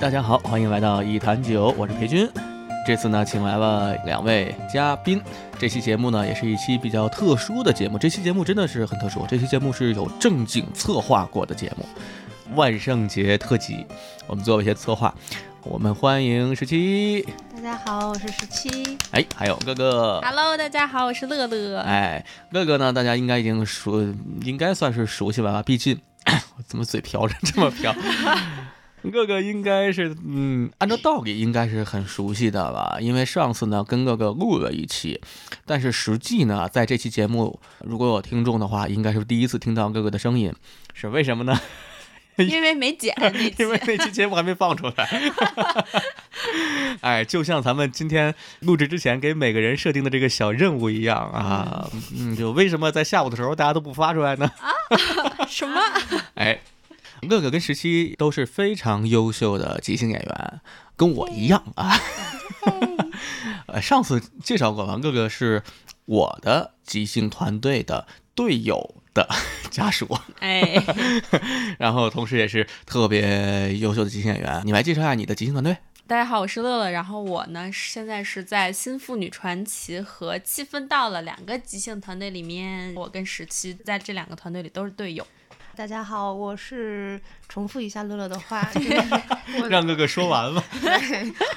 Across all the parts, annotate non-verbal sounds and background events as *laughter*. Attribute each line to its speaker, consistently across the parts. Speaker 1: 大家好，欢迎来到一坛酒，我是裴军。这次呢，请来了两位嘉宾。这期节目呢，也是一期比较特殊的节目。这期节目真的是很特殊，这期节目是有正经策划过的节目，万圣节特辑，我们做了一些策划。我们欢迎十七，
Speaker 2: 大家好，我是十七。
Speaker 1: 哎，还有哥哥。
Speaker 3: Hello，大家好，我是乐乐。
Speaker 1: 哎，乐哥呢？大家应该已经熟，应该算是熟悉了啊吧？毕竟 *coughs* 我怎么嘴瓢着这么瓢？乐哥应该是，嗯，按照道理应该是很熟悉的吧？因为上次呢跟乐哥录了一期，但是实际呢，在这期节目，如果有听众的话，应该是第一次听到乐哥的声音，是为什么呢？
Speaker 3: 因为
Speaker 1: *laughs*
Speaker 3: 没剪那期
Speaker 1: 因，为那期节目还没放出来。 *laughs* 哎，就像咱们今天录制之前给每个人设定的这个小任务一样啊，嗯，就为什么在下午的时候大家都不发出来呢？ *laughs*
Speaker 3: 什么？
Speaker 1: 哎，乐乐跟十七都是非常优秀的即兴演员，跟我一样啊。 *laughs* 呃，上次介绍过吧，乐乐是我的即兴团队的队友的家属。
Speaker 3: 哎，
Speaker 1: 然后同时也是特别优秀的即兴演员。你来介绍一下你的即兴团队。
Speaker 3: 大家好，我是乐乐。然后我呢，是现在是在新妇女传奇和气氛到了两个即兴团队里面，我跟十七在这两个团队里都是
Speaker 1: *laughs*
Speaker 3: 队友。
Speaker 2: 大家好，我是重复一下乐乐的话，就是我
Speaker 1: *laughs* 让哥哥说完吧，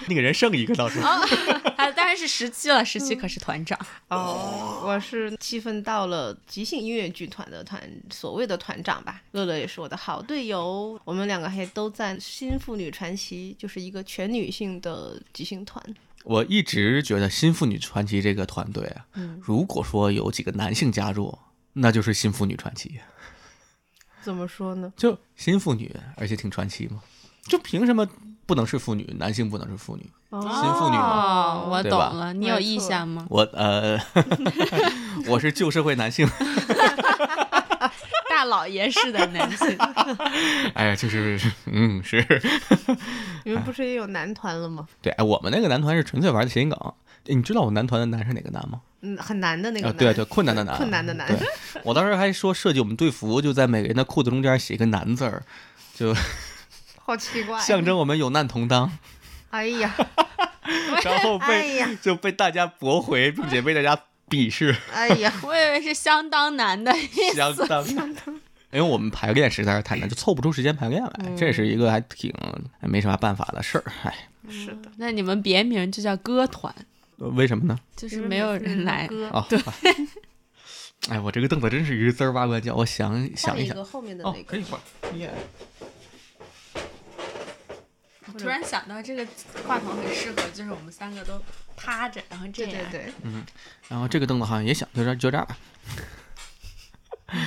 Speaker 1: 那个人剩一个倒是。
Speaker 3: 啊，当然是十七了，
Speaker 1: 嗯
Speaker 3: 十七可是团长。
Speaker 2: *laughs* 哦，我是气氛到了即兴音乐剧团的团所谓的团长吧。乐乐也是我的好队友，我们两个还都在新妇女传奇，就是一个全女性的即兴团。
Speaker 1: 我一直觉得新妇女传奇这个团队啊，
Speaker 2: 嗯
Speaker 1: 如果说有几个男性加入，那就是新妇女传奇。
Speaker 2: 怎么说呢？
Speaker 1: 就新妇女，而且挺传奇嘛。就凭什么不能是妇女，男性不能是妇女？
Speaker 2: 啊
Speaker 1: 新妇女嘛
Speaker 3: 哦，
Speaker 1: *laughs*
Speaker 3: 我
Speaker 1: 对
Speaker 3: 懂
Speaker 1: 吧
Speaker 3: 了，你有意向吗？
Speaker 1: 我呃， *laughs* 我是旧社会男性。
Speaker 3: 大老爷式的男性，
Speaker 1: *laughs* 哎呀，就是嗯是。
Speaker 2: 你们不是也有男团了吗？
Speaker 1: 对，哎，我们那个男团是纯粹玩的谐音梗。哎你知道我男团的男是哪个男吗？
Speaker 2: 嗯，很难的那个
Speaker 1: 啊，
Speaker 2: 男，
Speaker 1: 对对，困难的难，
Speaker 2: 困难的难。
Speaker 1: 对，我当时还说设计我们队服，就在每个人的裤子中间写一个“难”字儿，就
Speaker 2: *laughs* 好奇怪。
Speaker 1: 象征我们有难同当。
Speaker 2: 哎呀，
Speaker 1: 然后 *laughs*
Speaker 2: 哎
Speaker 1: 被、
Speaker 2: 呀
Speaker 1: *laughs* 就被大家驳回，并且被大家鄙视，
Speaker 2: 哎呀，
Speaker 3: *laughs*
Speaker 2: *laughs*
Speaker 3: 我以为是相当难的意
Speaker 1: *laughs* 相
Speaker 3: 思。
Speaker 1: 当。 *laughs* 因为我们排练实在是太难，就凑不出时间排练来，这是一个还挺哎没啥办法的事儿。哎，
Speaker 2: 嗯
Speaker 1: 呃
Speaker 2: 是的，
Speaker 3: 那你们别名就叫歌团，
Speaker 1: 为什么呢？
Speaker 3: 就是没有人来。
Speaker 2: 嗯歌
Speaker 1: 啊、对。哎，我这个凳子真是一个滋儿哇乱叫，我想想
Speaker 2: 换
Speaker 1: 一
Speaker 2: 一
Speaker 1: 想，
Speaker 2: 个后面的
Speaker 1: 哦
Speaker 2: 那，
Speaker 1: 可
Speaker 2: 个，
Speaker 1: 以换。耶
Speaker 3: 我突然想到，这个话筒很适合，就是我们三个都趴着，然后这
Speaker 2: 对
Speaker 3: 样。
Speaker 2: 对对，
Speaker 1: 然后这个凳子好像也想就这就这样吧。 *laughs*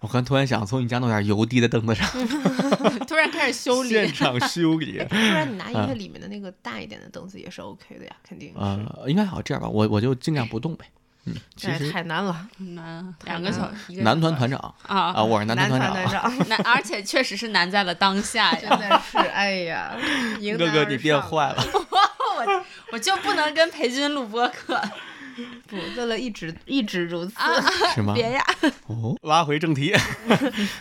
Speaker 1: 我刚突然想从你家弄点油滴在凳子上，
Speaker 3: *laughs* 突然开始修
Speaker 1: 现
Speaker 3: 理，
Speaker 1: 场修理。
Speaker 2: 不然你拿一个里面的那个大一点的凳子也是 OK 的呀，肯定是。
Speaker 1: 呃，应该好这样吧，我我就尽量不动呗。嗯，其
Speaker 2: 哎，
Speaker 1: 实
Speaker 2: 太难了，
Speaker 3: 很难，啊两个
Speaker 2: 啊
Speaker 3: 小时，一个
Speaker 1: 男团团长啊，
Speaker 3: 啊，
Speaker 1: 我是男团
Speaker 2: 团
Speaker 1: 长 *laughs* 啊。
Speaker 2: 长，
Speaker 3: 难，而且确实是难在了当下
Speaker 2: *laughs* 真
Speaker 3: 呀。
Speaker 2: 的是，哎呀，迎
Speaker 1: 哥
Speaker 2: 难
Speaker 1: 哥，
Speaker 2: 而
Speaker 1: 你变
Speaker 2: 上
Speaker 1: 坏了。
Speaker 3: 我我就不能跟裴军录播客
Speaker 2: 不，乐乐一直一直如此，
Speaker 3: 啊！
Speaker 1: 是吗？
Speaker 3: 别呀，
Speaker 1: 哦，拉回正题，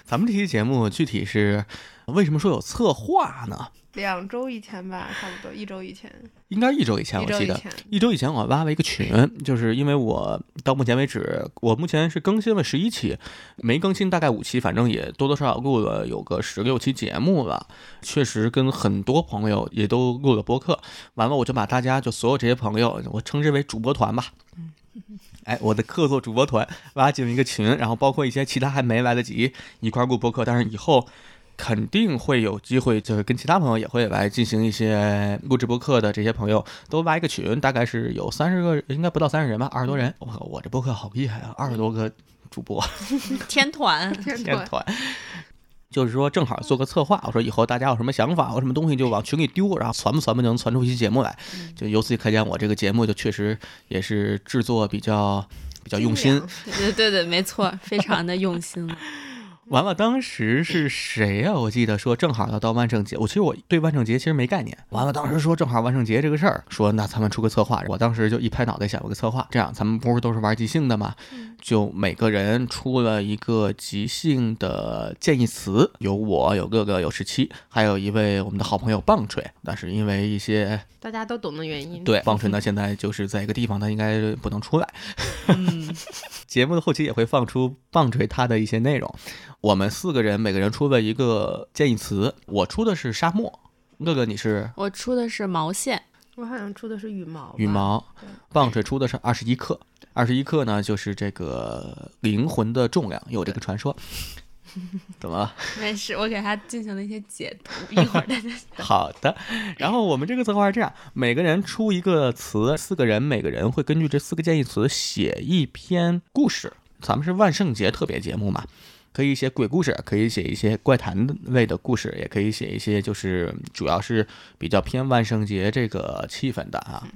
Speaker 1: 咱们这期节目具体是为什么说有策划呢？
Speaker 2: 两周以前吧，差不多一周以前，
Speaker 1: 应该是一周以前，我
Speaker 2: 一周
Speaker 1: 记
Speaker 2: 以
Speaker 1: 得
Speaker 2: 前
Speaker 1: 一周以前我挖了一个群，就是因为我到目前为止，我目前是更新了十一期，没更新大概五期，反正也多多少少录了有个十六期节目了。确实跟很多朋友也都录了播客，完了我就把大家就所有这些朋友，我称之为主播团吧。
Speaker 2: 嗯
Speaker 1: 哎，我的客座主播团挖进了一个群，然后包括一些其他还没来得及一块儿录播客，但是以后肯定会有机会，就是跟其他朋友也会来进行一些录制播客的这些朋友都挖一个群，大概是有三十个，应该不到三十人吧，二十多人。
Speaker 2: 嗯
Speaker 1: 我靠，我这播客好厉害啊，二十多个主播。
Speaker 3: 天团
Speaker 2: *laughs* 天
Speaker 1: 天
Speaker 2: 团，
Speaker 1: 团。就是说，正好做个策划。我说以后大家有什么想法，有什么东西就往群里丢，然后传吧传吧就能传出一期节目来。
Speaker 2: 嗯
Speaker 1: 就由此可见，我这个节目就确实也是制作比较比较用
Speaker 2: 精
Speaker 1: 心
Speaker 2: 良。
Speaker 3: 对对对，没错，非常的用心了。
Speaker 1: 完了，当时是谁呀、我记得说正好要到万圣节，我其实我对万圣节其实没概念。完了，当时说正好万圣节这个事儿，说那咱们出个策划，我当时就一拍脑袋想了个策划，这样咱们不是都是玩即兴的嘛，就每个人出了一个即兴的建议词，有我，有哥哥，有十七，还有一位我们的好朋友棒槌，但是因为一些
Speaker 2: 大家都懂的原因。
Speaker 1: 对，棒槌呢，现在就是在一个地方，他应该不能出来。 *laughs* 节目的后期也会放出棒槌他的一些内容。我们四个人每个人出了一个建议词，我出的是沙漠，乐乐你是
Speaker 3: 我出的是毛线，
Speaker 2: 我好像出的是羽毛吧，
Speaker 1: 羽毛
Speaker 2: 哦对，
Speaker 1: 棒槌出的是二十一克。二十一克呢，就是这个灵魂的重量，有这个传说。怎么了？
Speaker 3: 没事，我给它进行了一些解读，一会儿大家
Speaker 1: *laughs* 好的，然后我们这个策划是这样：每个人出一个词，四个人每个人会根据这四个建议词写一篇故事。咱们是万圣节特别节目嘛，可以写鬼故事，可以写一些怪谈类的故事，也可以写一些就是主要是比较偏万圣节这个气氛的啊。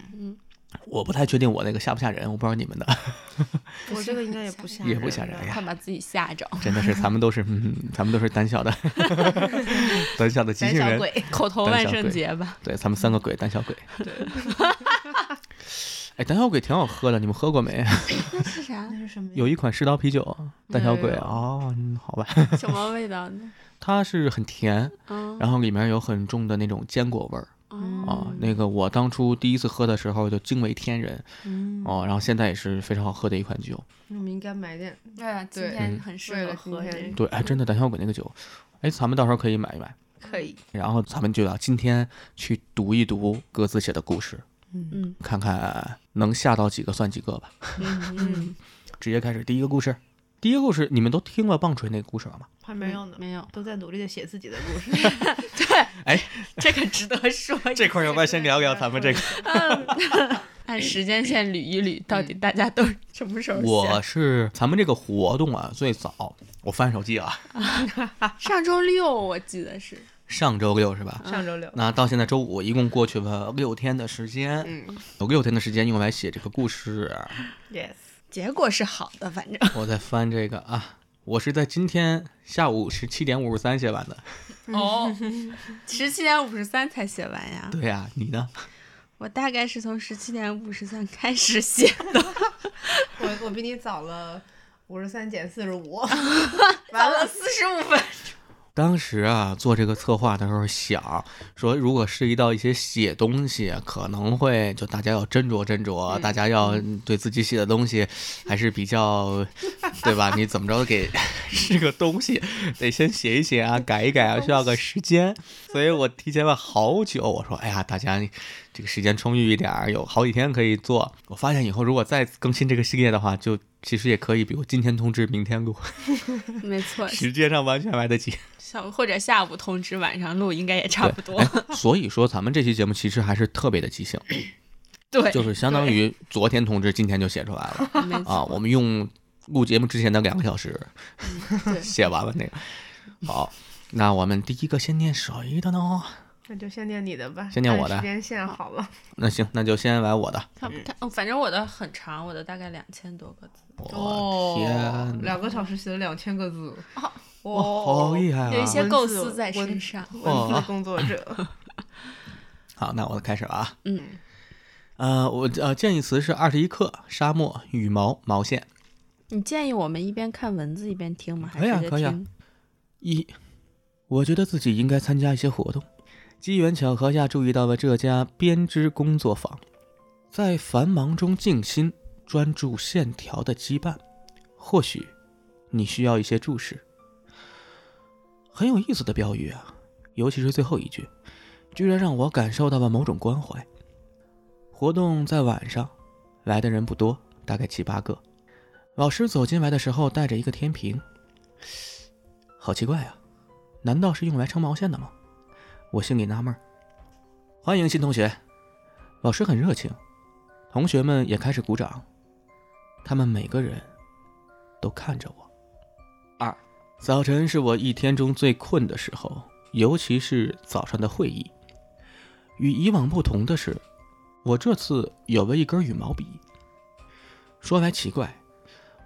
Speaker 1: 我不太确定我那个吓不吓人，我不知道你们的，
Speaker 2: *laughs* *laughs* 我这个应该也不吓
Speaker 1: 也不吓人
Speaker 2: 吧
Speaker 1: 呀
Speaker 3: *laughs* 快把自己吓着，
Speaker 1: 真的是咱们都是，嗯，咱们都是胆小的， *laughs* 胆小的畸
Speaker 2: 胆
Speaker 1: 形
Speaker 2: 小
Speaker 1: 人。
Speaker 2: 鬼，
Speaker 3: 口头万圣节吧。
Speaker 1: 对，咱们
Speaker 3: 嗯
Speaker 1: 三个鬼，胆小鬼。对，哎，胆小鬼挺好喝的，你们喝过没？
Speaker 3: 那是啥
Speaker 2: *laughs* 那？是什么呀？
Speaker 1: 有一款世刀啤酒，胆小鬼
Speaker 2: 没有
Speaker 1: 哦，嗯好
Speaker 3: *laughs*
Speaker 1: 吧，
Speaker 3: 什么味道呢？
Speaker 1: 它是很甜，
Speaker 3: *laughs*
Speaker 2: 哦
Speaker 3: 嗯
Speaker 1: 然后里面有很重的那种坚果味儿啊、
Speaker 3: 哦
Speaker 1: 那个我当初第一次喝的时候就惊为天人
Speaker 3: 嗯，
Speaker 1: 哦，然后现在也是非常好喝的一款酒。
Speaker 2: 我们应该买点。
Speaker 3: 对啊，今
Speaker 2: 对
Speaker 3: 天很适
Speaker 2: 为
Speaker 3: 合喝
Speaker 2: 了今
Speaker 3: 这
Speaker 2: 天
Speaker 3: 个。
Speaker 1: 对，哎，真的胆小鬼那个酒，哎，咱们到时候可以买一买。
Speaker 2: 可以，
Speaker 1: 然后咱们就要今天去读一读各自写的故事，
Speaker 3: 嗯
Speaker 1: 看看能吓到几个算几个吧。
Speaker 3: *laughs* 嗯嗯，
Speaker 1: 直接开始第一个故事。第一个故事，你们都听了棒槌那个故事了吗？
Speaker 2: 还嗯没有呢，
Speaker 3: 嗯没有，
Speaker 2: 都在努力的写自己的故 *laughs* 事。
Speaker 3: 对，
Speaker 1: 哎，
Speaker 3: 这个值得说。
Speaker 1: 块要不要先聊聊咱们这个？
Speaker 3: 按时间线捋一捋，到底大家都什么时候
Speaker 1: 我是咱们这个活动啊，最早我翻手机啊，
Speaker 3: 上周六我记得是，
Speaker 1: 上周六是吧？
Speaker 2: 上周六，
Speaker 1: 那到现在周五，一共过去了六天的时间，
Speaker 2: 嗯
Speaker 1: 有六天的时间用来写这个故事。
Speaker 2: ，yes，
Speaker 3: 结果是好的，反正
Speaker 1: 我在翻这个啊，我是在今天下午十七点五十三写完的。
Speaker 3: 哦， *laughs* 十七点五十三才写完呀。
Speaker 1: 对呀、啊你呢？
Speaker 3: 我大概是从十七点五十三开始写，
Speaker 2: 我我比你早了五十三减四
Speaker 3: *laughs*
Speaker 2: 十五，
Speaker 3: 早
Speaker 2: 完
Speaker 3: 了
Speaker 2: 了，
Speaker 3: 四十五
Speaker 1: *laughs*
Speaker 3: 分。
Speaker 1: 当时啊，做这个策划的时候想说，如果涉及到一些写东西，可能会就大家要斟酌斟酌，大家要对自己写的东西还是比较，对吧？你怎么着给是个东西，得先写一写啊，改一改啊，需要个时间。所以我提前了好久，我说，哎呀，大家这个时间充裕一点儿，有好几天可以做。我发现以后如果再更新这个系列的话，就其实也可以，比如今天通知，明天录，
Speaker 3: 没错，
Speaker 1: 时间上完全来得及。
Speaker 3: 下或者下午通知，晚上录应该也差不
Speaker 1: *laughs*
Speaker 3: 多。
Speaker 1: 所以说，咱们这期节目其实还是特别的即兴，
Speaker 3: 对，
Speaker 1: 就是相当于昨天通知，今天就写出来
Speaker 3: *laughs*
Speaker 1: 了
Speaker 3: 没错。
Speaker 1: 啊。我们用录节目之前的两个小时 *laughs*
Speaker 3: 嗯
Speaker 1: 写完了那个。好，那我们第一个先念谁的呢？
Speaker 2: 那就先念你的吧，
Speaker 1: 先念我的
Speaker 2: 按时间线好 *laughs* 了。
Speaker 1: 那行，那就先来我的。
Speaker 3: 他他、哦，反正我的很长，我的大概两千多个字。哦
Speaker 1: 我天哪，
Speaker 2: 两个小时写了两千个字， *laughs*
Speaker 1: 哇，好厉害
Speaker 3: 有一
Speaker 1: 啊！
Speaker 3: 些
Speaker 2: 文
Speaker 3: 构
Speaker 2: 字
Speaker 3: 思在
Speaker 2: 文
Speaker 3: 身上。
Speaker 2: 文字工作者，
Speaker 1: 好，那我开始了啊。
Speaker 3: 嗯，
Speaker 1: 呃，我呃建议词是二十一克、沙漠、羽毛、毛线。
Speaker 3: 你建议我们一边看文字一边听吗？还
Speaker 1: 可以
Speaker 3: 是
Speaker 1: 啊
Speaker 3: 直接
Speaker 1: 可以啊
Speaker 3: 听
Speaker 1: 一，我觉得自己应该参加一些活动。机缘巧合下注意到了这家编织工作坊，在繁忙中静心专注线条的羁绊。或许你需要一些注释。很有意思的标语啊，尤其是最后一句，居然让我感受到了某种关怀。活动在晚上，来的人不多，大概七八个。老师走进来的时候带着一个天平，好奇怪啊，难道是用来撑毛线的吗？我心里纳闷儿。欢迎新同学，老师很热情，同学们也开始鼓掌，他们每个人都看着我。二，早晨是我一天中最困的时候，尤其是早上的会议。与以往不同的是，我这次有了一根羽毛笔。说来奇怪，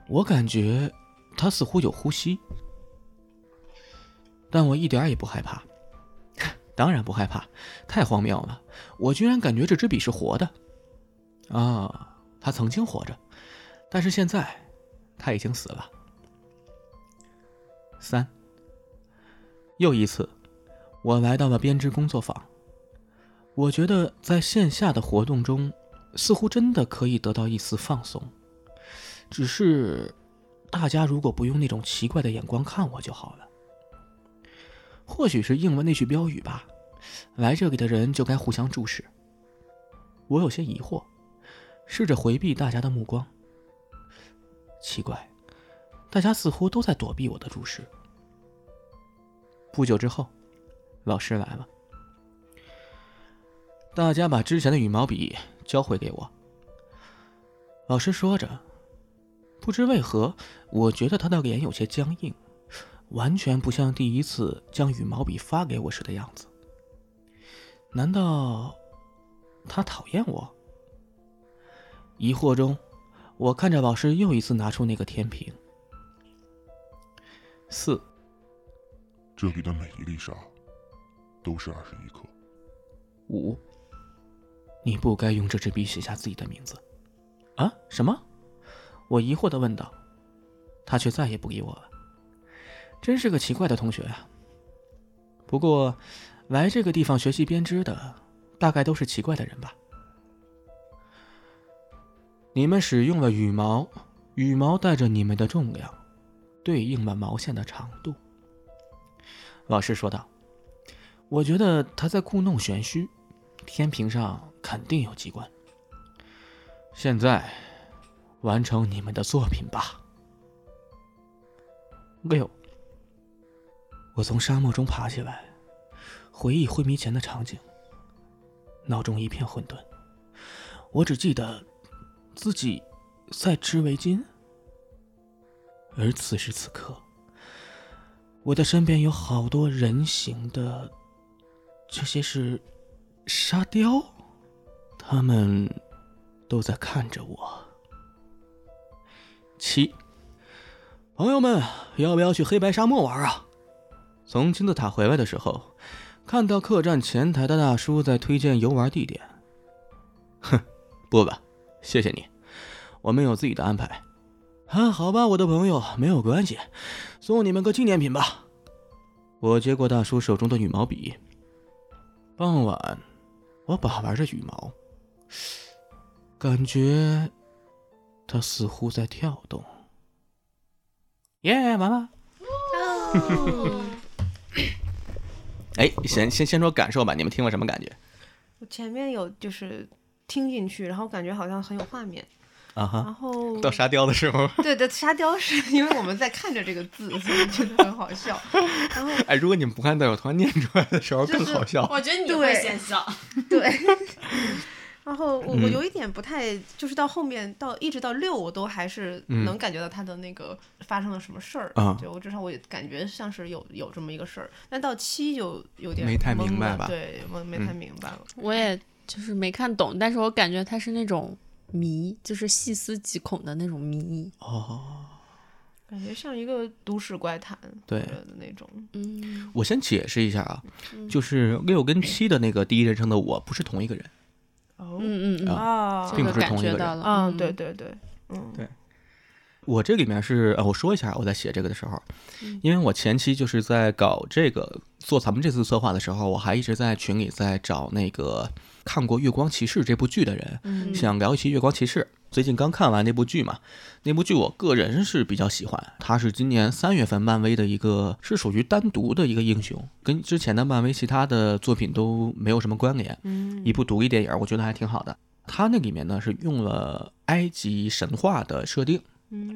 Speaker 1: 我感觉它似乎有呼吸。但我一点儿也不害怕。 *laughs* 当然不害怕，太荒谬了！我居然感觉这支笔是活的，啊，它曾经活着，但是现在，它已经死了。三，又一次，我来到了编织工作坊。我觉得在线下的活动中，似乎真的可以得到一丝放松，只是大家如果不用那种奇怪的眼光看我就好了。或许是应了那句标语吧，来这里的人就该互相注视。我有些疑惑，试着回避大家的目光。奇怪，大家似乎都在躲避我的注视。不久之后，老师来了，大家把之前的羽毛笔交回给我。老师说着，不知为何，我觉得他的脸有些僵硬。完全不像第一次将羽毛笔发给我时的样子。难道他讨厌我？疑惑中，我看着老师又一次拿出那个天平。四，
Speaker 4: 这里的每一粒沙都是二十一克。
Speaker 1: 五，你不该用这支笔写下自己的名字。啊？什么？我疑惑的问道。他却再也不理我了。真是个奇怪的同学啊。不过，来这个地方学习编织的，大概都是奇怪的人吧。你们使用了羽毛，羽毛带着你们的重量，对应了毛线的长度。老师说道：“我觉得他在故弄玄虚，天平上肯定有机关。现在，完成你们的作品吧。”六。我从沙漠中爬起来，回忆昏迷前的场景。脑中一片混沌，我只记得自己在织围巾，而此时此刻，我的身边有好多人形的，这些是沙雕，他们都在看着我。七，朋友们，要不要去黑白沙漠玩啊？从金字塔回来的时候，看到客栈前台的大叔在推荐游玩地点。哼，不了，谢谢你，我们有自己的安排。啊，好吧，我的朋友，没有关系，送你们个纪念品吧。我接过大叔手中的羽毛笔。傍晚，我把玩着羽毛，感觉它似乎在跳动。耶，完了。
Speaker 3: 哦
Speaker 2: *laughs*
Speaker 3: 嗯
Speaker 1: 哎，先先先说感受吧，你们听了什么感觉
Speaker 2: 我前面有就是听进去，然后感觉好像很有画面，
Speaker 1: 啊哈？
Speaker 2: 然后
Speaker 1: 到沙雕的时候，
Speaker 2: 对的沙雕是因为我们在看着这个字，所以觉得很好笑。 *laughs* 然后
Speaker 1: 哎，如果你们不看但我突然念出来的时候
Speaker 3: 就
Speaker 1: 更
Speaker 3: 是
Speaker 1: 好笑。
Speaker 3: 我觉得你会
Speaker 2: 对
Speaker 3: 先笑，
Speaker 2: 对。然后我我
Speaker 1: 嗯
Speaker 2: 有一点不太，就是到后面到一直到六，我都还是
Speaker 1: 嗯
Speaker 2: 能感觉到他的那个发生了什么事儿。
Speaker 1: 啊
Speaker 2: 对我至少我也感觉像是有有这么一个事儿，但到七就有点
Speaker 1: 没太
Speaker 2: 懵
Speaker 1: 明白
Speaker 2: 了
Speaker 1: 吧嗯
Speaker 2: 对，我没太明白了。
Speaker 3: 我也就是没看懂，但是我感觉他是那种迷，就是细思极恐的那种迷。
Speaker 1: 哦，
Speaker 2: 感觉像一个都市怪谈
Speaker 1: 对
Speaker 2: 或者的那种，
Speaker 3: 嗯，
Speaker 1: 我先解释一下啊，就是六跟七的那个第一人称的我不是同一个人，
Speaker 2: 哦
Speaker 3: 嗯嗯嗯，
Speaker 2: 啊
Speaker 1: 并不
Speaker 3: 这个
Speaker 1: 是
Speaker 3: 感
Speaker 1: 同一
Speaker 3: 觉
Speaker 1: 个人
Speaker 3: 到了。嗯
Speaker 2: 啊，对，对对，嗯，
Speaker 1: 我这里面是呃，我说一下，我在写这个的时候，因为我前期就是在搞这个做咱们这次策划的时候，我还一直在群里在找那个看过《月光骑士》这部剧的人，
Speaker 3: 嗯
Speaker 1: 想聊一期《月光骑士》。最近刚看完那部剧嘛，那部剧我个人是比较喜欢，它是今年三月份漫威的一个，是属于单独的一个英雄，跟之前的漫威其他的作品都没有什么关联。
Speaker 2: 嗯
Speaker 1: 一部独立电影，我觉得还挺好的。它那里面呢是用了埃及神话的设定。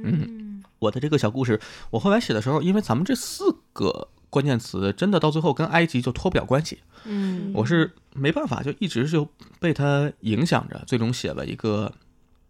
Speaker 2: 嗯
Speaker 1: 我的这个小故事，我后来写的时候，因为咱们这四个关键词真的到最后跟埃及就脱不了关系，
Speaker 2: 嗯
Speaker 1: 我是没办法，就一直就被它影响着，最终写了一个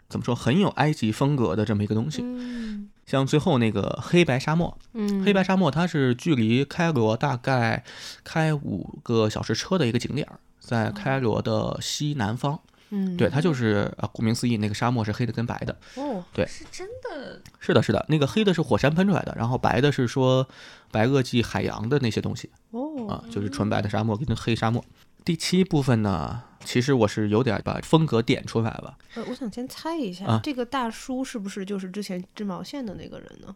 Speaker 1: 怎么说很有埃及风格的这么一个东西。
Speaker 2: 嗯
Speaker 1: 像最后那个黑白沙漠，
Speaker 2: 嗯
Speaker 1: 黑白沙漠它是距离开罗大
Speaker 2: 哦
Speaker 1: 概开五个小时车的一个景点儿，在开罗的西南方。
Speaker 3: 嗯，
Speaker 1: 对，它就是啊，顾名思义，那个沙漠是黑的跟白的。
Speaker 2: 哦，
Speaker 1: 对
Speaker 3: 是真的，
Speaker 1: 是的，是的，那个黑的是火山喷出来的，然后白的是说白垩纪海洋的那些东西
Speaker 2: 哦，
Speaker 1: 啊，就是纯白的沙漠跟黑沙漠。第七部分呢，其实我是有点把风格点出来了，
Speaker 2: 呃我想先猜一下，
Speaker 1: 啊
Speaker 2: 这个大叔是不是就是之前织毛线的那个人呢？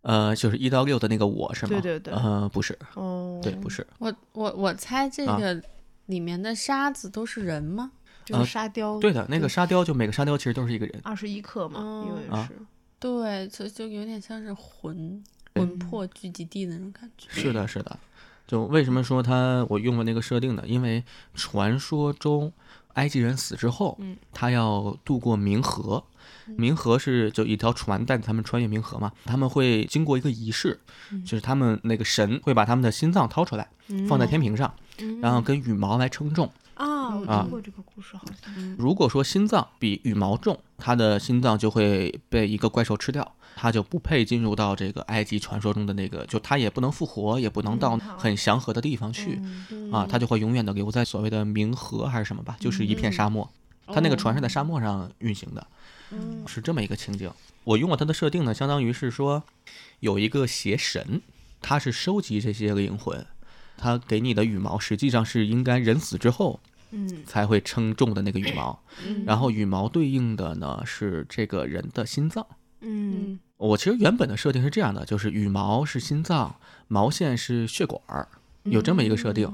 Speaker 1: 呃，就是一到六的那个我是吗？
Speaker 2: 对对对
Speaker 1: 呃，不是，
Speaker 2: 哦，
Speaker 1: 对，不是，
Speaker 3: 我我我猜这
Speaker 1: 啊
Speaker 3: 个里面的沙子都是人吗？
Speaker 2: 就是
Speaker 1: 啊
Speaker 2: 沙雕，
Speaker 1: 对的，那个沙雕就每个沙雕其实都是一个人。
Speaker 2: 二十一克嘛，
Speaker 3: 哦
Speaker 2: 因为
Speaker 1: 啊
Speaker 2: 是
Speaker 3: 对，就就有点像是魂
Speaker 1: 哎
Speaker 3: 魂魄聚集地的那种感觉。
Speaker 1: 是的，是的。就为什么说他我用了那个设定呢？因为传说中埃及人死之后，
Speaker 2: 嗯
Speaker 1: 他要渡过冥河，冥河是就一条船带他们穿越冥河嘛，他们会经过一个仪式，
Speaker 2: 嗯
Speaker 1: 就是他们那个神会把他们的心脏掏出来，放在天平上，然后跟羽毛来称重。
Speaker 2: 嗯啊，我
Speaker 1: 啊
Speaker 2: 听过这个故事，好像
Speaker 1: 如果说心脏比羽毛重，他的心脏就会被一个怪兽吃掉，他就不配进入到这个埃及传说中的那个，就他也不能复活，也不能到
Speaker 2: 嗯好嗯
Speaker 1: 很祥和的地方去。
Speaker 3: 嗯
Speaker 1: 啊，他就会永远的留在所谓的冥河还是什么吧，就是一片沙漠。他
Speaker 3: 哦
Speaker 1: 那个船是在沙漠上运行的，
Speaker 2: 嗯
Speaker 1: 是这么一个情景。我用了它的设定呢，相当于是说有一个邪神，他是收集这些灵魂，他给你的羽毛实际上是应该人死之后
Speaker 2: 嗯
Speaker 1: 才会称重的那个羽毛，
Speaker 2: 嗯
Speaker 1: 然后羽毛对应的呢是这个人的心脏。
Speaker 2: 嗯
Speaker 3: 嗯
Speaker 1: 我其实原本的设定是这样的，就是羽毛是心脏，毛线是血管儿，有这么一个设定。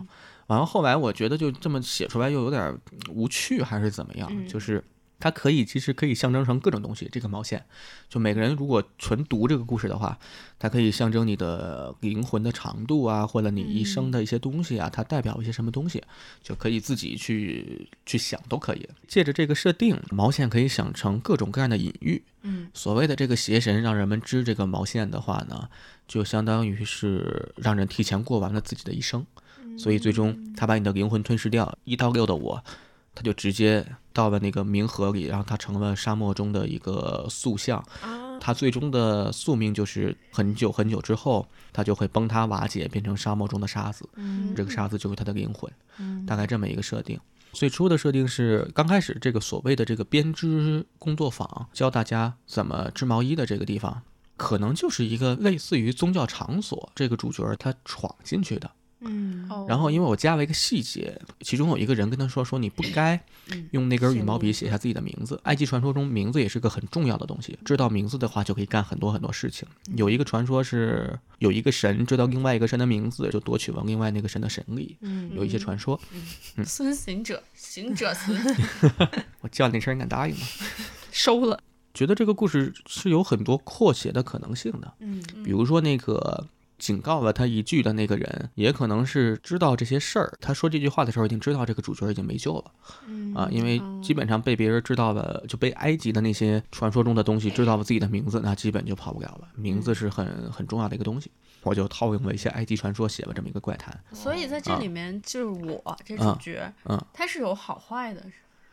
Speaker 1: 完了后来我觉得就这么写出来又有点儿无趣，还是怎么样？
Speaker 2: 嗯
Speaker 1: 就是它可以其实可以象征成各种东西。这个毛线，就每个人如果纯读这个故事的话，它可以象征你的灵魂的长度啊，或者你一生的一些东西啊，它代表一些什么东西，就可以自己去去想都可以。借着这个设定，毛线可以想成各种各样的隐喻。
Speaker 2: 嗯，
Speaker 1: 所谓的这个邪神让人们织这个毛线的话呢，就相当于是让人提前过完了自己的一生，
Speaker 2: 嗯
Speaker 1: 所以最终他把你的灵魂吞噬掉。一到六的我，他就直接到了那个冥河里，然后他成了沙漠中的一个塑像。
Speaker 2: 啊，
Speaker 1: 他最终的宿命就是很久很久之后，他就会崩塌瓦解，变成沙漠中的沙子。
Speaker 2: 嗯
Speaker 1: 这个沙子就是他的灵魂，
Speaker 2: 嗯
Speaker 1: 大概这么一个设定。最初的设定是，刚开始这个所谓的这个编织工作坊教大家怎么织毛衣的这个地方，可能就是一个类似于宗教场所，这个主角儿他闯进去的。
Speaker 2: 嗯
Speaker 3: 哦
Speaker 1: 然后因为我加了一个细节，其中有一个人跟他说说你
Speaker 2: *clears throat*
Speaker 1: 不该
Speaker 2: 嗯
Speaker 1: 用那根羽毛笔写下自己的名字。埃及传说中名字也是个很重要的东西，知道名字的话就可以干很多很多事情。
Speaker 2: 嗯
Speaker 1: 有一个传说是有一个神知道另外一个神的名字，就夺取了另外那个神的神力。
Speaker 2: 嗯
Speaker 1: 有一些传说，
Speaker 3: 孙行者，行者孙 *laughs*
Speaker 1: 我叫你那声儿，你敢答应吗？
Speaker 3: 收了。
Speaker 1: 觉得这个故事是有很多扩写的可能性的，
Speaker 2: 嗯
Speaker 1: 比如说那个警告了他一句的那个人，也可能是知道这些事儿。他说这句话的时候，已经知道这个主角已经没救了。
Speaker 2: 嗯
Speaker 1: 啊，因为基本上被别人知道了，就被埃及的那些传说中的东西知道了自己的名字，那基本就跑不了了。名字是很很重要的一个东西，我就套用了一些埃及传说写了这么一个怪谈。
Speaker 3: *laughs* 所以在这
Speaker 1: 啊
Speaker 3: 里面就是我这
Speaker 1: 啊
Speaker 3: 主角，
Speaker 1: 嗯
Speaker 3: 他是有好坏的，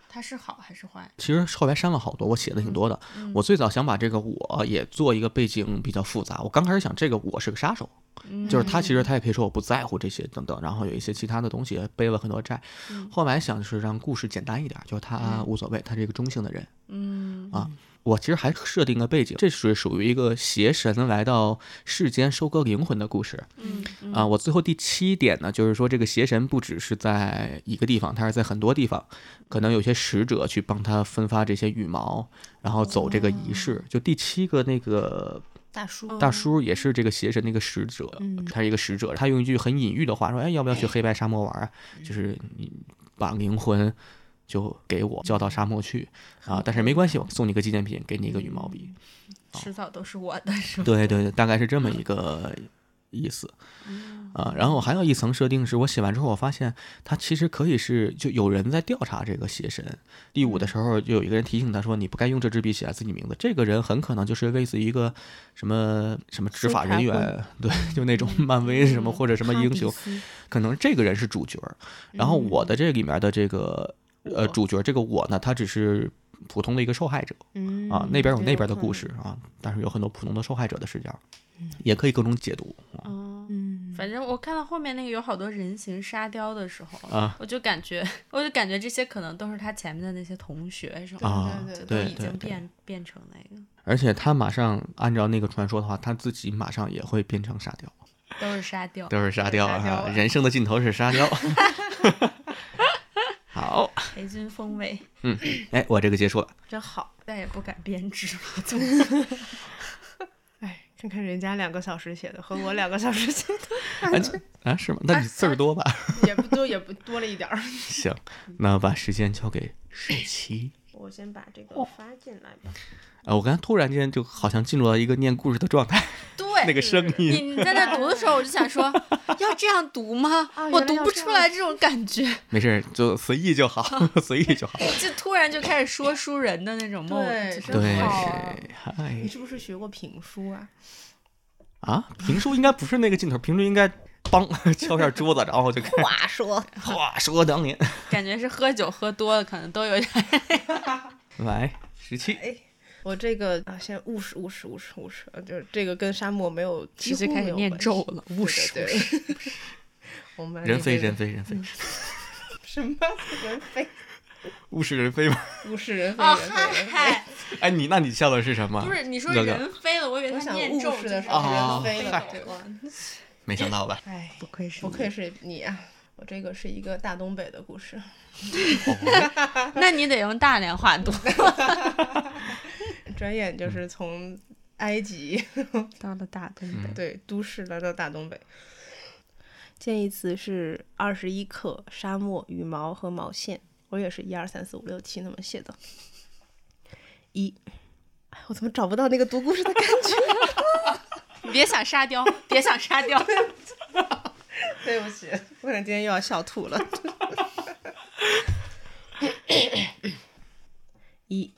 Speaker 3: 他是好还是坏？
Speaker 1: 其实后来删了好多，我写的挺多的。我最早想把这个我也做一个背景比较复杂。我刚开始想这个我是个杀手，
Speaker 3: 嗯
Speaker 1: 就是他其实他也可以说我不在乎这些等等，然后有一些其他的东西背了很多债。后来想的是让故事简单一点，就是他无所谓，他是一个中性的人。
Speaker 3: 嗯
Speaker 1: 啊我其实还设定个背景，这是属于一个邪神来到世间收割灵魂的故事
Speaker 3: 嗯
Speaker 1: 啊。我最后第七点呢，就是说这个邪神不只是在一个地方，他是在很多地方，可能有些使者去帮他分发这些羽毛，然后走这个仪式。就第七个那个
Speaker 2: 大叔
Speaker 1: 大叔也是这个邪神那个使者，他是一个使者，他用一句很隐喻的话说：“哎，要不要去黑白沙漠玩啊？就是你把灵魂就给我交到沙漠去啊，但是没关系，我送你个纪念品，给你一个羽毛笔。
Speaker 3: 迟早都是我的，
Speaker 1: *laughs*
Speaker 3: 是吧？
Speaker 1: 对对对，大概是这么一个意思。啊，然后还有一层设定是我写完之后，我发现他其实可以是就有人在调查这个邪神。第五的时候，就有一个人提醒他说：“你不该用这支笔写下自己名字。”这个人很可能就是类似一个什么什么执法嗯人
Speaker 3: 搜查
Speaker 1: 员，对，就那种漫威什么或者什么英雄，
Speaker 3: 哈比斯
Speaker 1: 可能这个人是主角儿。然后我的这里面的这个呃主角这个嗯我呢，他只是普通的一个受害者。
Speaker 2: 嗯
Speaker 1: 啊，那边有那边的故，
Speaker 2: 也
Speaker 1: 事啊，但是有很多普通的受害者的视角，也可以各种解读。
Speaker 3: 哦
Speaker 2: 可能嗯，
Speaker 3: 反正我看到后面那个有好多人形沙雕的时候，
Speaker 1: 啊
Speaker 3: 我就感觉，我就感觉这些可能都是他前面的那些同学什么
Speaker 1: 啊
Speaker 2: 对对，
Speaker 3: 的，
Speaker 1: 对
Speaker 3: 都已
Speaker 1: 对
Speaker 3: 经
Speaker 1: 对。
Speaker 3: 变变成那个
Speaker 1: 而且他马上按照那个传说的话，他自己马上也会变成沙雕，
Speaker 3: 都是沙雕。
Speaker 1: 都是沙雕
Speaker 2: 沙雕
Speaker 1: 啊！
Speaker 2: 啊
Speaker 1: 人生的尽头是沙雕。好，
Speaker 3: 裴军风味，
Speaker 1: 哎，我这个结束了。
Speaker 2: 真好。
Speaker 3: 再也不敢编织了。
Speaker 1: *laughs*
Speaker 2: 哎，看看人家两个小时写的和我两个小时写的
Speaker 1: 哎啊，是吗？那你字儿多吧？
Speaker 2: *laughs* 也不多，也不多了一点儿。
Speaker 1: 行，那把时间交给舒淇。
Speaker 2: 我先把这个发进来吧。
Speaker 1: 啊，我刚才突然间就好像进入到一个念故事的状态，
Speaker 3: 哎对，
Speaker 1: 那个声
Speaker 3: 你
Speaker 1: 音。
Speaker 3: 你在那读的时候，我就想说，要这样读吗？
Speaker 2: 啊
Speaker 3: 我
Speaker 2: 原来
Speaker 3: 读
Speaker 2: 要
Speaker 3: 不
Speaker 2: 这
Speaker 3: 出
Speaker 2: 样
Speaker 3: 来这种感觉，
Speaker 1: 没事儿，就随意就好，随意就好。
Speaker 3: 就突然就开始说书人的那种梦，
Speaker 2: 对
Speaker 3: 就是
Speaker 2: 真
Speaker 1: 对
Speaker 2: 好啊，
Speaker 1: 嗨
Speaker 2: 你是不是学过评书啊？
Speaker 1: 啊，评书应该不是那个劲头，评书应该梆 *laughs* 敲下桌子，然后就开 *laughs* 始
Speaker 2: 话说，
Speaker 1: 话说当年。
Speaker 3: 感觉是喝酒喝多了，可能都有点
Speaker 1: 来，十七，
Speaker 2: 哎我这个啊，先务实务实务实务实，呃就是这个跟沙漠没有，其实开始有
Speaker 3: 念
Speaker 2: 关系
Speaker 3: 咒了，务实
Speaker 2: 对
Speaker 3: 务
Speaker 2: 对
Speaker 3: 实。
Speaker 2: 对 *laughs* 我们
Speaker 1: 人非
Speaker 2: 这个
Speaker 1: 人非人
Speaker 2: 嗯
Speaker 1: 非，
Speaker 2: 什
Speaker 3: *laughs*
Speaker 2: 么人非
Speaker 1: 物是人非吗？ *laughs*
Speaker 2: 物是人非
Speaker 3: 哦，
Speaker 2: 人
Speaker 3: *laughs*
Speaker 2: 非人非。
Speaker 3: 嗨，
Speaker 1: 哎，你那你笑的是什么？
Speaker 3: 不是你说
Speaker 1: 乐乐
Speaker 3: 人飞了，我以为
Speaker 2: 我
Speaker 3: 他
Speaker 2: 想
Speaker 3: 念咒啊
Speaker 2: 务实
Speaker 3: 就
Speaker 2: 的时
Speaker 3: 是
Speaker 2: 候
Speaker 1: 哦
Speaker 2: 人飞了
Speaker 1: 嗨，
Speaker 2: 对吧
Speaker 1: 没想到吧？
Speaker 2: 哎，
Speaker 3: 不愧是
Speaker 2: 不愧是你啊！我这个是一个大东北的故事，
Speaker 3: 那你得用大连话读。
Speaker 2: 转眼
Speaker 1: 嗯
Speaker 2: 就是从埃及
Speaker 3: *laughs* 到了大东
Speaker 1: 北
Speaker 2: 对都市来到大东北。建议词是二十一克沙漠羽毛和毛线，我也是一二三四五六七那么写的。一，哎，我怎么找不到那个读故事的感觉？
Speaker 3: 你别想沙雕，别想沙 *laughs* 雕。
Speaker 2: 对不起，我可能今天又要笑吐了。一，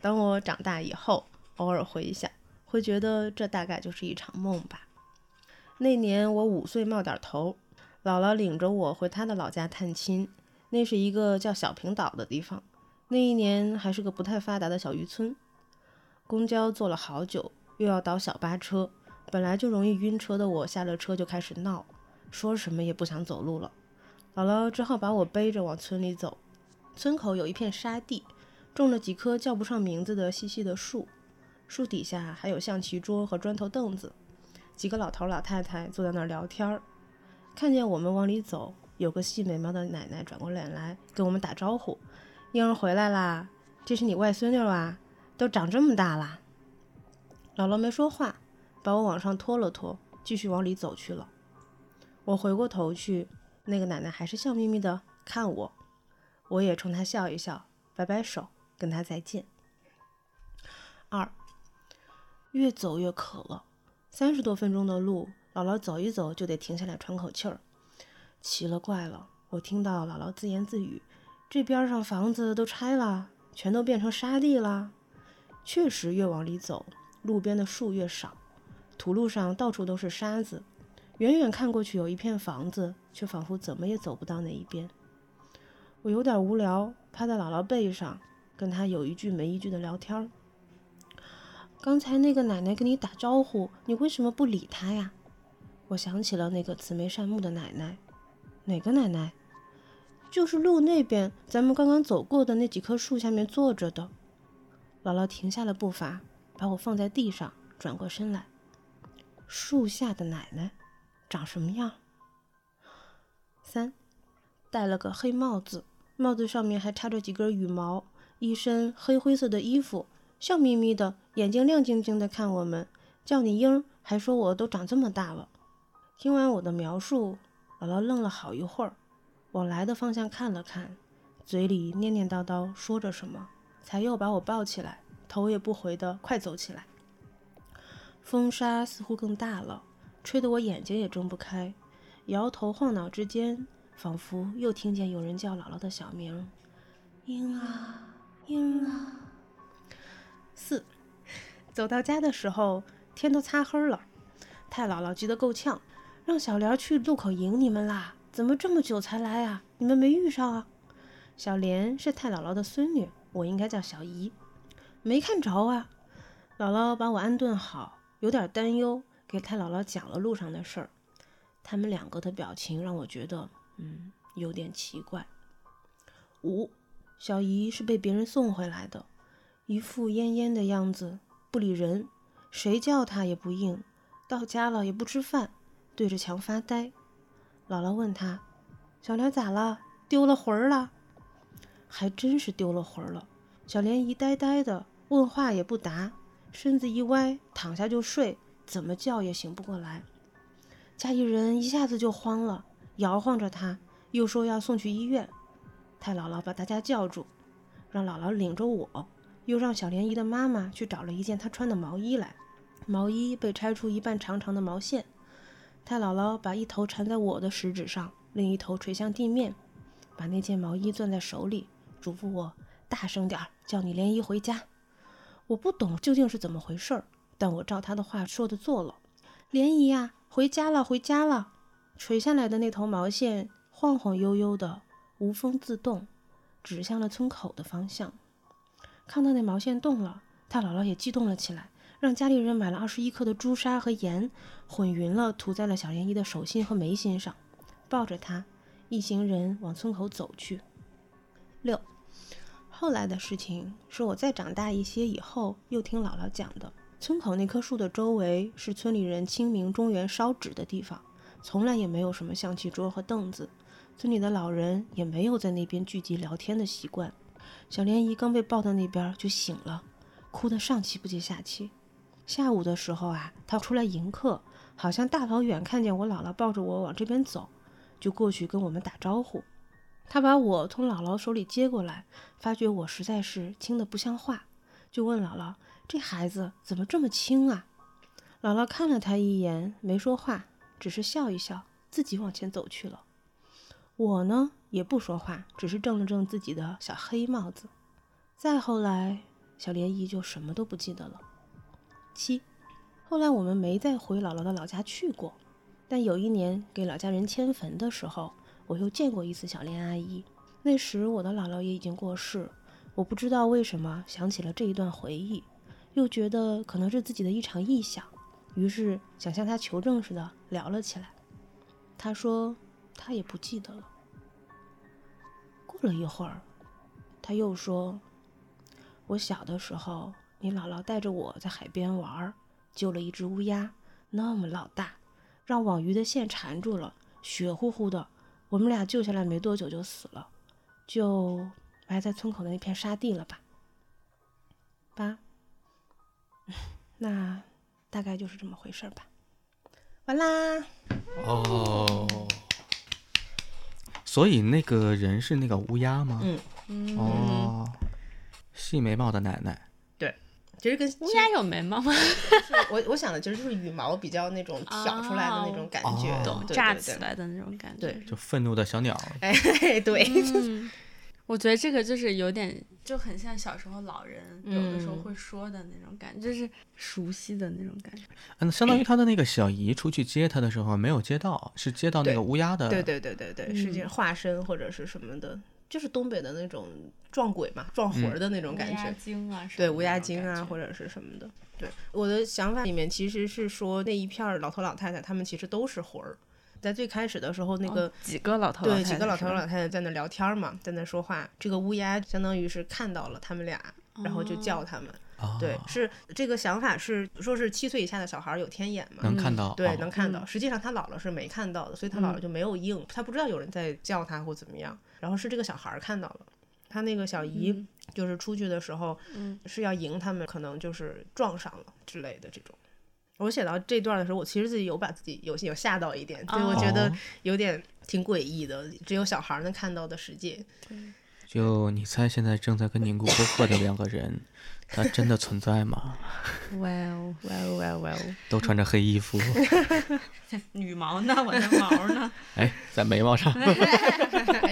Speaker 2: 当我长大以后，偶尔回想，会觉得这大概就是一场梦吧。那年我五岁冒点头，姥姥领着我回她的老家探亲，那是一个叫小平岛的地方。那一年还是个不太发达的小渔村，公交坐了好久，又要倒小巴车，本来就容易晕车的我，下了车就开始闹，说什么也不想走路了。姥姥只好把我背着往村里走。村口有一片沙地，种了几棵叫不上名字的细细的树，树底下还有象棋桌和砖头凳子，几个老头老太太坐在那儿聊天儿。看见我们往里走，有个细眉毛的奶奶转过脸来跟我们打招呼：“婴儿回来啦，这是你外孙女啊，都长这么大啦。”姥姥没说话，把我往上拖了拖，继续往里走去了。我回过头去，那个奶奶还是笑眯眯的看我，我也冲她笑一笑，摆摆手，跟她再见。二，越走越渴了，三十多分钟的路，姥姥走一走就得停下来喘口气儿。奇了怪了，我听到姥姥自言自语：“这边上房子都拆了，全都变成沙地啦。”确实，越往里走，路边的树越少，土路上到处都是沙子，远远看过去有一片房子，却仿佛怎么也走不到那一边。我有点无聊，趴在姥姥背上，跟她有一句没一句的聊天儿。刚才那个奶奶跟你打招呼，你为什么不理她呀？我想起了那个慈眉善目的奶奶，哪个奶奶？就是路那边咱们刚刚走过的那几棵树下面坐着的。姥姥停下了步伐，把我放在地上，转过身来。树下的奶奶长什么样？三，戴了个黑帽子，帽子上面还插着几根羽毛，一身黑灰色的衣服，笑眯眯的，眼睛亮晶晶的看我们，叫你英儿，还说我都长这么大了。听完我的描述，姥姥愣了好一会儿，往来的方向看了看，嘴里念念叨叨说着什么，才又把我抱起来，头也不回的快走起来。风沙似乎更大了，吹得我眼睛也睁不开，摇头晃脑之间，仿佛又听见有人叫姥姥的小名：“英啊，英啊。”四，走到家的时候，天都擦黑了，太姥姥急得够呛，让小莲儿去路口迎你们啦！怎么这么久才来啊？你们没遇上啊？小莲是太姥姥的孙女，我应该叫小姨，没看着啊。姥姥把我安顿好，有点担忧，给太姥姥讲了路上的事儿。他们两个的表情让我觉得，嗯，有点奇怪。五，小姨是被别人送回来的，一副恹恹的样子，不理人，谁叫她也不应，到家了也不吃饭，对着墙发呆。姥姥问她：“小莲咋了？丢了魂儿了？”还真是丢了魂儿了。小莲一呆呆的，问话也不答，身子一歪，躺下就睡，怎么叫也醒不过来。家里人一下子就慌了，摇晃着她，又说要送去医院。太姥姥把大家叫住，让姥姥领着我，又让小莲姨的妈妈去找了一件她穿的毛衣来。毛衣被拆出一半长长的毛线，太姥姥把一头缠在我的食指上，另一头垂向地面，把那件毛衣攥在手里，嘱咐我大声点儿，叫你莲姨回家。我不懂究竟是怎么回事儿，但我照她的话说的做了。莲姨呀、啊回家了，回家了！垂下来的那头毛线晃晃悠悠的，无风自动，指向了村口的方向。看到那毛线动了，大姥姥也激动了起来，让家里人买了二十一克的朱砂和盐，混匀了涂在了小莲姨的手心和眉心上，抱着她，一行人往村口走去。六，后来的事情是我再长大一些以后又听姥姥讲的。村口那棵树的周围是村里人清明中元烧纸的地方，从来也没有什么象棋桌和凳子，村里的老人也没有在那边聚集聊天的习惯。小莲姨刚被抱到那边就醒了，哭得上气不接下气。下午的时候啊，她出来迎客，好像大老远看见我姥姥抱着我往这边走，就过去跟我们打招呼。她把我从姥姥手里接过来，发觉我实在是轻得不像话，就问姥姥：“这孩子怎么这么轻啊？”姥姥看了她一眼，没说话，只是笑一笑，自己往前走去了。我呢也不说话，只是正了正自己的小黑帽子。再后来，小莲姨就什么都不记得了。七，后来我们没再回姥姥的老家去过，但有一年给老家人迁坟的时候，我又见过一次小莲阿姨。那时我的姥姥也已经过世，我不知道为什么想起了这一段回忆，又觉得可能是自己的一场臆想，于是想向她求证似的聊了起来。她说她也不记得了。过了一会儿，她又说：“我小的时候，你姥姥带着我在海边玩儿，救了一只乌鸦，那么老大，让网鱼的线缠住了，血乎乎的。我们俩救下来没多久就死了，就埋在村口的那片沙地了吧。八，那大概就是这么回事儿吧。完啦，
Speaker 1: 哦，所以那个人是那个乌鸦吗？
Speaker 2: 嗯
Speaker 3: 嗯，
Speaker 1: 哦，细眉毛的奶奶，
Speaker 2: 其实跟
Speaker 3: 乌鸦有眉 *laughs* 毛吗？
Speaker 2: 我我想的其实就是羽毛比较那种挑出来的那种感觉，
Speaker 1: 哦
Speaker 2: 对
Speaker 1: 懂
Speaker 2: 对
Speaker 3: 炸
Speaker 2: 对
Speaker 3: 起来的那种感觉。
Speaker 2: 对，
Speaker 1: 就愤怒的小鸟。
Speaker 2: 哎，对，
Speaker 3: 嗯， *laughs* 我觉得这个就是有点，就很像小时候老人有的时候
Speaker 2: 嗯
Speaker 3: 会说的那种感觉，就是熟悉的那种感觉。
Speaker 1: 嗯，相当于他的那个小姨出去接他的时候没有接到，是接到那
Speaker 2: 对
Speaker 1: 个乌鸦的。
Speaker 2: *laughs* 对对对对对，是这化身或者是什么的，就是东北的那种撞鬼嘛、撞魂儿的那种感
Speaker 3: 乌鸦
Speaker 2: 觉。
Speaker 3: 精啊，
Speaker 2: 对乌鸦精啊，或
Speaker 3: 者
Speaker 2: 者是什么的。对，我的想法里面其实是说那一片儿老头老太太，他们其实都是魂儿。在最开始的时候，那个、
Speaker 3: 几个哦老头
Speaker 2: 对几个老头
Speaker 3: 是吧
Speaker 2: 老太太在那聊天儿嘛，在那说话。这个乌鸦相当于是看到了他们俩，然后就叫他们。
Speaker 1: 哦
Speaker 2: 对，是这个想法是说是七岁以下的小孩儿有天眼嘛？
Speaker 1: 能看到。
Speaker 2: 嗯对，
Speaker 1: 哦嗯
Speaker 2: 能看到。实际上他姥姥是没看到的，所以他姥姥就没有应，他不知道有人在叫他或怎么样。然后是这个小孩儿看到了，他那个小
Speaker 1: 嗯
Speaker 2: 姨就是出去的时候，是要迎他们，可能就是撞上了之类的这种。我写到这段的时候，我其实自己有把自己有有吓到一点，对我觉得
Speaker 1: 哦
Speaker 2: 有点挺诡异的，只有小孩儿能看到的
Speaker 1: *laughs*
Speaker 2: 世界。
Speaker 1: 就你猜，现在正在跟您录播客的两个人，他真的存在吗？ *laughs*
Speaker 3: 哇哦哇哦哇哦哇哦，
Speaker 1: 都穿着黑衣服，
Speaker 3: *laughs* 羽毛呢？我的毛呢？
Speaker 1: 哎，在眉毛
Speaker 2: *laughs*
Speaker 1: 上。
Speaker 3: *laughs*
Speaker 2: 哎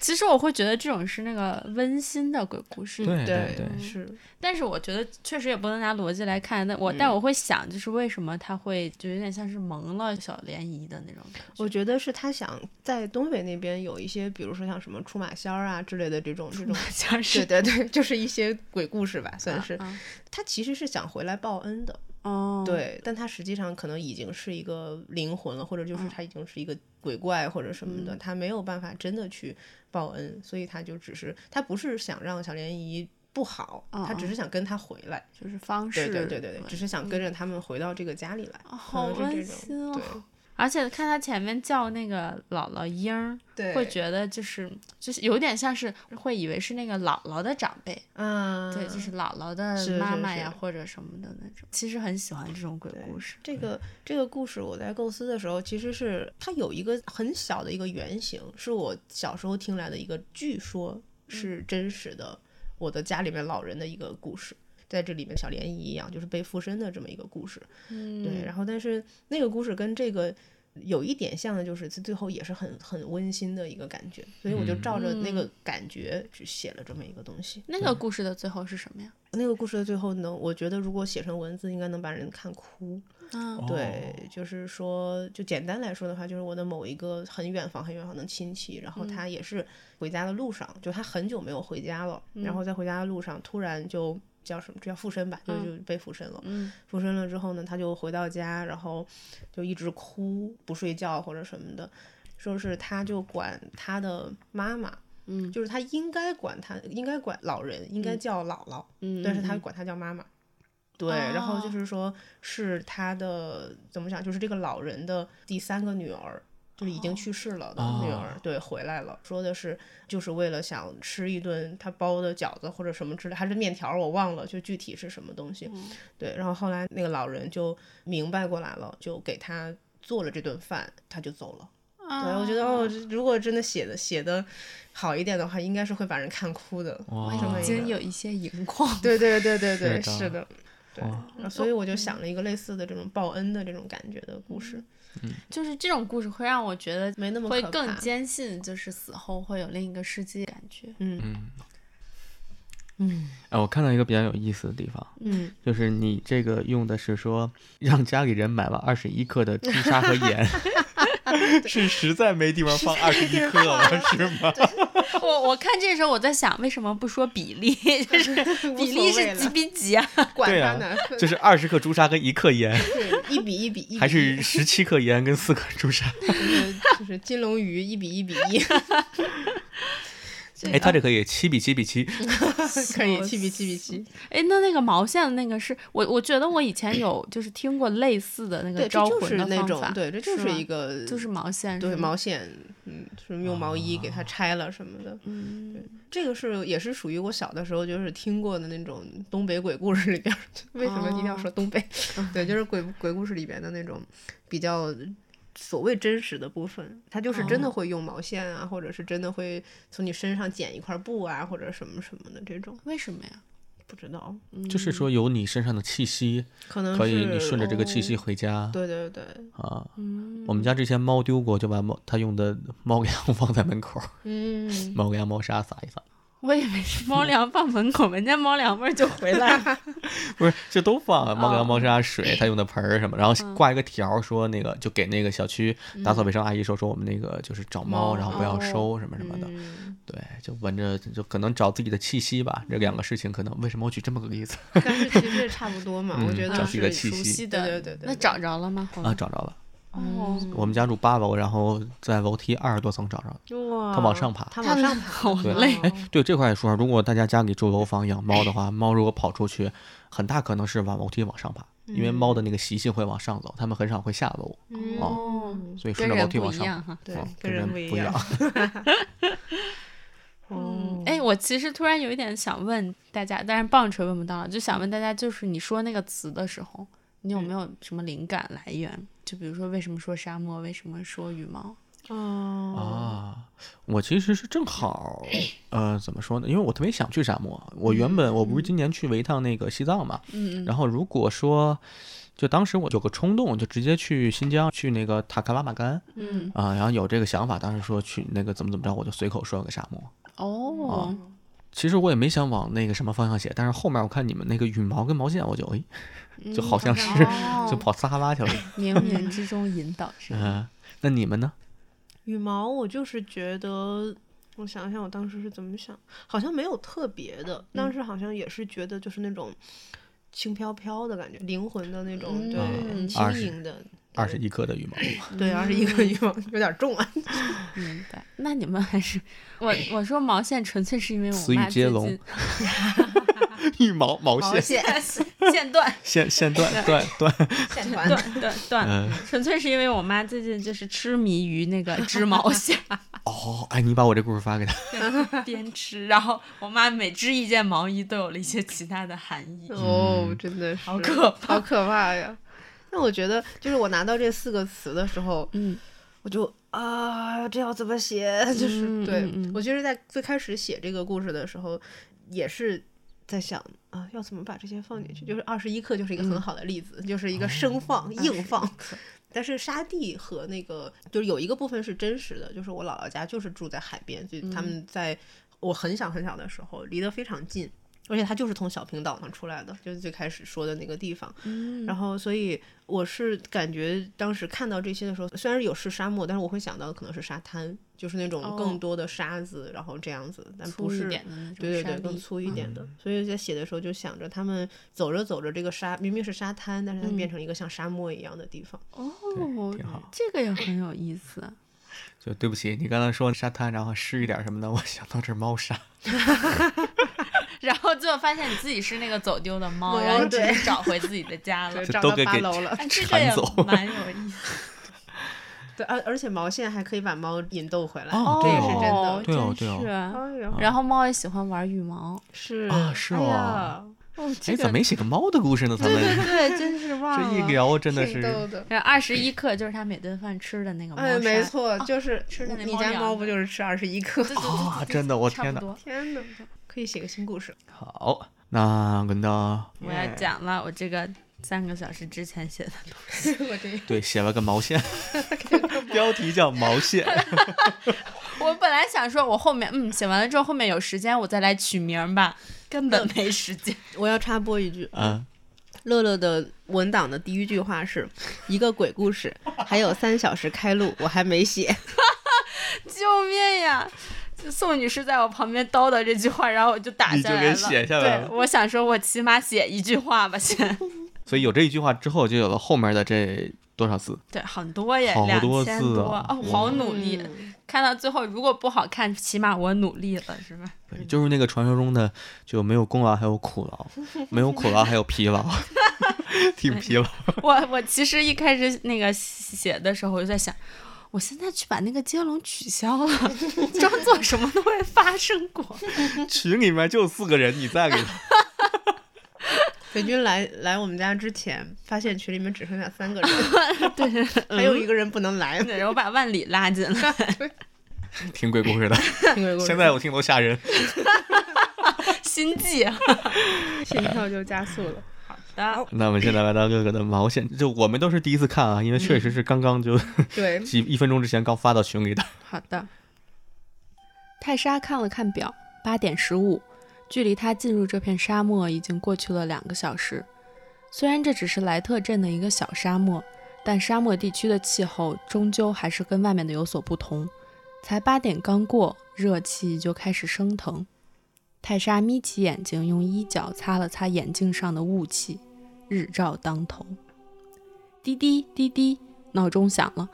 Speaker 3: 其实我会觉得这种是那个温馨的鬼故事，
Speaker 1: *laughs* 对
Speaker 2: 对
Speaker 1: 对
Speaker 2: 是
Speaker 3: 但是我觉得确实也不能拿逻辑来看。但我、
Speaker 2: 嗯
Speaker 3: 但我会想，就是为什么他会就有点像是蒙了小莲姨的那种感觉。
Speaker 2: 我觉得是他想在东北那边有一些，比如说像什么出马仙儿啊之类的这种这种
Speaker 3: 像
Speaker 2: 对
Speaker 3: 是
Speaker 2: 对对，就是一些鬼故事吧，算
Speaker 3: 啊
Speaker 2: 是。
Speaker 3: 啊
Speaker 2: 他其实是想回来报恩的，
Speaker 3: 哦，，
Speaker 2: 对，但他实际上可能已经是一个灵魂了，或者就是
Speaker 3: 嗯
Speaker 2: 他已经是一个鬼怪或者什么的，他没有办法真的去报恩，所以他就只是他不是想让小莲姨不好，
Speaker 3: 嗯
Speaker 2: 他只
Speaker 3: 嗯
Speaker 2: 是想跟她回来。
Speaker 3: 就是方
Speaker 2: 对
Speaker 3: 式，
Speaker 2: 对对对对，只是想跟着他们回到这个家里来，
Speaker 3: 哦好
Speaker 2: 可能
Speaker 3: 温
Speaker 2: 是这
Speaker 3: 馨
Speaker 2: 种。
Speaker 3: 哦。而且看他前面叫那个姥姥英儿，
Speaker 2: 对对，
Speaker 3: 会觉得就是就是有点像是会以为是那个姥姥的长辈，
Speaker 2: 啊，
Speaker 3: 对，就是姥姥
Speaker 2: 是
Speaker 3: 的妈
Speaker 2: 是
Speaker 3: 妈呀
Speaker 2: 是
Speaker 3: 或者什么的那种。其实很喜欢这种鬼
Speaker 2: 对
Speaker 3: 故事，
Speaker 2: 这个这个故事，我在构思的时候，其实是它有一个很小的一个原型，是我小时候听来的一个，据说是真实的，我的家里面老人的一个故事。在这里面，小莲姨一样，就是被附身的这么一个故事。
Speaker 3: 嗯
Speaker 2: 对，然后但是那个故事跟这个有一点像的，就是最后也是很很温馨的一个感觉，所以我就照着那个感觉去写了这么一个东西。
Speaker 3: 那个故事的最后是什么呀？
Speaker 2: 那个故事的最后呢，我觉得如果写成文字，应该能把人看哭。
Speaker 3: 嗯
Speaker 2: 哦对，就是说，就简单来说的话，就是我的某一个很远房、很远房的亲戚，然
Speaker 3: 嗯
Speaker 2: 后他也是回家的路上，就他很久没有回家了，然
Speaker 3: 嗯
Speaker 2: 后在回家的路上突然就叫什么，这叫附身吧，就就被附身了。
Speaker 3: 嗯
Speaker 2: 附身了之后呢，他就回到家，然后就一直哭，不睡觉或者什么的，说是他就管他的妈妈。
Speaker 3: 嗯
Speaker 2: 就是他应该管他，应该管老人，应该叫姥姥，
Speaker 3: 嗯，
Speaker 2: 但是
Speaker 3: 嗯
Speaker 2: 他
Speaker 3: 嗯
Speaker 2: 管她叫妈妈。对，然后就
Speaker 3: 哦
Speaker 2: 是说，是他的怎么讲，就是这个老人的第三个女儿，就是已经去世了的女
Speaker 1: 哦
Speaker 2: 儿，对，回来了，说的是就是为了想吃一顿他包的饺子或者什么之类，还是面条儿，我忘了，就具体是什么东西。对，然后后来那个老人就明白过来了，就给他做了这顿饭，他就走了。
Speaker 3: 嗯
Speaker 2: 对，我
Speaker 3: 啊
Speaker 2: 觉得哦，这如果真的写的写的好一点的话，应该是会把人看哭的。
Speaker 1: 哇
Speaker 2: 这么
Speaker 3: 已
Speaker 2: 一
Speaker 3: 经
Speaker 2: 个
Speaker 3: 有一些盈眶，
Speaker 1: *laughs*
Speaker 2: 对对对对
Speaker 1: 是
Speaker 2: 对，
Speaker 1: 的
Speaker 2: 是的，
Speaker 1: 哇
Speaker 2: 对，所以我就想了一个类似的这种报恩的这种感觉的故事，
Speaker 3: 就是这种故事会让我觉得
Speaker 2: 没那么
Speaker 3: 会
Speaker 2: 可
Speaker 3: 更
Speaker 2: 怕
Speaker 3: 坚信，就是死后会有另一个世界感觉。 *laughs*
Speaker 2: *laughs* 嗯
Speaker 1: 哎，我看到一个比较有意思的地方，
Speaker 2: 嗯，
Speaker 1: 就是你这个用的是说让家里人买了二十一克的朱砂和
Speaker 2: *laughs*
Speaker 1: 盐，是实在没地方放二十一克了，是吗？
Speaker 3: 我我看这时候我在想，为什么不说比例？ *laughs* 就是比例是几比几啊？
Speaker 2: 管
Speaker 1: 对
Speaker 2: 他
Speaker 1: 啊
Speaker 3: *laughs*
Speaker 2: 呢，
Speaker 1: 就是二十克朱砂跟一克盐，
Speaker 2: 对一比一比一比一，
Speaker 1: 还是十七克盐跟四克朱砂？
Speaker 2: 就是就是金龙鱼一比一比
Speaker 3: *laughs*
Speaker 2: 一，
Speaker 1: 哎，它这可以七比七比七，
Speaker 2: 可以七比七比七，
Speaker 3: 哎，那那个毛线的那个是我，我觉得我以前有就是听过类似的那
Speaker 2: 对，
Speaker 3: 个
Speaker 2: 这
Speaker 3: 招
Speaker 2: 就
Speaker 3: 魂
Speaker 2: 是
Speaker 3: 的
Speaker 2: 那
Speaker 3: 方
Speaker 2: 种
Speaker 3: 法，，
Speaker 2: 对，这就是
Speaker 3: 吧
Speaker 2: 一个
Speaker 3: 就是。毛线，
Speaker 2: 对
Speaker 3: 是吗
Speaker 2: 毛线，嗯，什么用毛
Speaker 1: 啊
Speaker 2: 衣给它拆了什么的，
Speaker 3: 嗯，
Speaker 2: 这个是也是属于我小的时候就是听过的那种东北鬼故事里边儿， *laughs* 为什么一定要说东 *laughs* 北？对，就是鬼鬼故事里边的那种比较所谓真实的部分，它就是真的会用毛线啊，或者是真的会从你身上剪一块布啊，或者什么什么的这种，
Speaker 3: 为什么呀？
Speaker 2: 不知道，
Speaker 1: 就是说有你身上的气息，
Speaker 2: 可能
Speaker 1: 可以
Speaker 2: 嗯是
Speaker 1: 你顺着这个气息
Speaker 2: 哦
Speaker 1: 回家
Speaker 2: 对对对，
Speaker 1: 啊。
Speaker 3: 嗯，
Speaker 1: 我们家之前猫丢过，就把猫它用的猫粮放在门
Speaker 3: *laughs*
Speaker 1: 口，
Speaker 2: 嗯，
Speaker 1: 猫粮猫砂撒一撒。
Speaker 3: *laughs* 我以为是
Speaker 1: 嗯
Speaker 3: 猫粮放门口，人家猫粮味儿就回
Speaker 2: *laughs*
Speaker 3: 来了。
Speaker 1: 不是，就都放
Speaker 3: 嗯
Speaker 1: 啊猫粮、猫砂、水，他用的盆儿什么，然后挂一个条儿说那个就给那个小区打扫卫生阿姨说说我们那个就是找猫，
Speaker 2: 猫
Speaker 1: 然后不要
Speaker 3: 哦
Speaker 1: 收什么什么的， *laughs*
Speaker 3: 嗯
Speaker 1: 对，就闻着就可能找自己的气息吧，这两个事情可能为什么我举这么个例子
Speaker 2: 但是其实也差不多嘛，我
Speaker 1: 嗯
Speaker 2: 觉
Speaker 1: 找
Speaker 2: 得
Speaker 1: 自己的
Speaker 2: 是
Speaker 1: 气
Speaker 3: 熟
Speaker 1: 息
Speaker 3: 悉的，
Speaker 2: 对对对对
Speaker 3: 那
Speaker 2: 对
Speaker 3: 找着了吗？
Speaker 1: 啊？找着了，
Speaker 3: 哦，
Speaker 1: 我们家住八楼，然后在楼梯二十多层找着了。
Speaker 2: 哇，
Speaker 1: 它往上爬
Speaker 2: 它往上爬，哦
Speaker 3: 好
Speaker 1: 对，
Speaker 3: 累
Speaker 1: 哎，对这块也说，如果大家家里住楼房养猫的话，猫如果跑出去，很大可能是往楼梯往上爬，因为猫的
Speaker 3: 嗯
Speaker 1: 那个习性会往上走，它们很少会下楼，
Speaker 2: 嗯
Speaker 3: 哦
Speaker 1: 所以
Speaker 3: 跟
Speaker 1: 顺着楼
Speaker 3: 人
Speaker 1: 梯
Speaker 3: 不
Speaker 1: 往
Speaker 3: 一
Speaker 1: 上
Speaker 3: 样
Speaker 1: 爬。
Speaker 3: 哈。
Speaker 2: 对
Speaker 1: 哦，
Speaker 2: 跟人不一
Speaker 1: 一
Speaker 2: 样。
Speaker 1: 样。嗯
Speaker 2: 哦
Speaker 3: 哎，我其实突然有一点想问大家，但是棒槌问不到了，就想问大家，就是你说那个词的时候，你
Speaker 2: 嗯
Speaker 3: 有没有什么灵感来源？就比如说，为什么说沙漠？为什么说羽毛？
Speaker 2: 哦，
Speaker 1: 啊，我其实是正好，呃，怎么说呢？因为我特别想去沙漠。我原本我不是今年去了一趟那个西藏嘛，
Speaker 3: 嗯
Speaker 1: 然后如果说，就当时我有个冲动，就直接去新疆去那个塔克拉玛干
Speaker 3: 嗯
Speaker 1: 啊、然后有这个想法，当时说去那个怎么怎么着，我就随口说了个沙漠。
Speaker 3: 哦，
Speaker 1: 其实我也没想往那个什么方向写，但是后面我看你们那个羽毛跟毛线，我就哎，就好像是、
Speaker 3: 嗯
Speaker 1: *laughs*
Speaker 3: 哦
Speaker 1: 就跑撒哈拉去了。
Speaker 3: 冥冥之中引导是
Speaker 1: 嗯、那你们呢？
Speaker 2: 羽毛，我就是觉得，我想想，我嗯当时是怎么想，好像没有特别的，但是好像也是觉得就是那种轻飘飘的感觉，灵魂的那种，对，
Speaker 1: 嗯
Speaker 2: 很
Speaker 1: 二
Speaker 2: 轻
Speaker 1: 十
Speaker 2: 盈的。
Speaker 1: 二十一克的羽毛，
Speaker 2: 对，二十一个羽毛有点重啊。
Speaker 1: 嗯
Speaker 3: 明白。那你们还是 *laughs* 我我说毛线，纯粹是因为我
Speaker 1: 词语
Speaker 3: 妈
Speaker 1: 接
Speaker 3: 最
Speaker 1: 龙
Speaker 3: 近
Speaker 1: *laughs*
Speaker 3: *laughs*
Speaker 1: 羽毛毛
Speaker 2: 毛
Speaker 1: 线
Speaker 2: 线
Speaker 3: 线段 *laughs*
Speaker 1: 线线段段段，
Speaker 2: 线团
Speaker 3: 段段
Speaker 1: *laughs*
Speaker 3: 段，
Speaker 1: 嗯，
Speaker 3: 纯粹是因为我妈最近就是痴迷于那个织毛 *laughs* 线，
Speaker 1: 哦，哎，你把我这故事发给他，
Speaker 3: 边织，然后我妈每织一件毛衣都有了一些其他的含义。
Speaker 2: *laughs* 哦，真的是好
Speaker 3: 可怕
Speaker 2: 好可怕呀！那我觉得，就是我拿到这四个词的时候，
Speaker 3: 嗯，
Speaker 2: 我就啊，这要怎么写？ *laughs* 就是、
Speaker 3: 嗯
Speaker 2: 对、
Speaker 3: 嗯嗯
Speaker 2: 我其实，在最开始写这个故事的时候，也是在想啊，要怎么把这些放进去？就是二十一克就是一个
Speaker 3: 嗯
Speaker 2: 很好的例子，就是
Speaker 3: 哦
Speaker 2: 一个生放、硬放。但是沙地和那个就是有一个部分是真实的，就是我姥姥家就是住在海边，所以他
Speaker 3: 嗯
Speaker 2: 们在我很小很小的时候离得非常近，而且他就是从小平岛上出来的，就是最开始说的那个地方。
Speaker 3: 嗯
Speaker 2: 然后，所以我是感觉当时看到这些的时候，虽然有是沙漠，但是我会想到的可能是沙滩，就是那种
Speaker 3: 哦
Speaker 2: 更多的沙子，然后这样子，但
Speaker 3: 粗
Speaker 2: 不
Speaker 3: 一
Speaker 2: 是
Speaker 3: 点的那种
Speaker 2: 对对
Speaker 3: 沙
Speaker 2: 对，更
Speaker 3: 粒嗯
Speaker 2: 粗一点的。所以在写的时候就想着他们走着走着，这个沙明明是沙滩，但是它
Speaker 3: 嗯
Speaker 2: 变成一个像沙漠一样的地方。
Speaker 3: 哦
Speaker 1: 挺好，
Speaker 3: 这个也很有意思。
Speaker 1: 就对不起，你刚才说沙滩，然后湿一点什么的，我想到这是猫砂，
Speaker 3: *laughs* 然后最后发现你自己是那个走丢的猫，
Speaker 2: 猫
Speaker 3: 然后你只
Speaker 2: 对
Speaker 3: 是找回自己的家了
Speaker 1: *laughs*
Speaker 2: 对。
Speaker 1: 嗯这
Speaker 2: 长
Speaker 1: 都
Speaker 2: 到
Speaker 1: 给
Speaker 2: 八
Speaker 1: 给
Speaker 2: 楼了
Speaker 3: 哎，这个
Speaker 1: 铲
Speaker 3: 也
Speaker 1: 走，
Speaker 3: 蛮有意思。
Speaker 2: *laughs* 对，而而且毛线还可以把猫引逗回来，
Speaker 1: 哦
Speaker 2: 这
Speaker 1: 对
Speaker 2: 也是真
Speaker 3: 哦
Speaker 2: 的。
Speaker 1: 对哦
Speaker 3: 真
Speaker 1: 对哦
Speaker 3: 是
Speaker 2: 哎 *laughs* 呀，
Speaker 3: 然后猫也喜欢玩羽毛。
Speaker 2: 是
Speaker 1: 啊是
Speaker 2: 哎
Speaker 1: 哦
Speaker 2: 呀
Speaker 3: 哦，
Speaker 1: 哎，
Speaker 3: 这
Speaker 1: 怎么
Speaker 3: 个
Speaker 1: 没写个猫的故事呢？咱们
Speaker 3: 对，真是 *laughs* 忘
Speaker 1: 这一
Speaker 3: 了。
Speaker 1: 聊真的
Speaker 2: 挺
Speaker 1: 是，
Speaker 2: 逗的。
Speaker 3: 然后二十一克就是他每顿饭吃的那个猫
Speaker 2: 哎，没
Speaker 3: 砂，
Speaker 2: 错，就是
Speaker 3: 吃的那
Speaker 2: 你
Speaker 3: 猫
Speaker 2: 家
Speaker 3: 粮
Speaker 2: 猫
Speaker 3: 的
Speaker 2: 不就是吃二十
Speaker 1: *laughs*
Speaker 2: 一克？
Speaker 3: 对对对
Speaker 1: 啊
Speaker 3: 对对
Speaker 1: 真的我
Speaker 3: 差
Speaker 1: 天
Speaker 3: 不
Speaker 1: 哪
Speaker 3: 多
Speaker 2: 天哪，可以写个新故事。
Speaker 1: 好，那轮到
Speaker 3: 我要
Speaker 2: *laughs*
Speaker 3: 讲了，我这个三个小时之前写的。
Speaker 2: 我这
Speaker 1: 对写了个毛
Speaker 3: *laughs*
Speaker 1: 线，标题叫毛线，
Speaker 3: 我本来想说，我后面嗯写完了之后，后面有时间我再来取名儿吧，根本没时间。 *laughs*
Speaker 2: 我要插播一句，
Speaker 1: 嗯，
Speaker 2: 乐乐的文档的第一句话是一个鬼故事，还有三小时开录，我还没写。
Speaker 3: 救命呀！宋女士在我旁边叨叨这句话，然后我就打
Speaker 1: 你
Speaker 3: 下
Speaker 1: 就
Speaker 3: 来
Speaker 1: 给
Speaker 3: 了。
Speaker 1: 写下来了
Speaker 3: 对，我想说，我起码写一句话吧，先。
Speaker 1: 所以有这一句话之后，就有了后面的这多少字？
Speaker 3: 对，很多耶，
Speaker 1: 好
Speaker 3: 两
Speaker 1: 多
Speaker 3: 千
Speaker 1: 字
Speaker 3: 多
Speaker 1: 啊
Speaker 3: 哦，好努力。
Speaker 2: 嗯
Speaker 3: 看到最后，如果不好看，起码我努力了，是吧？ *laughs*
Speaker 1: 对，就是那个传说中的，就没有功劳还有苦 *laughs* 劳，没有苦劳还有疲 *laughs* 劳，挺疲劳。
Speaker 3: 我我其实一开始那个写的时候，我就在想，我现在去把那个接龙取消了，装作什么都没发生过。 *laughs*
Speaker 1: 群里面就四个人，你再给他，
Speaker 2: 北军来来我们家之前，发现群里面只剩下三个人，
Speaker 3: 对，
Speaker 2: 还有一个人不能来。
Speaker 3: 对，
Speaker 2: *laughs*
Speaker 3: 然后把万里拉进 *laughs* 来，
Speaker 1: *laughs* 挺鬼故事 *laughs* 的。
Speaker 2: 听鬼故事
Speaker 1: 现在我听都吓人。
Speaker 3: 心计。
Speaker 2: 心跳就加速了。
Speaker 3: 好的，
Speaker 1: 那我们现在来到各个的毛线，就我们都是第一次看啊，因为确实是刚刚 *laughs* 就
Speaker 2: *laughs* 对，
Speaker 1: 几一分钟之前刚发到群里的。
Speaker 3: 好的。泰莎看了看表，八点十五，距离他进入这片沙漠已经过去了两个小时。虽然这只是莱特镇的一个小沙漠，但沙漠地区的气候终究还是跟外面的有所不同。才八点刚过，热气就开始升腾。泰莎眯起眼睛，用衣角擦了擦眼镜上的雾气。日照当头，滴滴滴滴，闹钟响了。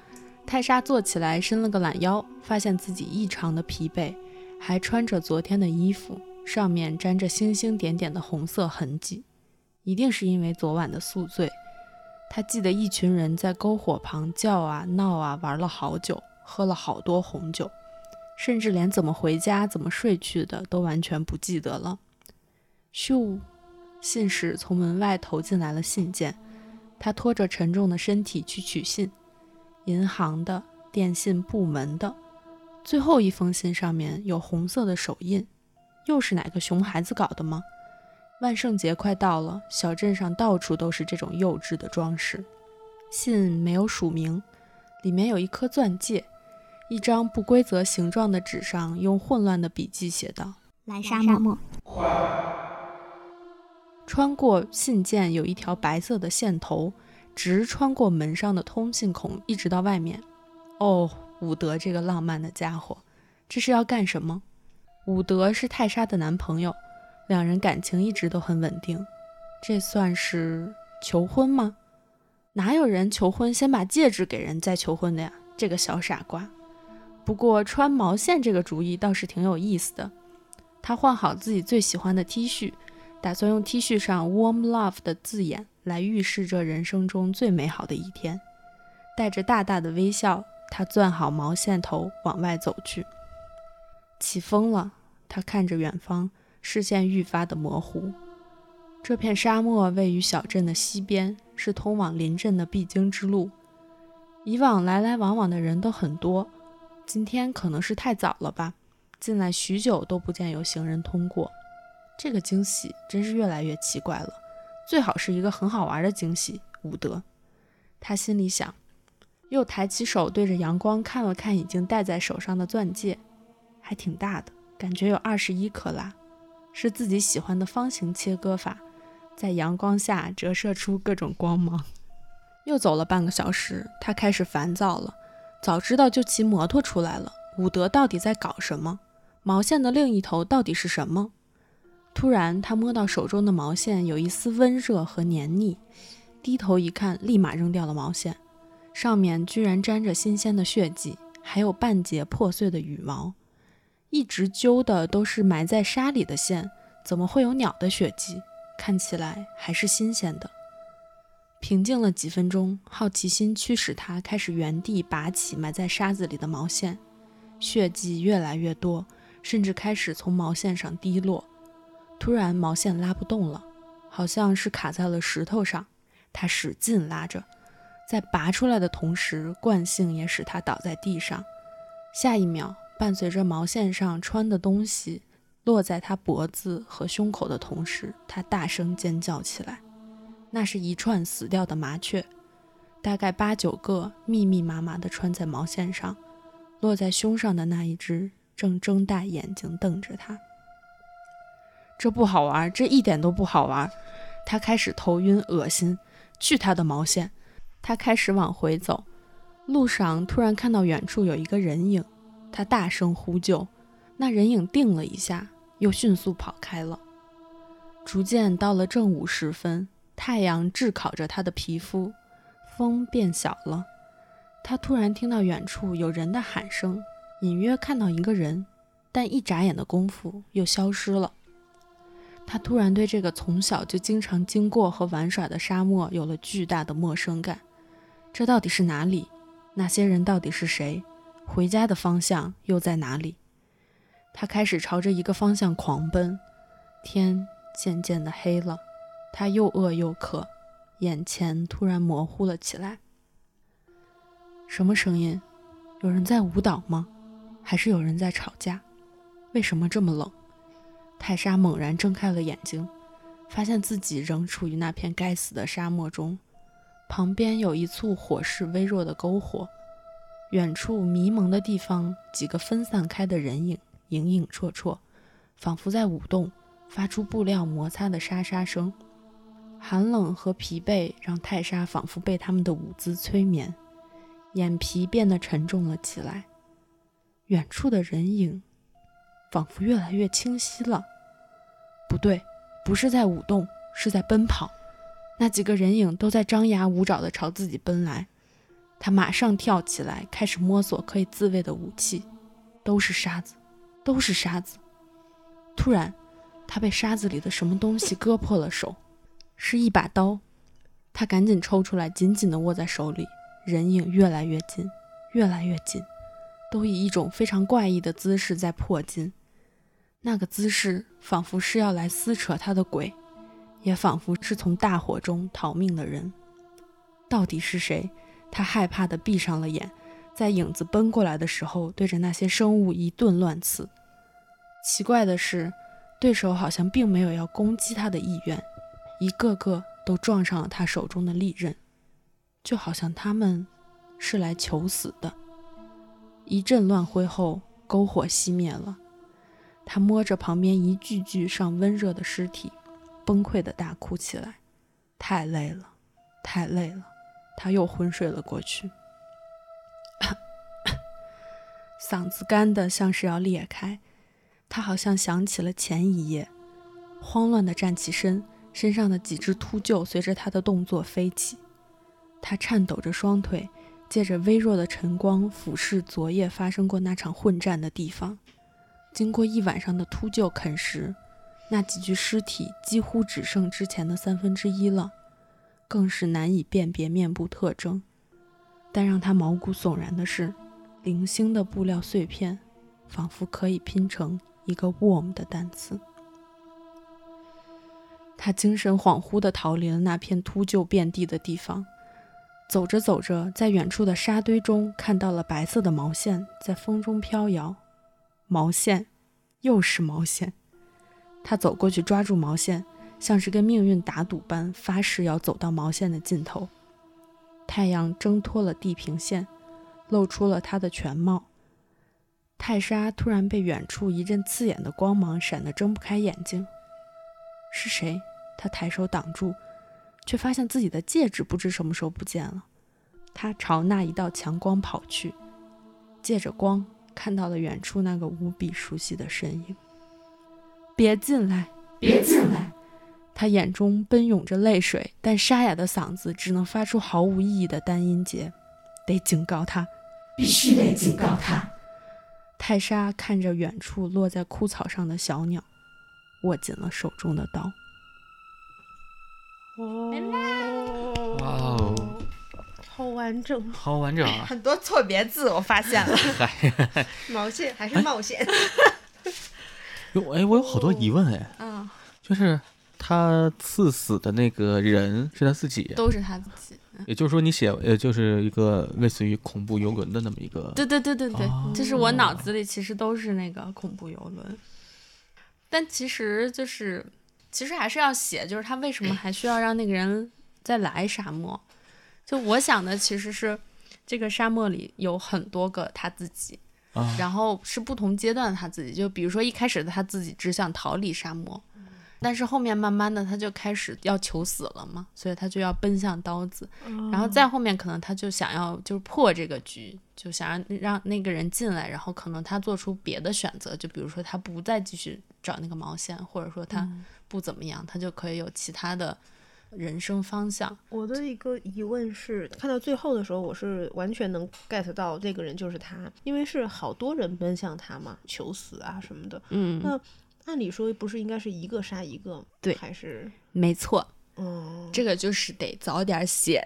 Speaker 3: 泰莎坐起来，伸了个懒腰，发现自己异常的疲惫，还穿着昨天的衣服，上面沾着星星点点的红色痕迹，一定是因为昨晚的宿醉。她记得一群人在篝火旁叫啊闹啊，玩了好久，喝了好多红酒，甚至连怎么回家、怎么睡去的都完全不记得了。咻，信使从门外投进来了信件，她拖着沉重的身体去取信。银行的、电信部门的。最后一封信上面有红色的手印，又是哪个熊孩子搞的吗？万圣节快到了，小镇上到处都是这种幼稚的装饰。信没有署名，里面有一颗钻戒，一张不规则形状的纸上用混乱的笔记写道：
Speaker 5: 来沙漠，
Speaker 3: 穿过信件有一条白色的线头，直穿过门上的通信孔，一直到外面。哦，伍德这个浪漫的家伙，这是要干什么？伍德是泰莎的男朋友，两人感情一直都很稳定。这算是求婚吗？哪有人求婚先把戒指给人再求婚的呀？这个小傻瓜。不过穿毛线这个主意倒是挺有意思的。他换好自己最喜欢的 T 恤，打算用 T 恤上 “warm love” 的字眼来预示这人生中最美好的一天。带着大大的微笑，他攥好毛线头往外走去。起风了，他看着远方，视线愈发的模糊。这片沙漠位于小镇的西边，是通往邻镇的必经之路。以往来来往往的人都很多，今天可能是太早了吧，进来许久都不见有行人通过。这个惊喜真是越来越奇怪了，最好是一个很好玩的惊喜，伍德。他心里想，又抬起手对着阳光看了看已经戴在手上的钻戒，还挺大的，感觉有二十一克拉，是自己喜欢的方形切割法，在阳光下折射出各种光芒。又走了半个小时，他开始烦躁了。早知道就骑摩托出来了。伍德到底在搞什么？毛线的另一头到底是什么？突然，他摸到手中的毛线有一丝温热和黏腻，低头一看，立马扔掉了毛线，上面居然沾着新鲜的血迹，还有半截破碎的羽毛。一直揪的都是埋在沙里的线，怎么会有鸟的血迹？看起来还是新鲜的。平静了几分钟，好奇心驱使他开始原地拔起埋在沙子里的毛线，血迹越来越多，甚至开始从毛线上滴落。突然，毛线拉不动了，好像是卡在了石头上。他使劲拉着，在拔出来的同时，惯性也使他倒在地上。下一秒，伴随着毛线上穿的东西落在他脖子和胸口的同时，他大声尖叫起来。那是一串死掉的麻雀，大概八九个，密密麻麻地穿在毛线上，落在胸上的那一只正睁大眼睛瞪着他。这不好玩，这一点都不好玩。他开始头晕恶心，去他的毛线！他开始往回走，路上突然看到远处有一个人影，他大声呼救，那人影定了一下，又迅速跑开了。逐渐到了正午时分，太阳炙烤着他的皮肤，风变小了。他突然听到远处有人的喊声，隐约看到一个人，但一眨眼的功夫又消失了。他突然对这个从小就经常经过和玩耍的沙漠有了巨大的陌生感。这到底是哪里？那些人到底是谁？回家的方向又在哪里？他开始朝着一个方向狂奔。天渐渐的黑了，他又饿又渴，眼前突然模糊了起来。什么声音？有人在舞蹈吗？还是有人在吵架？为什么这么冷？泰莎猛然睁开了眼睛，发现自己仍处于那片该死的沙漠中，旁边有一簇火势微弱的篝火，远处迷蒙的地方，几个分散开的人影影影绰绰，仿佛在舞动，发出布料摩擦的沙沙声。寒冷和疲惫让泰莎仿佛被他们的舞姿催眠，眼皮变得沉重了起来。远处的人影仿佛越来越清晰了。不对，不是在舞动，是在奔跑。那几个人影都在张牙舞爪地朝自己奔来。他马上跳起来，开始摸索可以自卫的武器，都是沙子，都是沙子。突然，他被沙子里的什么东西割破了手，是一把刀。他赶紧抽出来，紧紧地握在手里。人影越来越近，越来越近。都以一种非常怪异的姿势在破近。那个姿势仿佛是要来撕扯他的鬼，也仿佛是从大火中逃命的人。到底是谁？他害怕地闭上了眼，在影子奔过来的时候，对着那些生物一顿乱刺。奇怪的是，对手好像并没有要攻击他的意愿，一个个都撞上了他手中的利刃，就好像他们是来求死的。一阵乱挥后，篝火熄灭了。他摸着旁边一具具尚温热的尸体，崩溃的大哭起来。太累了，太累了，他又昏睡了过去， *coughs* 嗓子干得像是要裂开。他好像想起了前一夜，慌乱的站起身，身上的几只秃鹫随着他的动作飞起。他颤抖着双腿，借着微弱的晨光俯视昨夜发生过那场混战的地方。经过一晚上的秃鹫啃食，那几具尸体几乎只剩之前的三分之一了，更是难以辨别面部特征。但让他毛骨悚然的是，零星的布料碎片，仿佛可以拼成一个 “worm” 的单词。他精神恍惚地逃离了那片秃鹫遍地的地方，走着走着，在远处的沙堆中看到了白色的毛线在风中飘摇。毛线，又是毛线。他走过去抓住毛线，像是跟命运打赌般，发誓要走到毛线的尽头。太阳挣脱了地平线，露出了它的全貌。泰莎突然被远处一阵刺眼的光芒闪得睁不开眼睛。是谁？她抬手挡住，却发现自己的戒指不知什么时候不见了。她朝那一道强光跑去，借着光看到了远处那个无比熟悉的身影。别进来！
Speaker 5: 别进来！
Speaker 3: 他眼中奔涌着泪水，但沙哑的嗓子只能发出毫无意义的单音节。得警告他！
Speaker 5: 必须得警告他！
Speaker 3: 泰莎看着远处落在枯草上的小鸟，握紧了手中的刀。
Speaker 2: 哦，
Speaker 1: 哇哦，
Speaker 2: 好完整，
Speaker 1: 好完整啊！
Speaker 2: 很多错别字，我发现了，
Speaker 1: 嗨，
Speaker 2: *laughs* 毛线还是冒险，
Speaker 1: 哟哎，我 *laughs* 有好多疑问哎，
Speaker 3: 嗯，
Speaker 1: 就是他刺死的那个人是他自己，
Speaker 3: 都是他自己。
Speaker 1: 也就是说你写呃就是一个类似于恐怖游轮的那么一个，
Speaker 3: 对对对对对，
Speaker 1: 哦
Speaker 3: 就是我脑子里其实都是那个恐怖游轮，但其实就是其实还是要写，就是他为什么还需要让那个人再来沙漠？就我想的其实是这个沙漠里有很多个他自己，
Speaker 1: 啊
Speaker 3: 然后是不同阶段的他自己。就比如说一开始的他自己只想逃离沙漠，但是后面慢慢的他就开始要求死了嘛，所以他就要奔向刀子。然后再后面可能他就想要就是破这个局，就想让让那个人进来，然后可能他做出别的选择，就比如说他不再继续找那个毛线，或者说他不怎么样，他就可以有其他的人生方向。
Speaker 2: 我的一个疑问是，看到最后的时候，我是完全能 get 到这个人就是他，因为是好多人奔向他嘛，求死啊什么的。
Speaker 3: 嗯，
Speaker 2: 那按理说不是应该是一个杀一个吗？
Speaker 3: 对
Speaker 2: 还是
Speaker 3: 没错，
Speaker 2: 嗯，
Speaker 3: 这个就是得早点写，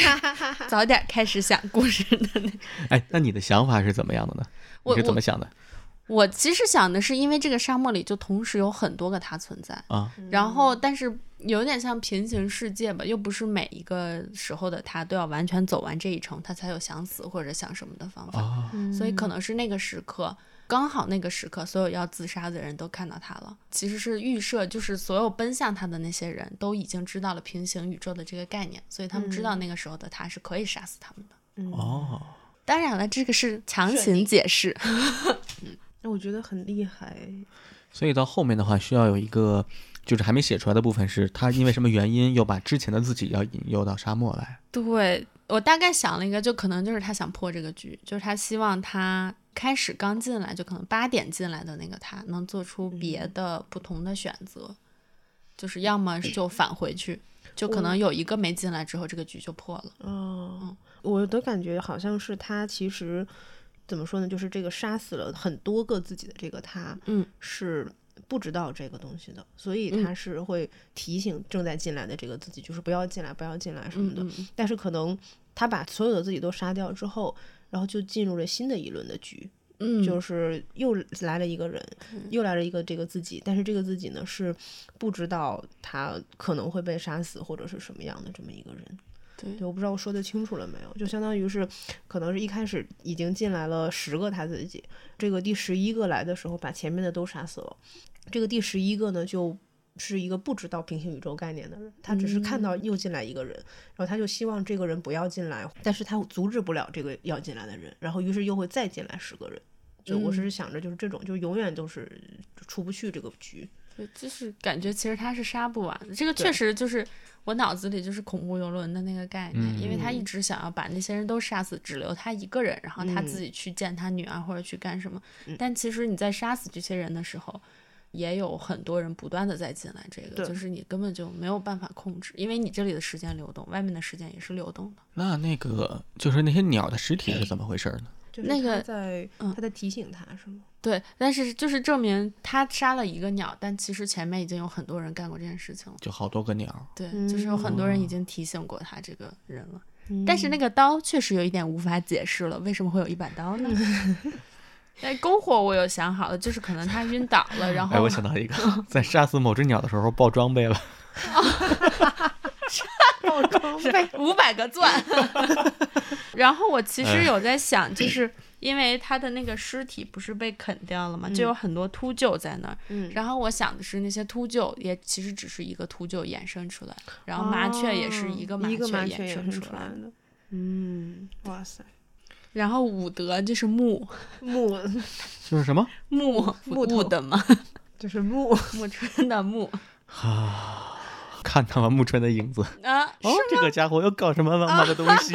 Speaker 3: *laughs* 早点开始想故事的那。 *laughs*
Speaker 1: 哎，那你的想法是怎么样的呢？你
Speaker 3: 我
Speaker 1: 是怎么
Speaker 3: 我
Speaker 1: 想的
Speaker 3: 我其实想的是，因为这个沙漠里就同时有很多个他存在，
Speaker 1: 啊？
Speaker 2: 嗯
Speaker 3: 然后，但是有点像平行世界吧，又不是每一个时候的他都要完全走完这一程，他才有想死或者想什么的方法。
Speaker 1: 啊，
Speaker 2: 嗯
Speaker 3: 所以可能是那个时刻，刚好那个时刻，所有要自杀的人都看到他了。其实是预设，就是所有奔向他的那些人都已经知道了平行宇宙的这个概念，所以他们知道
Speaker 2: 嗯
Speaker 3: 那个时候的他是可以杀死他们的。
Speaker 1: 哦，
Speaker 3: 当然了，这个是强
Speaker 2: 设
Speaker 3: 行
Speaker 2: 定
Speaker 3: 解释。
Speaker 2: 那我觉得很厉害，
Speaker 1: 所以到后面的话，需要有一个就是还没写出来的部分是，他因为什么原因又把之前的自己要引诱到沙漠来？
Speaker 3: 对我大概想了一个，就可能就是他想破这个局，就是他希望他开始刚进来，就可能八点进来的那个他能做出别的不同的选择，就是要么就返回去，就可能有一个没进来之后，这个局就破了。嗯
Speaker 2: 哦，我的感觉好像是他其实怎么说呢，就是这个杀死了很多个自己的这个他，
Speaker 3: 嗯，
Speaker 2: 是不知道这个东西的，所以他是会提醒正在进来的这个自己，就是不要进来，不要进来什么的。
Speaker 3: 嗯嗯
Speaker 2: 但是可能他把所有的自己都杀掉之后，然后就进入了新的一轮的局，
Speaker 3: 嗯，
Speaker 2: 就是又来了一个人，又来了一个这个自己，但是这个自己呢是不知道他可能会被杀死或者是什么样的这么一个人。
Speaker 3: 对
Speaker 2: 对，我不知道我说的清楚了没有，就相当于是，可能是一开始已经进来了十个他自己，这个第十一个来的时候把前面的都杀死了，这个第十一个呢就是一个不知道平行宇宙概念的人，他只是看
Speaker 3: 嗯
Speaker 2: 到又进来一个人，然后他就希望这个人不要进来，但是他阻止不了这个要进来的人，然后于是又会再进来十个人。就
Speaker 3: 嗯
Speaker 2: 我是想着就是这种，就永远都是出不去这个局。
Speaker 3: 对，就是感觉其实他是杀不完的。这个确实就是我脑子里就是恐怖游轮的那个概念，因为他一直想要把那些人都杀死，只留他一个人，然嗯后他自己去见他女儿或者去干什么。但其实你在杀死这些人的时候，也有很多人不断的在进来，这个
Speaker 2: 对
Speaker 3: 就是你根本就没有办法控制，因为你这里的时间流动，外面的时间也是流动的。
Speaker 1: 那那个就是那些鸟的尸体是怎么回事呢？
Speaker 2: 就是
Speaker 3: 那
Speaker 2: 他
Speaker 3: 个
Speaker 2: 在
Speaker 3: 嗯
Speaker 2: 他在提醒他是
Speaker 3: *laughs*
Speaker 2: 吗？
Speaker 3: 对，但是就是证明他杀了一个鸟，但其实前面已经有很多人干过这件事情了。
Speaker 1: 就好多个鸟。
Speaker 3: 对，就是有很多人已经提醒过他这个人了。但是那
Speaker 2: 个
Speaker 3: 个刀确实有一点无法解释了，为什么会有一把刀呢？ *laughs* 但哎篝火我有想好了，就是可能他晕倒了，然后、
Speaker 1: 哎，我想到一个，在杀死某只鸟的时候爆装备了。
Speaker 3: 哦
Speaker 2: 爆装备
Speaker 3: *laughs* 五百个钻。 *laughs* 然后我其实有在想，就是因为他的那个尸体不是被啃掉了嘛，就有很多秃鹫在那儿。
Speaker 2: 嗯
Speaker 3: 然后我想的是，那些秃鹫也其实只是一个秃鹫衍生出来，然后啊麻雀也是
Speaker 2: 哦一
Speaker 3: 一个
Speaker 2: 麻
Speaker 3: 雀
Speaker 2: 雀
Speaker 3: 衍
Speaker 2: 生
Speaker 3: 生出来
Speaker 2: 来
Speaker 3: 的。
Speaker 2: 的。
Speaker 3: 嗯，
Speaker 2: 哇塞，
Speaker 3: 然后武德就是木
Speaker 2: 木
Speaker 1: *laughs*
Speaker 2: *laughs*
Speaker 1: 就是什么？
Speaker 3: 木
Speaker 2: 木头
Speaker 3: 木的嘛，
Speaker 2: 就是木， *laughs*
Speaker 3: 木春的木
Speaker 1: 看到了木春的影子。
Speaker 3: *laughs* 啊，
Speaker 1: 哦，这个家伙又搞什么浪漫的东西？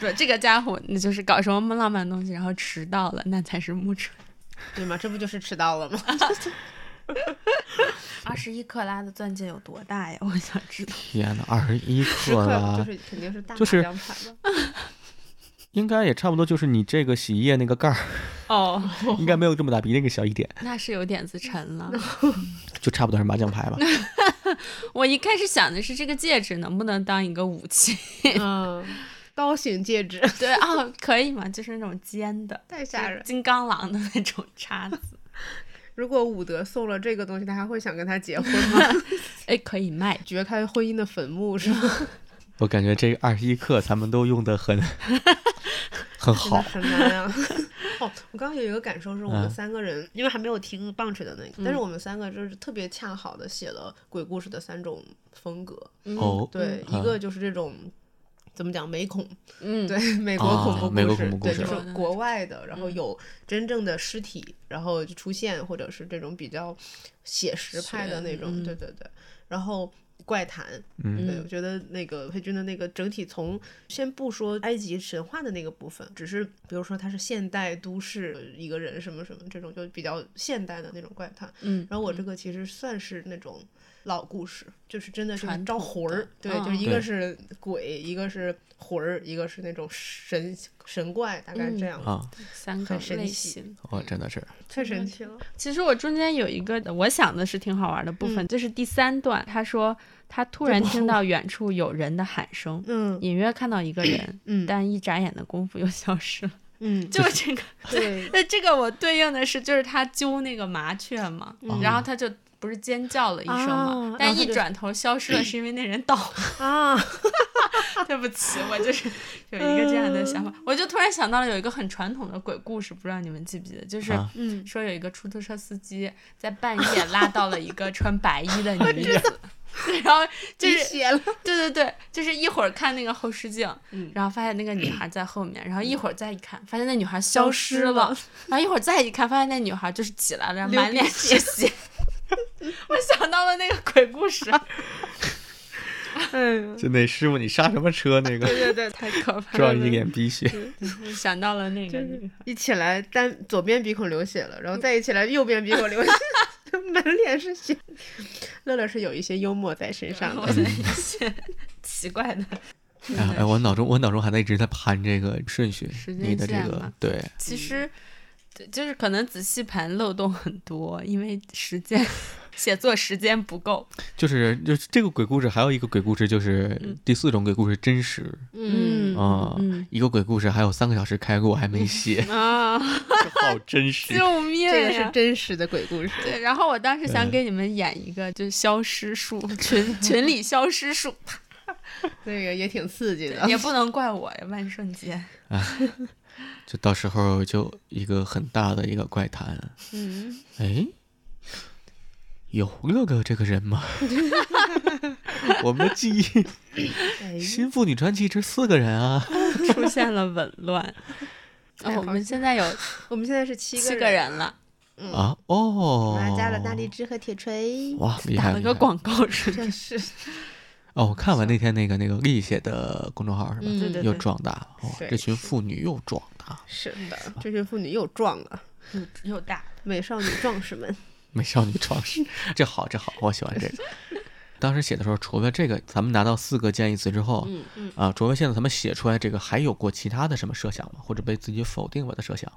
Speaker 3: 对，这个家伙那就是搞什么浪漫东西，然后迟到了，那才是木春。
Speaker 2: 对吗？这不就是迟到了吗？
Speaker 3: 二十一克拉的钻戒有多大呀？我想知道。
Speaker 1: 天哪，二十一
Speaker 2: 时
Speaker 1: 克
Speaker 2: 刻
Speaker 1: 了
Speaker 2: *laughs* 就，是肯定是大
Speaker 1: 啊就是
Speaker 2: 两盘吧。
Speaker 1: 应该也差不多，就是你这个洗衣液那个盖
Speaker 3: *laughs*
Speaker 1: 儿，
Speaker 3: 哦，
Speaker 1: 应该没有这么大，比那个小一点，
Speaker 3: 那是有点子沉 *laughs* 了。
Speaker 1: 就差不多是麻将
Speaker 3: *laughs*
Speaker 1: 牌吧。
Speaker 3: 我一开始想的是这个戒指能不能当一个武器？ *laughs*
Speaker 2: 嗯，刀形戒指 *laughs*
Speaker 3: 对啊、可以吗？就是那种尖的，
Speaker 2: 太吓人了。
Speaker 3: 金刚狼的那种叉子。
Speaker 2: *laughs* 如果武德送了这个东西，他还会想跟他结婚
Speaker 1: *laughs*
Speaker 2: 吗？
Speaker 3: *laughs* 哎，可以卖。
Speaker 2: 掘开婚姻的坟墓是吗？
Speaker 1: 我感觉这二十一克咱们都用的
Speaker 3: *laughs*
Speaker 1: 很很
Speaker 2: *laughs* 真的
Speaker 1: 好。
Speaker 2: 很难呀。哦，我刚刚有一个感受是我们
Speaker 1: 嗯
Speaker 2: 三个人，因为还没有听棒槌的那个，但是我们三个就是特别恰好的写了鬼故事的三种风格。
Speaker 1: 哦，
Speaker 2: 对，
Speaker 1: 嗯
Speaker 2: 一个就是这种。怎么讲美恐？
Speaker 3: 嗯，
Speaker 2: 对， *laughs* 美国
Speaker 1: 啊
Speaker 2: 恐怖故事，
Speaker 1: 美国恐怖故
Speaker 2: 对，嗯
Speaker 1: 事
Speaker 2: 就是国外的，然后有真正的尸体，然后就出现，或者是这种比较写实派的那种，
Speaker 3: 嗯
Speaker 2: 对对对。然后怪谈，
Speaker 1: 嗯
Speaker 2: 对，我觉得那个裴军的那个整体从先不说埃及神话的那个部分，只是比如说他是现代都市呃一个人什么什么这种，就比较现代的那种怪谈。
Speaker 3: 嗯
Speaker 2: 然后我这个其实算是那种老故事，就是真的就是
Speaker 3: 传
Speaker 2: 招
Speaker 3: 统
Speaker 2: 魂儿
Speaker 3: 的，
Speaker 2: 对，
Speaker 3: 嗯
Speaker 2: 就是一
Speaker 1: 对
Speaker 2: 个是鬼，一个是魂儿，一个是那种神神怪，大概
Speaker 3: 嗯
Speaker 2: 这样，
Speaker 1: 啊，
Speaker 3: 三个
Speaker 2: 很神
Speaker 3: 类
Speaker 2: 奇
Speaker 3: 型。
Speaker 1: 我真的是
Speaker 3: 嗯
Speaker 2: 太神奇了。
Speaker 3: 其实我中间有一个我想的是挺好玩的部分，就是第三段，他说他突然听到远处有人的喊声，
Speaker 2: 嗯
Speaker 3: *laughs* 隐约看到一个人，
Speaker 2: 嗯
Speaker 3: 但一眨眼的功夫又消失了。 *laughs*
Speaker 2: 嗯，
Speaker 3: 就是这个，
Speaker 2: 对，
Speaker 3: 那这个我对应的是，就是他揪那个麻雀嘛，然后他就不是尖叫了一声嘛，
Speaker 2: 啊然
Speaker 3: 但
Speaker 2: 后他
Speaker 3: 一
Speaker 2: 就
Speaker 3: 转头消失了，是因为那人倒了。
Speaker 2: 啊，
Speaker 3: *laughs* 对不起，我就是 *laughs* 有一个这样的想法，我就突然想到了有一个很传统的鬼故事，不知道你们记不记得，就是
Speaker 1: 啊
Speaker 2: 嗯
Speaker 3: 说有一个出租车司机在半夜拉到了一个穿白衣的女子。 *laughs* 然后就是
Speaker 2: 鼻血了，
Speaker 3: 对对对，就是一会儿看那个后视镜，然后发现那个女孩在后面，然后一会儿再一看，发现那女孩消失
Speaker 2: 消失
Speaker 3: 了
Speaker 2: 了，
Speaker 3: 然后一会儿再一看，发现那女孩就是起来了，然后
Speaker 2: 流
Speaker 3: 满
Speaker 2: 鼻
Speaker 3: 脸是血。 *laughs* 我想到了那个鬼故事，
Speaker 2: 哎
Speaker 3: 嗯
Speaker 2: 呦，
Speaker 1: 就那师傅，你刹什么车？那
Speaker 3: *laughs*
Speaker 1: 个
Speaker 3: 对对，太 *laughs* 可怕
Speaker 1: 撞
Speaker 3: 了，
Speaker 1: 一脸鼻血，
Speaker 3: 我想到了那个女孩。
Speaker 2: 一起来单左边鼻孔流血了，然后再一起来右边鼻孔流血， *laughs* 满脸是血。乐乐是有一些幽默在身
Speaker 3: *laughs*
Speaker 2: 上
Speaker 3: 我
Speaker 2: 的，
Speaker 3: 的一些奇怪的。
Speaker 1: 哎哎，我脑中我脑中还在一直在盘这个顺序
Speaker 3: 时，间
Speaker 1: 你的这
Speaker 3: 线
Speaker 1: 个
Speaker 3: 嘛
Speaker 1: 对，
Speaker 3: *laughs* 其实对就是可能仔细盘漏洞很多，因为时间写作时间不够。
Speaker 1: 就是就是这个鬼故事，还有一个鬼故事就是第四种鬼故事真实
Speaker 3: 嗯，
Speaker 1: 啊，一个鬼故事还有三个小时开过，我还没写
Speaker 3: *laughs* 啊，
Speaker 1: 好真实。
Speaker 3: 救命
Speaker 2: 这个是
Speaker 3: 呀！
Speaker 2: 真实的鬼故事。
Speaker 3: 对，然后我当时想
Speaker 1: 对
Speaker 3: 给你们演一个，就是消失术，群群里消失术，
Speaker 2: 那个也挺刺激的。
Speaker 3: *laughs* 也不能怪我呀，万圣节。
Speaker 1: 就到时候就一个很大的一个怪谈。
Speaker 3: 嗯，
Speaker 1: 哎，有乐乐这个人
Speaker 2: *laughs*
Speaker 1: 吗？我们的记忆《
Speaker 2: 哎
Speaker 1: 新妇女传奇》这四个人啊，
Speaker 3: *laughs* 出现了紊乱。
Speaker 2: 哎
Speaker 3: *laughs* 哦，我
Speaker 2: 好
Speaker 3: 们现在有
Speaker 2: *laughs* 我们现在是七
Speaker 3: 七
Speaker 2: 个
Speaker 3: 个人了，
Speaker 1: 啊哦，
Speaker 2: 嗯我还加了大力支和铁锤。
Speaker 1: 哇，厉
Speaker 3: 打
Speaker 1: 害！
Speaker 3: 了
Speaker 1: 厉
Speaker 3: 个
Speaker 1: 害
Speaker 3: 广告是吧？
Speaker 2: 真是，
Speaker 1: 哦，我看完那天那个那个丽写的公众号
Speaker 3: 嗯
Speaker 1: 是吧？
Speaker 2: 嗯对对
Speaker 1: 又
Speaker 2: 对，
Speaker 1: 壮大了，哇、
Speaker 2: 对
Speaker 1: 这群妇女又壮大了。 *laughs*
Speaker 2: 是的，这群妇女又壮了，
Speaker 3: 又又大。
Speaker 2: 美少女壮士们。 *laughs*
Speaker 1: *laughs* 美少女创
Speaker 3: *laughs*
Speaker 1: 世，这好，这好，我喜欢这个。当时写的时候，除了这个，咱们拿到四个建议词之后，
Speaker 3: 嗯
Speaker 2: 嗯
Speaker 1: 啊，除了现在咱们写出来这个，还有过其他的什么设想吗？或者被自己否定过的设想？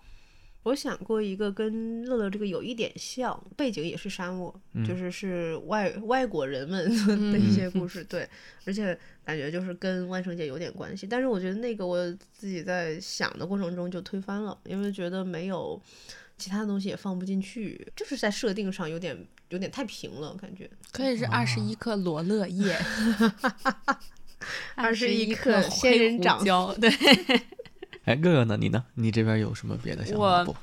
Speaker 2: 我想过一个跟乐乐这个有一点像，背景也是沙漠，
Speaker 1: 嗯
Speaker 2: 就是是外外国人们
Speaker 3: 嗯
Speaker 2: 的一些
Speaker 1: *laughs*
Speaker 2: 故事，对，而且感觉就是跟万圣节有点关系。但是我觉得那个我自己在想的过程中就推翻了，因为觉得没有其他东西也放不进去，就是在设定上有点有点太平了，感觉。
Speaker 3: 可以是二十一克罗勒
Speaker 2: *laughs*
Speaker 3: 叶，
Speaker 2: 21
Speaker 3: 克
Speaker 2: 克
Speaker 3: 黑
Speaker 2: 仙人
Speaker 3: 胡
Speaker 2: 掌 *laughs*
Speaker 3: 椒。对，
Speaker 1: 哎，乐乐呢？你呢？你这边有什么别的想法
Speaker 3: 我
Speaker 1: 不？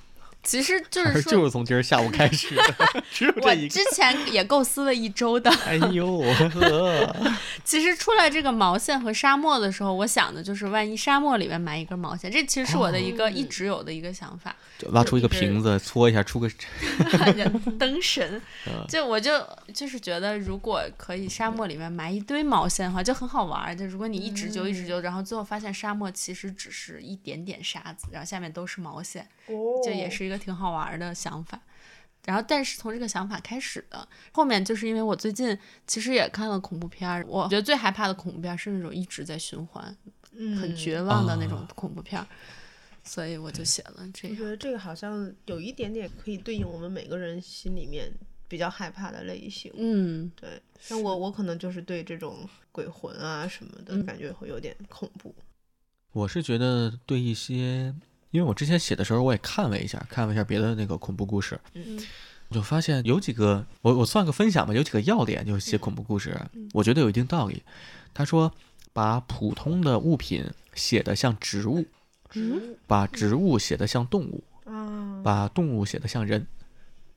Speaker 3: 其实 *laughs* 就
Speaker 1: 还
Speaker 3: 是
Speaker 1: 是
Speaker 3: 说，
Speaker 1: 就是从今儿下午开始
Speaker 3: *laughs*
Speaker 1: 的，只有这
Speaker 3: 我
Speaker 1: 一个
Speaker 3: 之。前也构思了一周的。 *laughs*
Speaker 1: 哎呦，我呵，
Speaker 3: 其实出来这个毛线和沙漠的时候，我想的就是万一沙漠里面埋一根毛线，这其实是我的一
Speaker 2: 哦
Speaker 3: 个一直有的一个想
Speaker 2: *laughs*
Speaker 3: 法。
Speaker 1: 就挖出一个瓶子，搓一下，出个 *laughs*
Speaker 3: 灯神，
Speaker 1: 嗯
Speaker 3: 就我就就是觉得，如果可以沙漠里面埋一堆毛线的话，就很好玩儿。就如果你一直揪
Speaker 2: 嗯
Speaker 3: 一直揪，然后最后发现沙漠其实只是一点点沙子，然后下面都是毛线，这也是一个挺好玩儿的想法。然后，但是从这个想法开始的，后面就是因为我最近其实也看了恐怖片儿，我觉得最害怕的恐怖片儿是那种一直在循环、
Speaker 2: 嗯
Speaker 3: 很绝望的那
Speaker 1: 啊
Speaker 3: 种恐怖片儿，所以我就写了这
Speaker 2: 我
Speaker 3: 个
Speaker 2: 觉。得这个好像有一点点可以对应我们每个人心里面比较害怕的类型。
Speaker 3: 嗯，
Speaker 2: 对，像我我可能就是对这种鬼魂啊什么的
Speaker 3: 嗯
Speaker 2: 感觉会有点恐怖。
Speaker 1: 我是觉得对一些，因为我之前写的时候我也看了一下，看了一下别的那个恐怖故事，
Speaker 2: 嗯
Speaker 1: 我就发现有几个，我我算个分享吧，有几个要点，就是写恐怖故事，我觉得有一定道理。他说，把普通的物品写得像植物，
Speaker 3: 嗯
Speaker 2: 植
Speaker 1: 把植物写得像动物，
Speaker 2: 物啊，
Speaker 1: 把动物写得像人，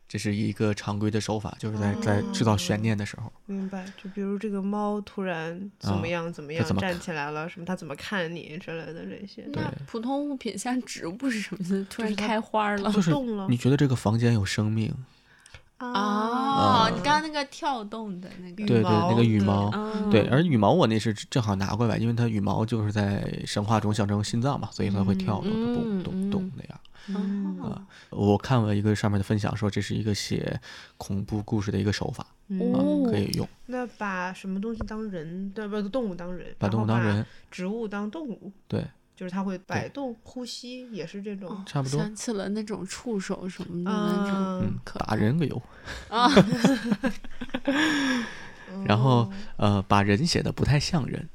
Speaker 1: 这是一个常规的手法，就是在在制造悬念的时候。
Speaker 2: 明白。就比如这个猫突然怎么样怎么
Speaker 1: 啊它
Speaker 2: 样
Speaker 1: 怎么
Speaker 2: 站
Speaker 1: 看
Speaker 2: 起来了，什么它怎么看你之类的这些，
Speaker 3: 那普通物品像植物是什么的，突然
Speaker 2: 它
Speaker 3: 开花哦儿了。
Speaker 1: 就是
Speaker 2: 动了
Speaker 1: 你觉得这个房间有生命，
Speaker 2: 啊
Speaker 3: 哦，你刚刚那个跳动的那个，
Speaker 1: 对对，那个羽
Speaker 2: 对
Speaker 1: 毛，
Speaker 3: 嗯
Speaker 1: 对，而羽毛我那是正好拿过来，因为它羽毛就是在神话中象征心脏嘛，所以它会跳，
Speaker 3: 嗯
Speaker 1: 咚咚
Speaker 3: 嗯
Speaker 1: 咚咚那样。嗯
Speaker 3: 哦
Speaker 1: 我看了一个上面的分享说，这是一个写恐怖故事的一个手法啊
Speaker 3: 哦
Speaker 2: 嗯，，
Speaker 1: 可以用，
Speaker 2: 那把什么东西当人，对不？动物当人，
Speaker 1: 把
Speaker 2: 然
Speaker 1: 动物
Speaker 2: 后
Speaker 1: 当人，，
Speaker 2: 植物当动物，
Speaker 1: 对，
Speaker 2: 就是它会摆动、呼吸，也是这
Speaker 3: 哦
Speaker 2: 种。
Speaker 1: 差不多，
Speaker 3: 想起了那种触手什么的那种
Speaker 2: 嗯
Speaker 1: 嗯，把人给有，
Speaker 3: 啊，
Speaker 1: 然后呃，把人写的不太像人，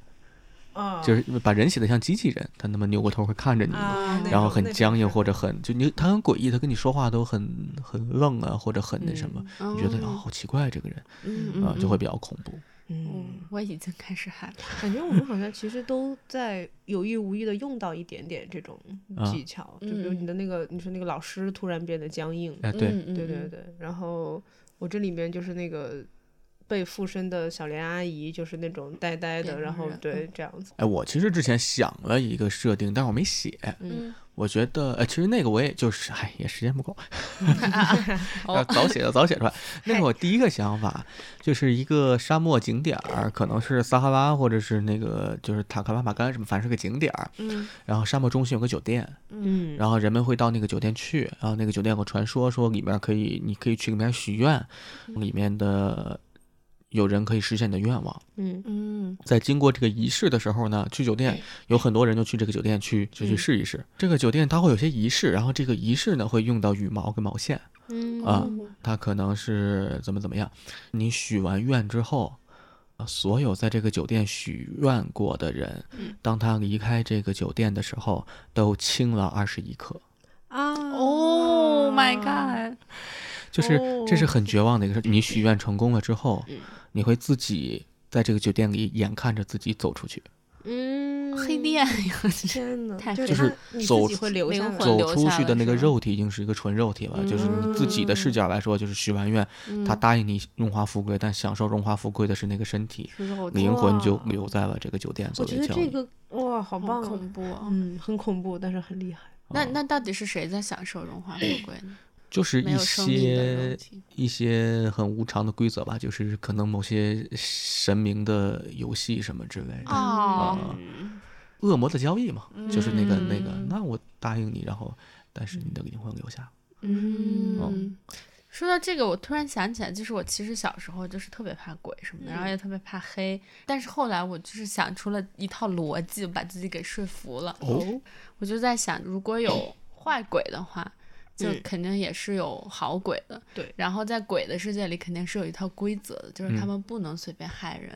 Speaker 2: 啊，
Speaker 1: 就是把人写的像机器人，他那么扭过头会看着你嘛。
Speaker 2: 啊，那
Speaker 1: 然后
Speaker 2: 种
Speaker 1: 很僵硬，或
Speaker 2: 者
Speaker 1: 者很就你，他很诡异，他跟你说话都很很愣啊，或者很那
Speaker 2: 嗯
Speaker 1: 什么，你觉得啊、
Speaker 3: 哦
Speaker 1: 好奇怪这个人
Speaker 3: 嗯
Speaker 1: 啊、
Speaker 3: 嗯
Speaker 1: 就会比较恐怖。
Speaker 2: 嗯。
Speaker 3: 嗯我已经开始害怕。
Speaker 2: 感觉我们好像其实都在有意无意的用到一点点这种
Speaker 1: 啊
Speaker 2: 技巧，就比如
Speaker 3: 嗯
Speaker 2: 你的那个，你说那个老师突然变得僵硬，
Speaker 1: 哎、对，
Speaker 3: 嗯
Speaker 2: 对对，对。然后我这里面就是那个被附身的小莲阿姨，就是那种呆呆
Speaker 3: 变
Speaker 2: 的，
Speaker 3: 成
Speaker 2: 然后
Speaker 3: 人
Speaker 2: 对这样子，
Speaker 1: 哎，我其实之前想了一个设定，但是我没写。
Speaker 3: 嗯，
Speaker 1: 我觉得，呃，其实那个我也就是，哎，也时间
Speaker 3: *laughs*
Speaker 1: 不够，
Speaker 3: 哦
Speaker 1: 要早写的早写出来。那个我第一个想法就是一个沙漠景点儿，可能是撒哈拉或者是那个就是塔克拉玛干什么，反正是个景点儿。
Speaker 2: 嗯
Speaker 1: 然后沙漠中心有个酒店，
Speaker 2: 嗯，
Speaker 1: 然后人们会到那个酒店去，然后那个酒店有个传说，说里面可以，你可以去里面许愿，
Speaker 3: 嗯
Speaker 1: 里面的有人可以实现你的愿望。
Speaker 2: 嗯
Speaker 3: 嗯
Speaker 1: 在经过这个仪式的时候呢，去酒店有很多人就去这个酒店去就去试一试。这个酒店它会有些仪式，然后这个仪式呢会用到羽毛跟毛线，
Speaker 2: 嗯
Speaker 1: 啊它可能是怎么怎么样。你许完愿之后，呃所有在这个酒店许愿过的人，当他离开这个酒店的时候，都轻了二十一克。
Speaker 2: 啊
Speaker 3: ，Oh my god，
Speaker 1: 就是这是
Speaker 2: 哦
Speaker 1: 很绝望的一个事。你许愿成功了之后，你会自己在这个酒店里眼看着自己走出去。
Speaker 2: 嗯，
Speaker 3: 黑恋呀，这
Speaker 2: 天呐，
Speaker 3: 太
Speaker 2: 就是
Speaker 1: 就
Speaker 2: 它
Speaker 1: 是
Speaker 2: 你自
Speaker 1: 走
Speaker 2: 己会留
Speaker 3: 灵
Speaker 2: 下
Speaker 3: 魂
Speaker 2: 来
Speaker 1: 走
Speaker 3: 留
Speaker 1: 出
Speaker 3: 下
Speaker 1: 去
Speaker 3: 了
Speaker 1: 的那个
Speaker 3: 是吧嗯
Speaker 1: 肉体已经是一个纯肉体了，就是你自己的视角来说，就是许完愿，他答应你荣华富贵，但享受荣华富贵的是那个身体，
Speaker 3: 是肉
Speaker 1: 灵魂就
Speaker 2: 哇
Speaker 1: 留在了这个酒店
Speaker 2: 我
Speaker 1: 作
Speaker 2: 觉
Speaker 1: 为
Speaker 2: 得
Speaker 1: 教
Speaker 2: 这
Speaker 1: 育。
Speaker 2: 个哇，好
Speaker 3: 好
Speaker 2: 棒啊，
Speaker 3: 恐怖哦。
Speaker 2: 嗯，很恐怖，但是很厉害。
Speaker 3: 那那到底是谁在享受荣华富贵呢？
Speaker 1: 就是
Speaker 3: 没
Speaker 1: 一
Speaker 3: 有生命的
Speaker 1: 些
Speaker 3: 肉体
Speaker 1: 一些很无常的规则吧，就是可能某些神明的游戏什么之类的，
Speaker 3: 哦，
Speaker 1: 恶魔的交易嘛，就是那个那个
Speaker 3: 嗯，
Speaker 1: 那我答应你，然后但是你的灵魂留下。
Speaker 3: 嗯，说到这个，我突然想起来，就是我其实小时候就是特别怕鬼什么的，
Speaker 2: 嗯
Speaker 3: 然后也特别怕黑，但是后来我就是想出了一套逻辑，我把自己给说服了。
Speaker 1: 哦，
Speaker 3: 我就在想，如果有坏鬼的话，就
Speaker 2: 嗯
Speaker 3: 肯定也是有好鬼的。
Speaker 2: 对
Speaker 3: 然后在鬼的世界里，肯定是有一套规则的，就是他
Speaker 1: 嗯
Speaker 3: 们不能随便害人。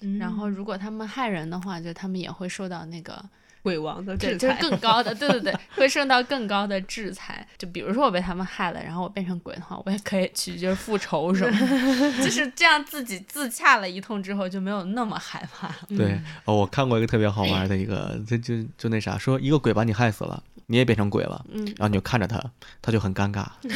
Speaker 2: 嗯
Speaker 3: 然后如果他们害人的话，就他们也会受到那个
Speaker 2: 鬼王的
Speaker 3: 对，
Speaker 2: 制
Speaker 3: 就是
Speaker 2: 裁，
Speaker 3: 更高的，对对对，会受到更高的制裁。就比如说我被他们害了，然后我变成鬼的话，我也可以去就是复仇什么的， *laughs* 就是这样自己自洽了一通之后，就没有那么害怕了。
Speaker 1: 对，哦，我看过一个特别好玩的一个，就就就那啥，说一个鬼把你害死了，你也变成鬼了，
Speaker 3: 嗯
Speaker 1: 然后你就看着他，他就很尴尬，
Speaker 2: *laughs* 对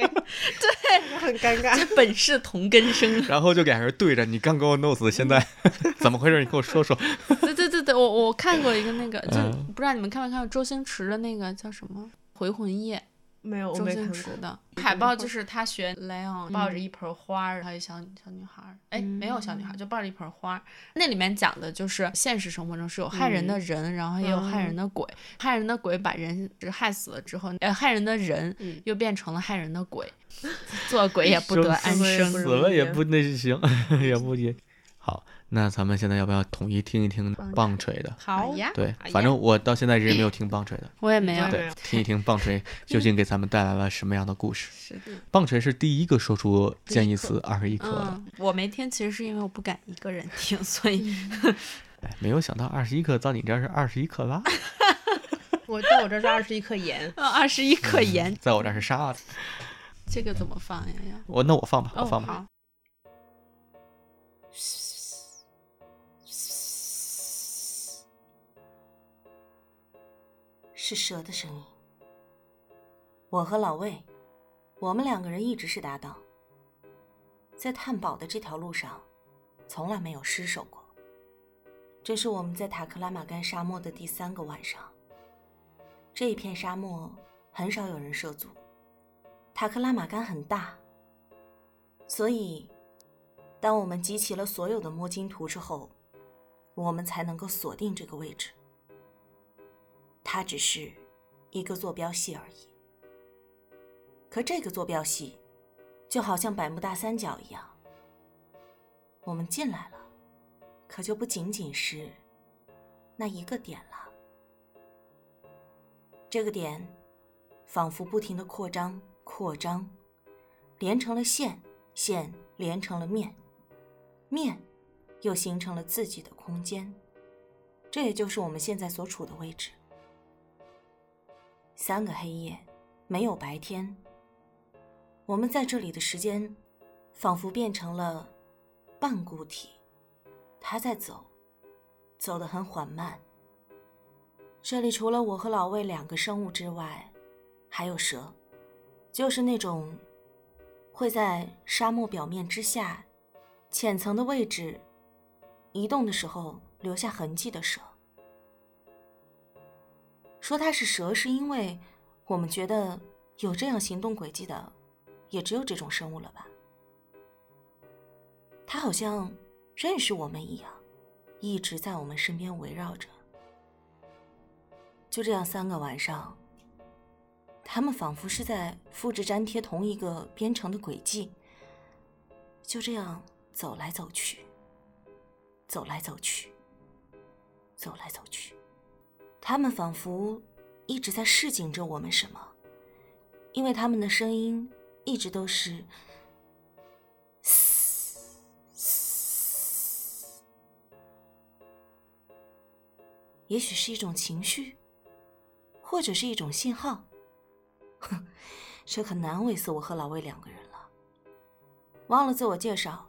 Speaker 2: 对，很尴尬。
Speaker 3: 这本是同根 *laughs* 生。
Speaker 1: 然后就两人对着，你刚给我弄死，现在 *laughs* 怎么回事？你跟我说说。
Speaker 3: 对对对对，我我看过一个那个，就
Speaker 1: 嗯
Speaker 3: 不知道你们看没看过周星驰的那个叫什么《回魂夜》。
Speaker 2: *laughs* 没有，我
Speaker 3: 周
Speaker 2: 没
Speaker 3: 星
Speaker 2: 看
Speaker 3: 驰
Speaker 2: 过。
Speaker 3: 的
Speaker 2: 没
Speaker 3: 海
Speaker 2: 看
Speaker 3: 报
Speaker 2: 过
Speaker 3: 就是他学莱
Speaker 2: 嗯
Speaker 3: 昂抱着一盆花儿，然后一小小女孩儿，哎，没有小女
Speaker 2: 嗯
Speaker 3: 孩儿，就抱着一盆花儿。那里面讲的就是现实生活中是有害人
Speaker 2: 嗯
Speaker 3: 的人，然后也有害人的鬼，害人的鬼把人是害死了之后，呃，害人的人
Speaker 2: 嗯
Speaker 3: 又变成了害人的鬼， *laughs* 做鬼也不得安
Speaker 2: 死鬼也不
Speaker 3: 生。
Speaker 1: 死了也不那行， *laughs* 也不也好。那咱们现在要不要统一听一听棒槌的？
Speaker 3: 好
Speaker 2: 哎呀，
Speaker 1: 对
Speaker 2: 哎呀，
Speaker 1: 反正我到现在是没有听棒槌的。
Speaker 3: 我也没有
Speaker 2: 对
Speaker 1: 对，听一听棒槌究竟给咱们带来了什么样的故事？
Speaker 2: 是的，
Speaker 1: 棒槌是第一个说出见异思二十一课的。
Speaker 3: 嗯，我没听，其实是因为我不敢一个人听，所以，
Speaker 1: 哎，没有想到二十一克到你这儿是二十一克拉，
Speaker 2: 我到我这是二十一克盐
Speaker 3: *laughs* 二十一克
Speaker 2: 嗯
Speaker 3: 盐，
Speaker 1: 在我这儿是沙子。
Speaker 3: 这个怎么放呀？要
Speaker 1: 我那我放吧，我
Speaker 3: 哦，
Speaker 1: 放吧。
Speaker 3: 好。
Speaker 6: 是蛇的声音。我和老魏，我们两个人一直是搭档，在探宝的这条路上，从来没有失手过。这是我们在塔克拉玛干沙漠的第三个晚上。这一片沙漠很少有人涉足，塔克拉玛干很大，所以当我们集齐了所有的摸金图之后，我们才能够锁定这个位置。它只是一个坐标系而已。可这个坐标系，就好像百慕大三角一样，我们进来了，可就不仅仅是那一个点了。这个点仿佛不停的扩张、扩张，连成了线，线连成了面，面又形成了自己的空间。这也就是我们现在所处的位置。三个黑夜，没有白天。我们在这里的时间，仿佛变成了半固体，它在走，走得很缓慢。这里除了我和老魏两个生物之外，还有蛇，就是那种会在沙漠表面之下浅层的位置移动的时候留下痕迹的蛇。说它是蛇，是因为我们觉得有这样行动轨迹的，也只有这种生物了吧？它好像认识我们一样，一直在我们身边围绕着。就这样三个晚上，他们仿佛是在复制粘贴同一个编程的轨迹，就这样走来走去，走来走去，走来走去。他们仿佛一直在示警着我们什么，因为他们的声音一直都是嘶嘶，也许是一种情绪，或者是一种信号。哼，这很难为死我和老魏两个人了。忘了自我介绍，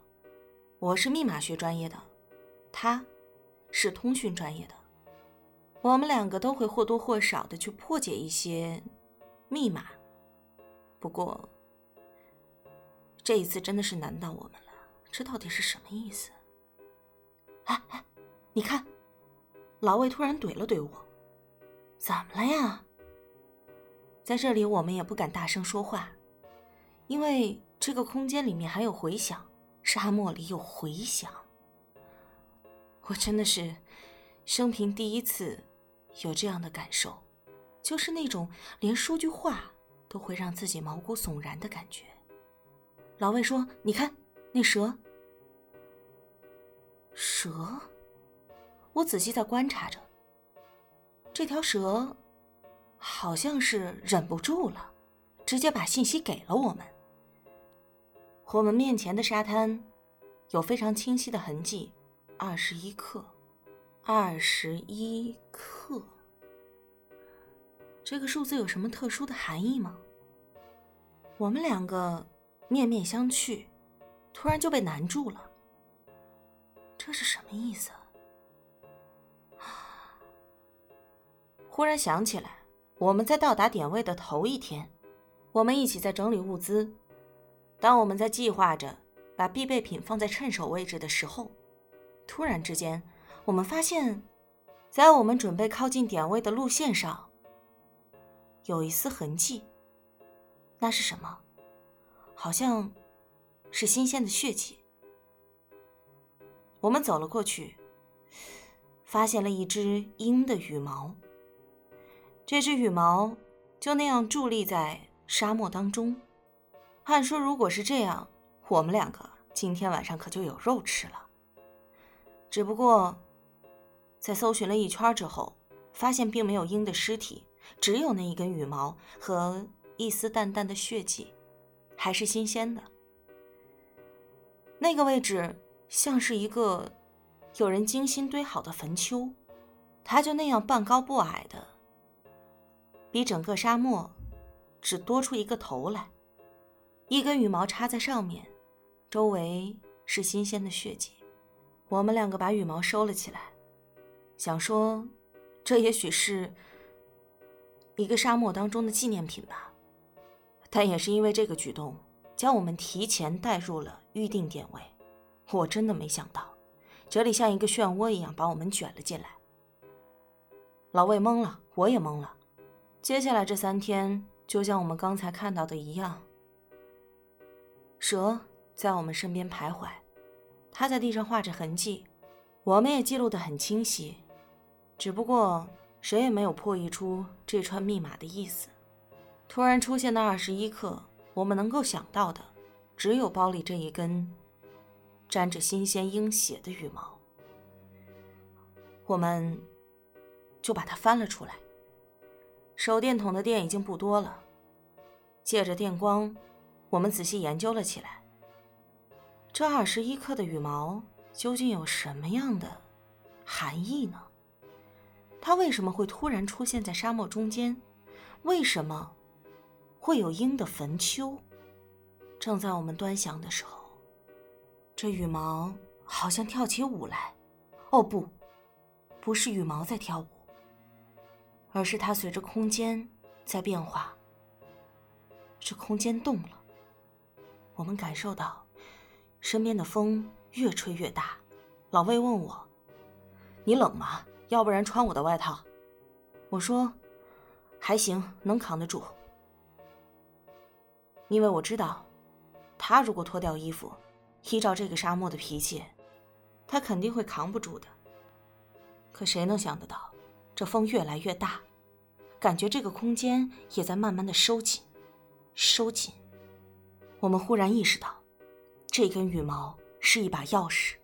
Speaker 6: 我是密码学专业的，他是通讯专业的。我们两个都会或多或少的去破解一些密码。不过，这一次真的是难到我们了，这到底是什么意思？哎哎，你看，老魏突然怼了怼我，怎么了呀？在这里我们也不敢大声说话，因为这个空间里面还有回响，沙漠里有回响。我真的是生平第一次有这样的感受，就是那种连说句话都会让自己毛骨悚然的感觉。老魏说：“你看那蛇，蛇。”我仔细的观察着，这条蛇好像是忍不住了，直接把信息给了我们。我们面前的沙滩有非常清晰的痕迹，二十一克，二十一克。这个数字有什么特殊的含义吗？我们两个面面相觑，突然就被难住了。这是什么意思？ *sighs* 忽然想起来，我们在到达点位的头一天，我们一起在整理物资。当我们在计划着把必备品放在趁手位置的时候，突然之间，我们发现，在我们准备靠近点位的路线上，有一丝痕迹，那是什么？好像是新鲜的血迹。我们走了过去，发现了一只鹰的羽毛。这只羽毛就那样伫立在沙漠当中。按说，如果是这样，我们两个今天晚上可就有肉吃了。只不过，在搜寻了一圈之后，发现并没有鹰的尸体，只有那一根羽毛和一丝淡淡的血迹，还是新鲜的。那个位置像是一个有人精心堆好的坟丘，它就那样半高不矮的，比整个沙漠只多出一个头来，一根羽毛插在上面，周围是新鲜的血迹。我们两个把羽毛收了起来，想说，这也许是一个沙漠当中的纪念品吧。但也是因为这个举动，将我们提前带入了预定点位。我真的没想到，这里像一个漩涡一样把我们卷了进来。老魏懵了，我也懵了。接下来这三天，就像我们刚才看到的一样，蛇在我们身边徘徊，它在地上画着痕迹，我们也记录得很清晰，只不过谁也没有破译出这串密码的意思。突然出现的二十一克，我们能够想到的，只有包里这一根沾着新鲜鹰血的羽毛。我们就把它翻了出来。手电筒的电已经不多了，借着电光，我们仔细研究了起来。这二十一克的羽毛究竟有什么样的含义呢？它为什么会突然出现在沙漠中间？为什么会有鹰的坟丘？正在我们端详的时候，这羽毛好像跳起舞来。哦不，不是羽毛在跳舞，而是它随着空间在变化。这空间动了，我们感受到身边的风越吹越大。老魏问我：“你冷吗？要不然穿我的外套。”我说：“还行，能扛得住。”因为我知道，他如果脱掉衣服，依照这个沙漠的脾气，他肯定会扛不住的。可谁能想得到，这风越来越大，感觉这个空间也在慢慢的收紧，收紧。我们忽然意识到，这根羽毛是一把钥匙，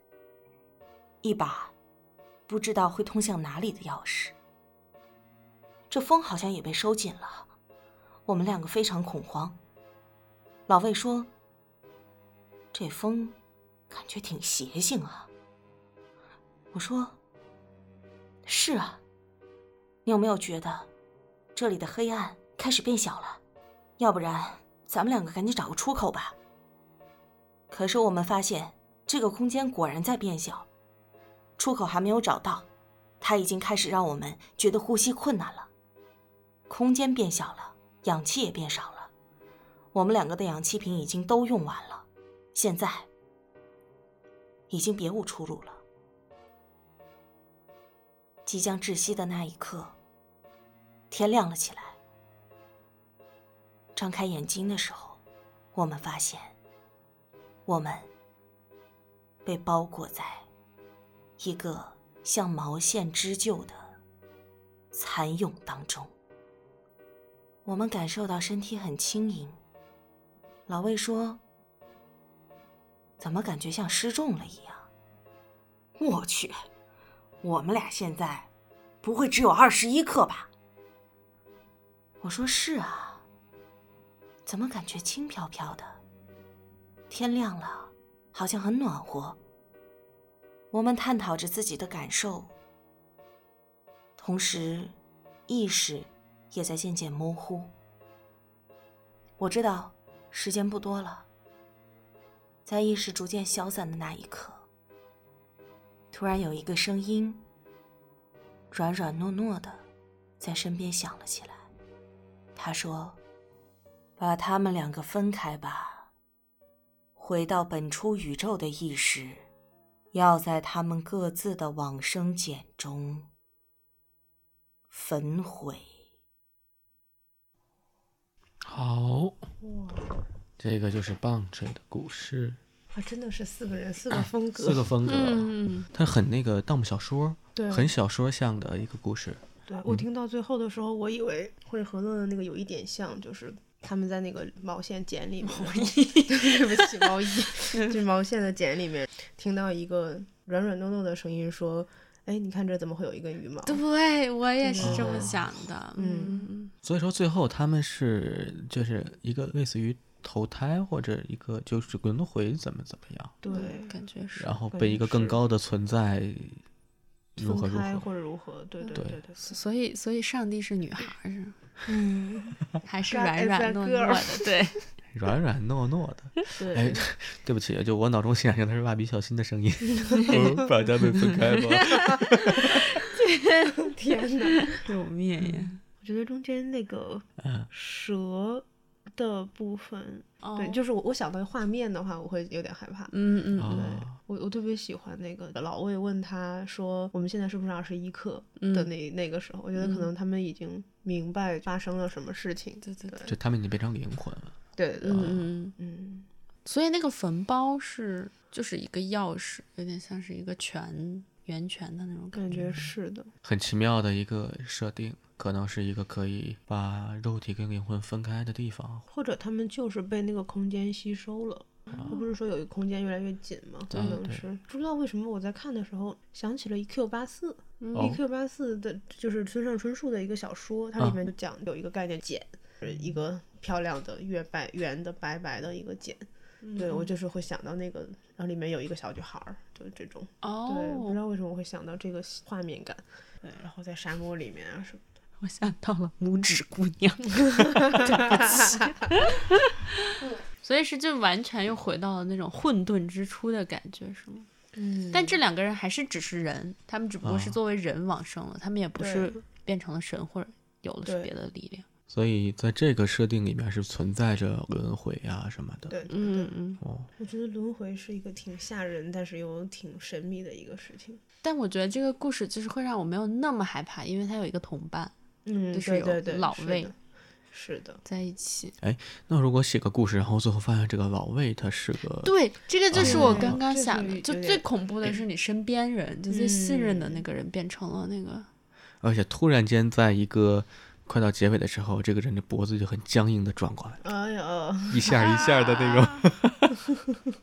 Speaker 6: 一把不知道会通向哪里的钥匙。这风好像也被收紧了，我们两个非常恐慌。老魏说：“这风感觉挺邪性啊。”我说：“是啊，你有没有觉得这里的黑暗开始变小了？要不然咱们两个赶紧找个出口吧。”可是我们发现这个空间果然在变小，出口还没有找到，它已经开始让我们觉得呼吸困难了。空间变小了，氧气也变少了，我们两个的氧气瓶已经都用完了，现在已经别无出路了。即将窒息的那一刻，天亮了起来。张开眼睛的时候，我们发现，我们被包裹在一个像毛线织就的蚕蛹当中。我们感受到身体很轻盈。老魏说：“怎么感觉像失重了一样？”我去，我们俩现在不会只有二十一克吧？我说是啊，怎么感觉轻飘飘的？天亮了，好像很暖和。我们探讨着自己的感受，同时意识也在渐渐模糊。我知道时间不多了，在意识逐渐消散的那一刻，突然有一个声音，软软糯糯的，在身边响了起来。他说：“把他们两个分开吧，回到本初宇宙的意识，要在他们各自的往生茧中焚毁。
Speaker 1: 好，
Speaker 2: 哇，
Speaker 1: 这个就是棒槌的故事，
Speaker 2: *laughs* 啊，真的是四个人，四个风格，
Speaker 1: 啊四个风格，
Speaker 3: 嗯，
Speaker 1: 它很那个盗墓小说，
Speaker 2: 对，
Speaker 1: 很小嗯说像的一个故事。
Speaker 2: 对我听到最后的时候，我以为会和乐乐那个有一点像，就是他们在那个毛线茧里面，
Speaker 3: 嗯
Speaker 2: *laughs* 对不起，毛衣， *laughs* 就是毛线的茧里面，听到一个软软糯糯的声音说：“哎，你看这怎么会有一根羽毛？”
Speaker 3: 对我也是这么
Speaker 2: 嗯
Speaker 3: 想的，嗯，
Speaker 1: 所以说最后他们是就是一个类似于投胎或者一个就是轮回怎么怎么样，
Speaker 2: 对，
Speaker 3: 嗯感觉是
Speaker 1: 然后
Speaker 2: 感
Speaker 1: 被
Speaker 2: 觉
Speaker 1: 一个更
Speaker 2: 是
Speaker 1: 高的存在如何
Speaker 2: 分
Speaker 1: 如
Speaker 2: 开
Speaker 1: 何。
Speaker 2: 或者如何？对对
Speaker 1: 对
Speaker 2: 对对，
Speaker 3: 所以，所以上帝是女孩儿是吗，
Speaker 2: 嗯，
Speaker 3: 还是
Speaker 2: *laughs* God
Speaker 3: 软
Speaker 2: is
Speaker 3: 软
Speaker 2: a
Speaker 3: 糯糯
Speaker 2: girl
Speaker 3: 的？
Speaker 2: *laughs*
Speaker 3: 对，
Speaker 1: 软软糯糯的。哎 *laughs*
Speaker 2: 对，， *laughs*
Speaker 1: 对不起，就我脑中显现的是蜡笔小新的声音， *laughs* 呃把它们分开吧。
Speaker 2: 天哪！
Speaker 1: *laughs*
Speaker 3: 救命呀！
Speaker 2: 我觉得中间那个
Speaker 1: 嗯
Speaker 2: 蛇的部分，
Speaker 3: 哦
Speaker 2: 对，就是我我想到画面的话，我会有点害怕。
Speaker 3: 嗯嗯
Speaker 1: 啊
Speaker 3: 嗯
Speaker 2: 对我我特别喜欢那个老魏问他说我们现在是不是二十一克
Speaker 3: 嗯
Speaker 2: 的那、那个时候，我觉得可
Speaker 3: 嗯
Speaker 2: 能他们已经明白发生了什么事情。
Speaker 3: 对对对
Speaker 1: 就他们已经变成灵魂了。
Speaker 2: 对
Speaker 3: 嗯
Speaker 2: 对对，
Speaker 3: 嗯，
Speaker 2: 嗯，
Speaker 3: 所以那个坟包是就是一个钥匙，有点像是一个拳圆拳的那种
Speaker 2: 感
Speaker 3: 觉。
Speaker 2: 觉是的，
Speaker 1: 很奇妙的一个设定，可能是一个可以把肉体跟灵魂分开的地方。
Speaker 2: 或者他们就是被那个空间吸收了。他不是说有一个空间越来越紧吗？可
Speaker 1: 对
Speaker 2: 能
Speaker 1: 啊对
Speaker 2: 是不知道为什么我在看的时候想起了 EQ 八四
Speaker 3: 嗯
Speaker 1: 哦
Speaker 2: ，EQ 八四的就是村上春树的一个小说，它里
Speaker 1: 啊
Speaker 2: 面就讲有一个概念茧，是一个漂亮的月白圆的白白的一个茧。
Speaker 3: 嗯
Speaker 2: 对我就是会想到那个，然后里面有一个小女孩儿，就是这种。对，不
Speaker 3: 哦，
Speaker 2: 知道为什么会想到这个画面感。对，然后在沙漠里面啊什么。 *laughs*
Speaker 3: 我想到了拇指姑娘， *laughs* 所以是就完全又回到了那种混沌之初的感觉，是吗？
Speaker 2: 嗯
Speaker 3: 但这两个人还是只是人，他们只不过是
Speaker 1: 啊
Speaker 3: 作为人往生了，他们也不
Speaker 2: 对
Speaker 3: 是变成了神或者有了
Speaker 2: 对
Speaker 3: 别的力量。
Speaker 1: 所以在这个设定里面是存在着轮回啊什么的。
Speaker 2: 对，对
Speaker 3: 嗯
Speaker 2: 对，
Speaker 3: 嗯。
Speaker 1: 哦，
Speaker 2: 我觉得轮回是一个挺吓人，但是又挺神秘的一个事情。
Speaker 3: 但我觉得这个故事就是会让我没有那么害怕，因为他有一个同伴
Speaker 2: 嗯，
Speaker 3: 就是
Speaker 2: 对
Speaker 3: 有
Speaker 2: 对对，
Speaker 3: 老
Speaker 2: 是
Speaker 3: 魏
Speaker 2: 的，是的，
Speaker 3: 在一起。
Speaker 1: 那如果写个故事，然后最后发现这个老魏他是个，
Speaker 3: 对，这个就是我
Speaker 2: 嗯
Speaker 3: 刚刚
Speaker 2: 这
Speaker 3: 想
Speaker 2: 是
Speaker 3: 的，
Speaker 2: 有
Speaker 3: 就
Speaker 2: 点
Speaker 3: 最恐怖的是你身边人，就最信任的那
Speaker 2: 嗯
Speaker 3: 个人变成了那个，
Speaker 1: 而且突然间在一个快到结尾的时候，这个人的脖子就很僵硬的转过来，
Speaker 2: 哎呀，
Speaker 1: 一下儿一下儿的那种。
Speaker 2: 嗯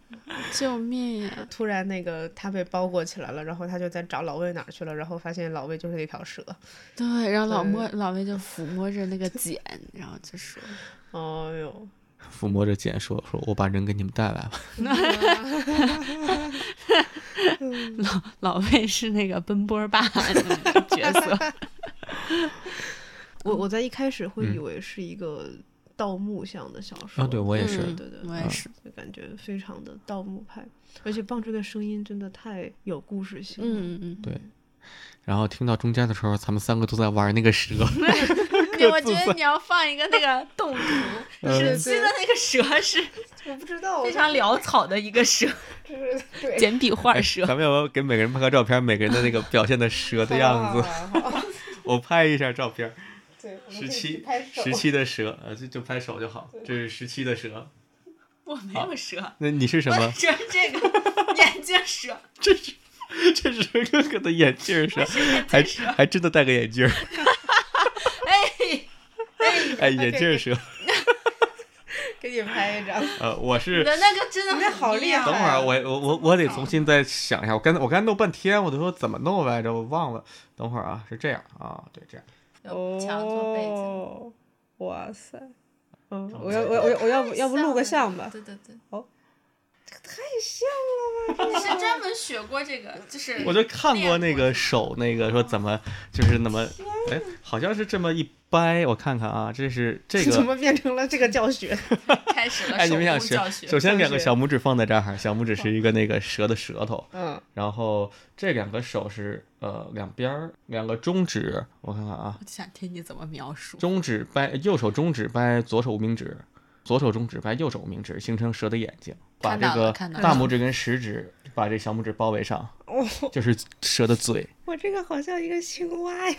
Speaker 3: 救命啊呀！
Speaker 2: 突然那个他被包裹起来了，然后他就在找老魏哪儿去了，然后发现老魏就是那条蛇。
Speaker 3: 对，然后老
Speaker 2: 对
Speaker 3: 莫老魏就抚摸着那个茧，然后就说，
Speaker 2: 哎呦，
Speaker 1: 抚摸着简说：“说我把人给你们带来了。”
Speaker 3: 老魏是那个奔波儿爸的那个角
Speaker 2: *laughs*
Speaker 3: 色，
Speaker 2: 我我在一开始会以
Speaker 1: 嗯
Speaker 2: 为是一个盗墓像的小说
Speaker 1: 啊，对我也是，
Speaker 3: 嗯
Speaker 2: 对对
Speaker 3: 我也
Speaker 1: 嗯
Speaker 3: 是，
Speaker 2: 就感觉非常的盗墓派，而且棒槌的声音真的太有故事性了。
Speaker 3: 嗯嗯
Speaker 1: 对。然后听到中间的时候，咱们三个都在玩那个蛇，
Speaker 3: 嗯，我觉得你要放一个那个动图，
Speaker 2: 对
Speaker 1: 嗯
Speaker 3: 是记得那个蛇是
Speaker 2: 我不知道，
Speaker 3: 非常潦草的一个蛇，
Speaker 2: 就是对
Speaker 3: 简笔画蛇。
Speaker 1: 咱们要不要给每个人拍个照片，每个人的那个表现的蛇的样子？
Speaker 2: 子。
Speaker 1: *laughs* 我拍一下照片，
Speaker 2: *laughs* 对，我们可
Speaker 1: 十
Speaker 2: 以去
Speaker 1: 七
Speaker 2: 拍手
Speaker 1: 十七的蛇，呃，就就拍手就好。这是十七的蛇，
Speaker 3: *laughs* 我没有蛇，
Speaker 1: 那你是什 *laughs*
Speaker 3: 我
Speaker 1: 么？
Speaker 3: 只是这个眼镜蛇。
Speaker 1: *laughs* 这是这是哥哥的眼 *laughs* 镜蛇，还还真的戴个眼镜。
Speaker 3: *laughs* 哎，
Speaker 1: 哎哎，眼镜蛇，
Speaker 2: 给你拍一张。
Speaker 1: *laughs* 呃，我
Speaker 3: 你
Speaker 1: 是
Speaker 3: 的那个真的
Speaker 2: 你这
Speaker 3: 很
Speaker 2: 好厉害
Speaker 1: 等会儿啊我我我我得重新再想一下，我刚才我刚才弄半天，我都说怎么弄来着，我忘了。等会儿啊，是这样啊，对，这样。
Speaker 3: 有墙呃做背景。
Speaker 2: 哦，哇塞！嗯，
Speaker 1: 么
Speaker 2: 我要我要我要我要不要不录个像吧？
Speaker 3: 啊对对对，
Speaker 2: 太像了吧？
Speaker 3: 你是专门学过这个，就是
Speaker 1: 我就看过那个手，那个说怎么就是那么，哎，好像是这么一掰，我看看啊，这是这
Speaker 2: *laughs* 怎
Speaker 1: 个。
Speaker 2: 么变成了这个教学？
Speaker 3: 开始了
Speaker 1: 哎，你们想学？首先两个
Speaker 2: 教学
Speaker 1: 小拇指放在这儿，小拇指是一个那个蛇的舌头，
Speaker 2: 嗯，
Speaker 1: 然后这两个手是呃两边儿两个中指，我看看啊，
Speaker 3: *laughs* 我想听你怎么描述。
Speaker 1: 中指掰右手中指掰左手无名指，左手中指掰右手无名指，形成蛇的眼睛，把
Speaker 3: 看
Speaker 1: 这
Speaker 3: 到
Speaker 1: 个
Speaker 3: 了看到
Speaker 1: 大
Speaker 3: 了
Speaker 1: 拇指跟食指把这小拇指包围上，
Speaker 2: 哦，
Speaker 1: 就是蛇的嘴。
Speaker 2: 我这个好像一个青蛙呀。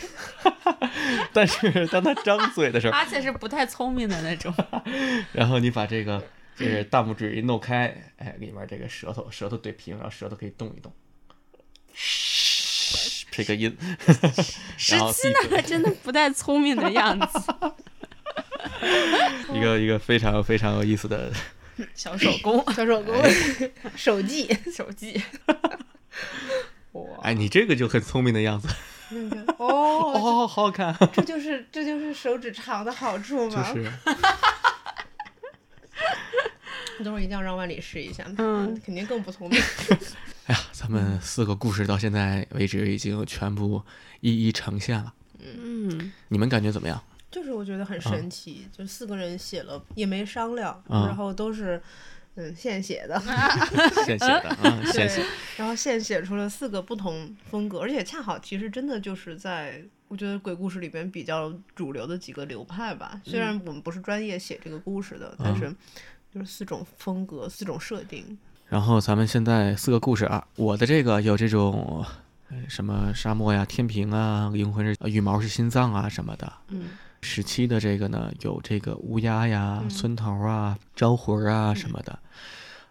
Speaker 1: 但是当它张嘴的时候，
Speaker 3: 而且是不太聪明的那种，
Speaker 1: 然后你把这个就是大拇指一弄开，哎，里面这个舌头舌头对平，然后舌头可以动一动，这个音。
Speaker 3: *laughs* 十
Speaker 1: 然后
Speaker 3: 七那个真的不太聪明的样子，
Speaker 1: 一个一个非常非常有意思的，
Speaker 3: 嗯 *laughs* 小手
Speaker 1: *laughs*
Speaker 3: 工，哎
Speaker 2: 小手工，手技，
Speaker 3: 手技， *laughs*
Speaker 2: 哇，
Speaker 1: 哎，你这个就很聪明的样子，哦，好
Speaker 2: 哦，
Speaker 1: 好看，
Speaker 2: 这就是这就是手指长的好
Speaker 1: *laughs*
Speaker 2: 处
Speaker 1: 就
Speaker 2: 嘛。
Speaker 1: 是。
Speaker 2: 你等会儿一定要让万里试一下，
Speaker 3: 嗯，
Speaker 2: *laughs* 肯定更不聪明。
Speaker 1: 哎呀，咱们四个故事到现在为止已经全部一一呈现了，
Speaker 3: 嗯，
Speaker 1: 你们感觉怎么样？
Speaker 3: *laughs*
Speaker 2: 就是我觉得很神奇，就四个人写了也没商量，
Speaker 1: 嗯
Speaker 2: 然后都是嗯现写的，
Speaker 1: 现写的啊，现写
Speaker 2: *laughs* 对，然后现写出了四个不同风格，而且恰好其实真的就是在我觉得鬼故事里边比较主流的几个流派吧，
Speaker 1: 嗯
Speaker 2: 虽然我们不是专业写这个故事的，但是就是四种风格、四种设定，
Speaker 1: 然后咱们现在四个故事啊，我的这个有这种呃什么沙漠呀、天平啊、灵魂是呃羽毛是心脏啊什么的。
Speaker 2: 嗯。
Speaker 1: 十七的这个呢，有这个乌鸦呀、
Speaker 2: 嗯
Speaker 1: 村头啊、招魂儿啊什么的。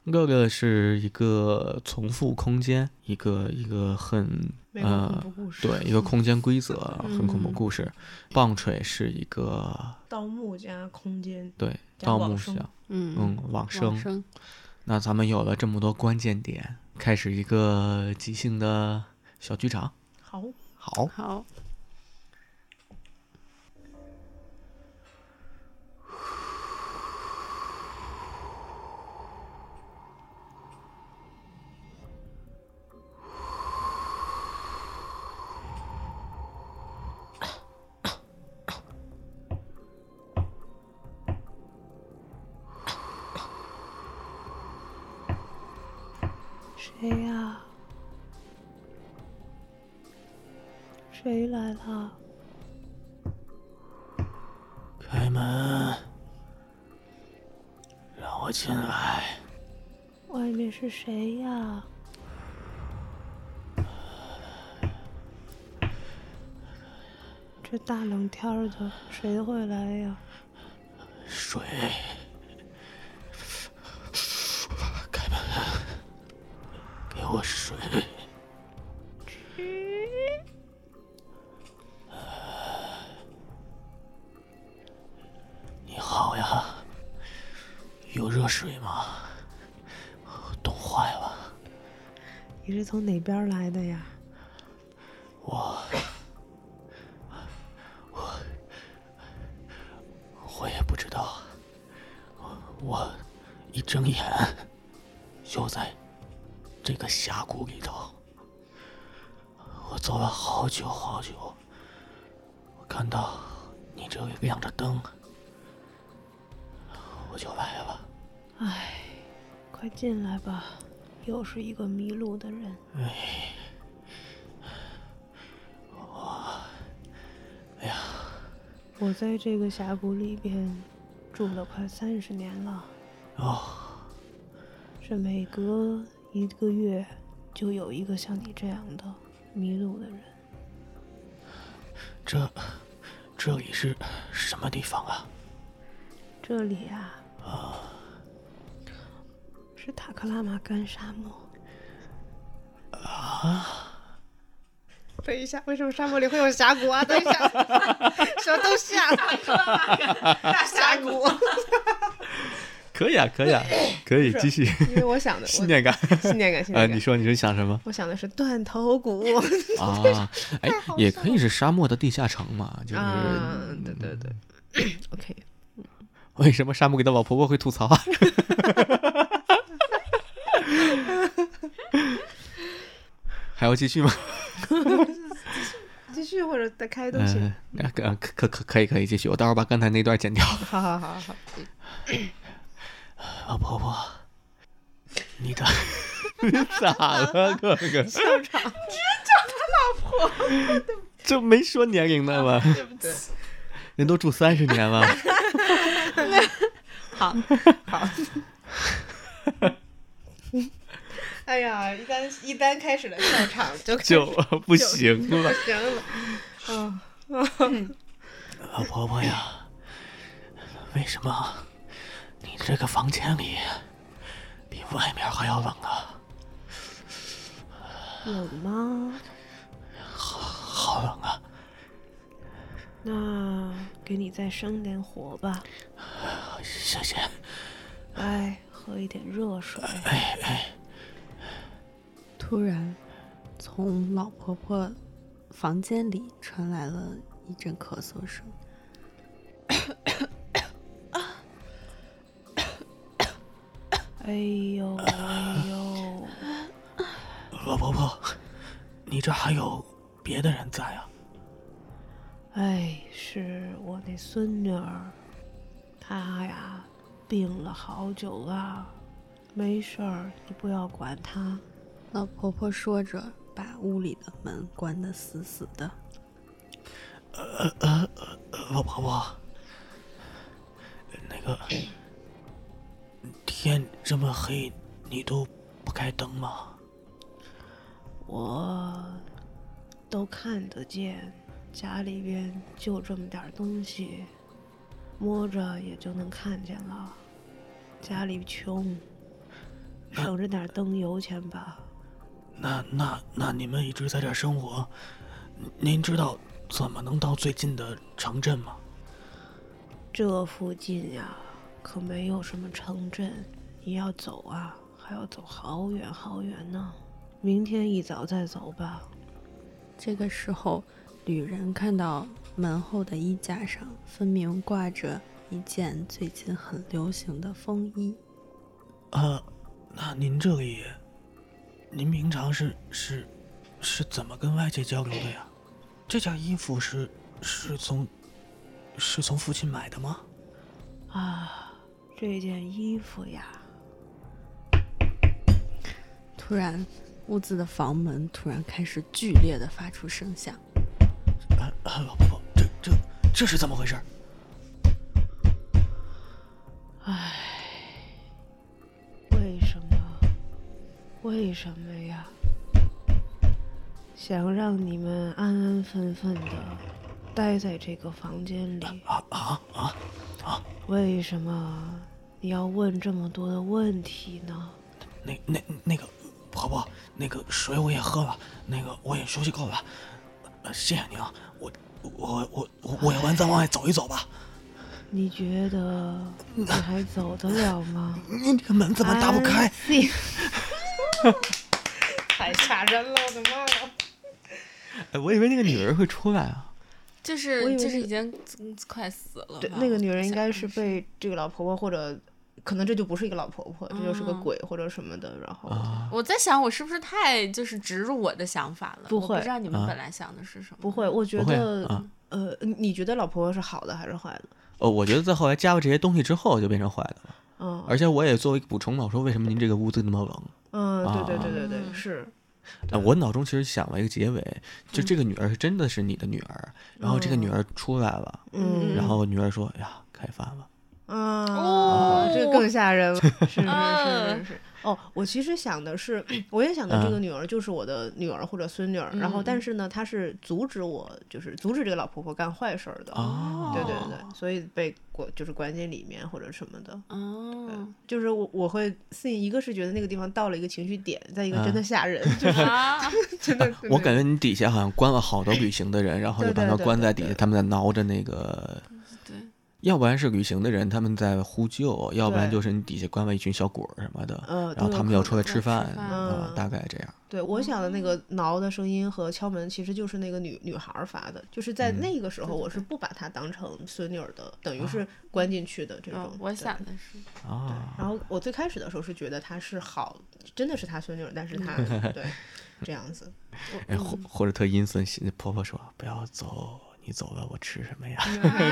Speaker 1: 乐乐是一个重复空间，一个一个很
Speaker 2: 美国恐
Speaker 1: 呃
Speaker 2: 怖故事，
Speaker 1: 对一个空间规则，很恐怖
Speaker 2: 嗯
Speaker 1: 故事。棒槌是一个
Speaker 2: 盗墓加空间，
Speaker 1: 对
Speaker 2: 加
Speaker 1: 盗
Speaker 2: 往
Speaker 1: 墓
Speaker 2: 生
Speaker 1: 像，
Speaker 3: *laughs* 嗯
Speaker 1: 嗯，往生
Speaker 3: 往。生
Speaker 1: 那咱们有了这么多关键点，开始一个即兴的小剧场。
Speaker 2: 好，
Speaker 1: 好，
Speaker 3: 好，
Speaker 2: 谁呀、谁来了？
Speaker 1: 开门，让我进来。
Speaker 2: 外面是谁呀、这大冷天儿的，谁会来呀？
Speaker 1: 水，开门，给我水。你好呀，有热水吗？冻坏了。
Speaker 2: 你是从哪边儿来的呀？
Speaker 1: 我也不知道，我我一睁眼就在这个峡谷里头。我走了好久好久，我看到你这里亮着灯，我就来了。
Speaker 2: 快进来吧，又是一个迷路的人。我，哎呀，我在这个峡谷里边住了快三十年了，
Speaker 1: 哦，
Speaker 2: 是每隔一个月就有一个像你这样的迷路的人。
Speaker 1: 这这里是什么地方啊？
Speaker 2: 这里啊，是塔克拉玛干沙漠。啊！等一下，为什么沙漠里会有峡谷啊？等一下，什么东西啊？大峡谷，
Speaker 1: 可以啊，可以啊，可以
Speaker 2: 不是
Speaker 1: 继续。
Speaker 2: 因为我想的，
Speaker 1: 信念感
Speaker 2: 我信念感，信
Speaker 1: 啊，
Speaker 2: 念
Speaker 1: 你
Speaker 2: 感。
Speaker 1: 说，你说想什么
Speaker 2: 我想的是断头谷
Speaker 1: 啊？哎
Speaker 2: 太好，
Speaker 1: 也
Speaker 2: 笑
Speaker 1: 可以是沙漠的地下城嘛，就是、
Speaker 2: 啊，对对对，OK，
Speaker 1: 为什么沙漠给的老婆婆会吐槽啊？ *laughs* 还要继续吗？
Speaker 2: 继续或者再开都行。
Speaker 1: 嗯、呃，可可可可以可以继续，我待会儿把刚才那段剪掉。
Speaker 2: 好好好好，
Speaker 1: 老婆婆，你的 *laughs* 你咋了，哥哥？笑场，直接叫他老 *laughs* 婆，这没说年龄的吗？啊对不
Speaker 2: 起，
Speaker 1: 人都住三十年 *laughs* 了。
Speaker 2: 好，好。哎呀，一旦一旦开始了笑场就开始
Speaker 1: 就不
Speaker 2: 就
Speaker 1: 行
Speaker 2: 不
Speaker 1: 了。
Speaker 2: 行了。嗯，
Speaker 1: 老婆婆呀，为什么你这个房间里比外面还要冷啊？
Speaker 2: 有吗？
Speaker 1: 好冷啊！
Speaker 2: 那给你再生点火吧。
Speaker 1: 谢谢。
Speaker 2: 来，喝一点热水。
Speaker 3: 突然，从老婆婆房间里传来了一阵咳嗽声。
Speaker 2: 哎呦哎呦，
Speaker 1: 老婆婆，你这还有别的人在啊？
Speaker 2: 哎，是我那孙女儿，她呀病了好久了，没事儿，你不要管她。
Speaker 3: 老婆婆说着，把屋里的门关得死死的。
Speaker 1: 老婆婆，那个天这么黑，你都不开灯吗？
Speaker 2: 我都看得见，家里边就这么点儿东西，摸着也就能看见了。家里穷，省着点儿灯油钱吧。
Speaker 1: 那那那你们一直在这儿生活，您知道怎么能到最近的城镇吗？
Speaker 2: 这附近呀、可没有什么城镇，你要走啊，还要走好远好远呢。明天一早再走吧。
Speaker 3: 这个时候，旅人看到门后的衣架上分明挂着一件最近很流行的风衣。
Speaker 1: 呃，那您这里，您平常是是是怎么跟外界交流的呀？这件衣服是是从是从父亲买的吗？
Speaker 2: 啊，这件衣服呀，
Speaker 3: 突然，屋子的房门突然开始剧烈的发出声响。
Speaker 1: 啊啊，老婆婆，这这这是怎么回事？
Speaker 2: 为什么？为什么呀？想让你们安安分分的待在这个房间里啊啊啊！为什么你要问这么多的问题呢？
Speaker 1: 那那那个婆婆，那个水我也喝了，那个我也休息够了，呃谢谢您啊，我我我我我要完再往外走一走吧。
Speaker 2: 你觉得你还走得了吗？
Speaker 1: 您这个门怎么打不
Speaker 2: 哎
Speaker 1: 开？
Speaker 2: 太
Speaker 7: 哎
Speaker 2: 吓人了，我的妈呀！
Speaker 1: 哎，我以为那个女人会出来啊。
Speaker 3: 就是
Speaker 2: 我以为
Speaker 3: 就是
Speaker 2: 是
Speaker 3: 已经嗯快死了吧。
Speaker 2: 对，那个女人应该
Speaker 3: 我
Speaker 2: 是
Speaker 3: 想
Speaker 2: 被这个老婆婆或者。可能这就不是一个老婆婆，这就是个
Speaker 3: 嗯
Speaker 2: 鬼或者什么的，然后、
Speaker 3: 我在想，我是不是太就是植入我的想法了？
Speaker 2: 不
Speaker 3: 我
Speaker 2: 会
Speaker 3: 不知道你们
Speaker 1: 啊
Speaker 3: 本来想的是什么。
Speaker 2: 不会，我觉
Speaker 1: 不会
Speaker 2: 得，
Speaker 1: 啊
Speaker 2: 呃，你你觉得老婆婆是好的还是坏的？
Speaker 1: 呃，我觉得在后来加了这些东西之后就变成坏的了。
Speaker 2: 嗯
Speaker 1: 而且我也作为一个补充吧，我说为什么您这个屋子那么冷？
Speaker 2: 嗯，对对
Speaker 1: 啊
Speaker 2: 对对对，
Speaker 3: 嗯
Speaker 2: 是，
Speaker 1: 啊，我脑中其实想了一个结尾，就这个女儿是真的是你的女儿，然后这个女儿出来了，
Speaker 2: 嗯，
Speaker 1: 然后女儿说：“哎呀，开饭了。
Speaker 2: 啊，
Speaker 3: 哦
Speaker 2: *laughs* 这个更吓人了，是是是是是，哦，我其实想的是，我也想的这
Speaker 1: 嗯
Speaker 2: 个女儿就是我的女儿或者孙女儿，然后但是呢，她是阻止我，就是阻止这个老婆婆干坏事儿的。
Speaker 1: 哦
Speaker 2: 对对对，所以被关就是关进里面或者什么的。
Speaker 3: 哦，
Speaker 2: 就是我我会思一个是觉得那个地方到了一个情绪点，再一个真的
Speaker 1: 嗯
Speaker 2: 吓人，就是
Speaker 3: 啊， *laughs*
Speaker 2: 真的。真
Speaker 1: 我
Speaker 2: 的
Speaker 1: 感觉你底下好像关了好多旅行的
Speaker 2: *laughs*
Speaker 1: 人，然后就
Speaker 2: 对
Speaker 1: 把
Speaker 2: 对
Speaker 1: 他
Speaker 2: 对
Speaker 1: 关
Speaker 2: 对
Speaker 1: 在底下，
Speaker 2: 对
Speaker 1: 他们在挠着那个，
Speaker 3: 对，
Speaker 1: 要不然是旅行的人他们在呼救，要不然
Speaker 2: 对
Speaker 1: 就是你底下关了一群小鬼儿什么的，
Speaker 2: 呃，
Speaker 1: 然后
Speaker 2: 都有
Speaker 1: 他们
Speaker 2: 可
Speaker 1: 要
Speaker 2: 能
Speaker 1: 出来吃饭，
Speaker 3: 饭
Speaker 1: 啊，
Speaker 2: 嗯
Speaker 1: 大概这样。
Speaker 2: 对，我想的那个挠的声音和敲门，其实就是那个女女孩儿发的，就是在
Speaker 1: 嗯
Speaker 2: 那个时候，
Speaker 3: 对对哦
Speaker 2: 我是不把她当成孙女儿的，等于是关进去的这种。
Speaker 3: 嗯，我
Speaker 2: 对
Speaker 3: 想的是，
Speaker 1: 啊，
Speaker 2: 然后我最开始的时候是觉得她是好，真的是她孙女儿，但是
Speaker 3: *laughs*
Speaker 2: 她、对这样 *laughs* 子，
Speaker 1: 哎，或
Speaker 2: 嗯
Speaker 1: 或者特阴森，婆婆说不要走，你走了我吃什么
Speaker 2: *laughs*
Speaker 1: 呀？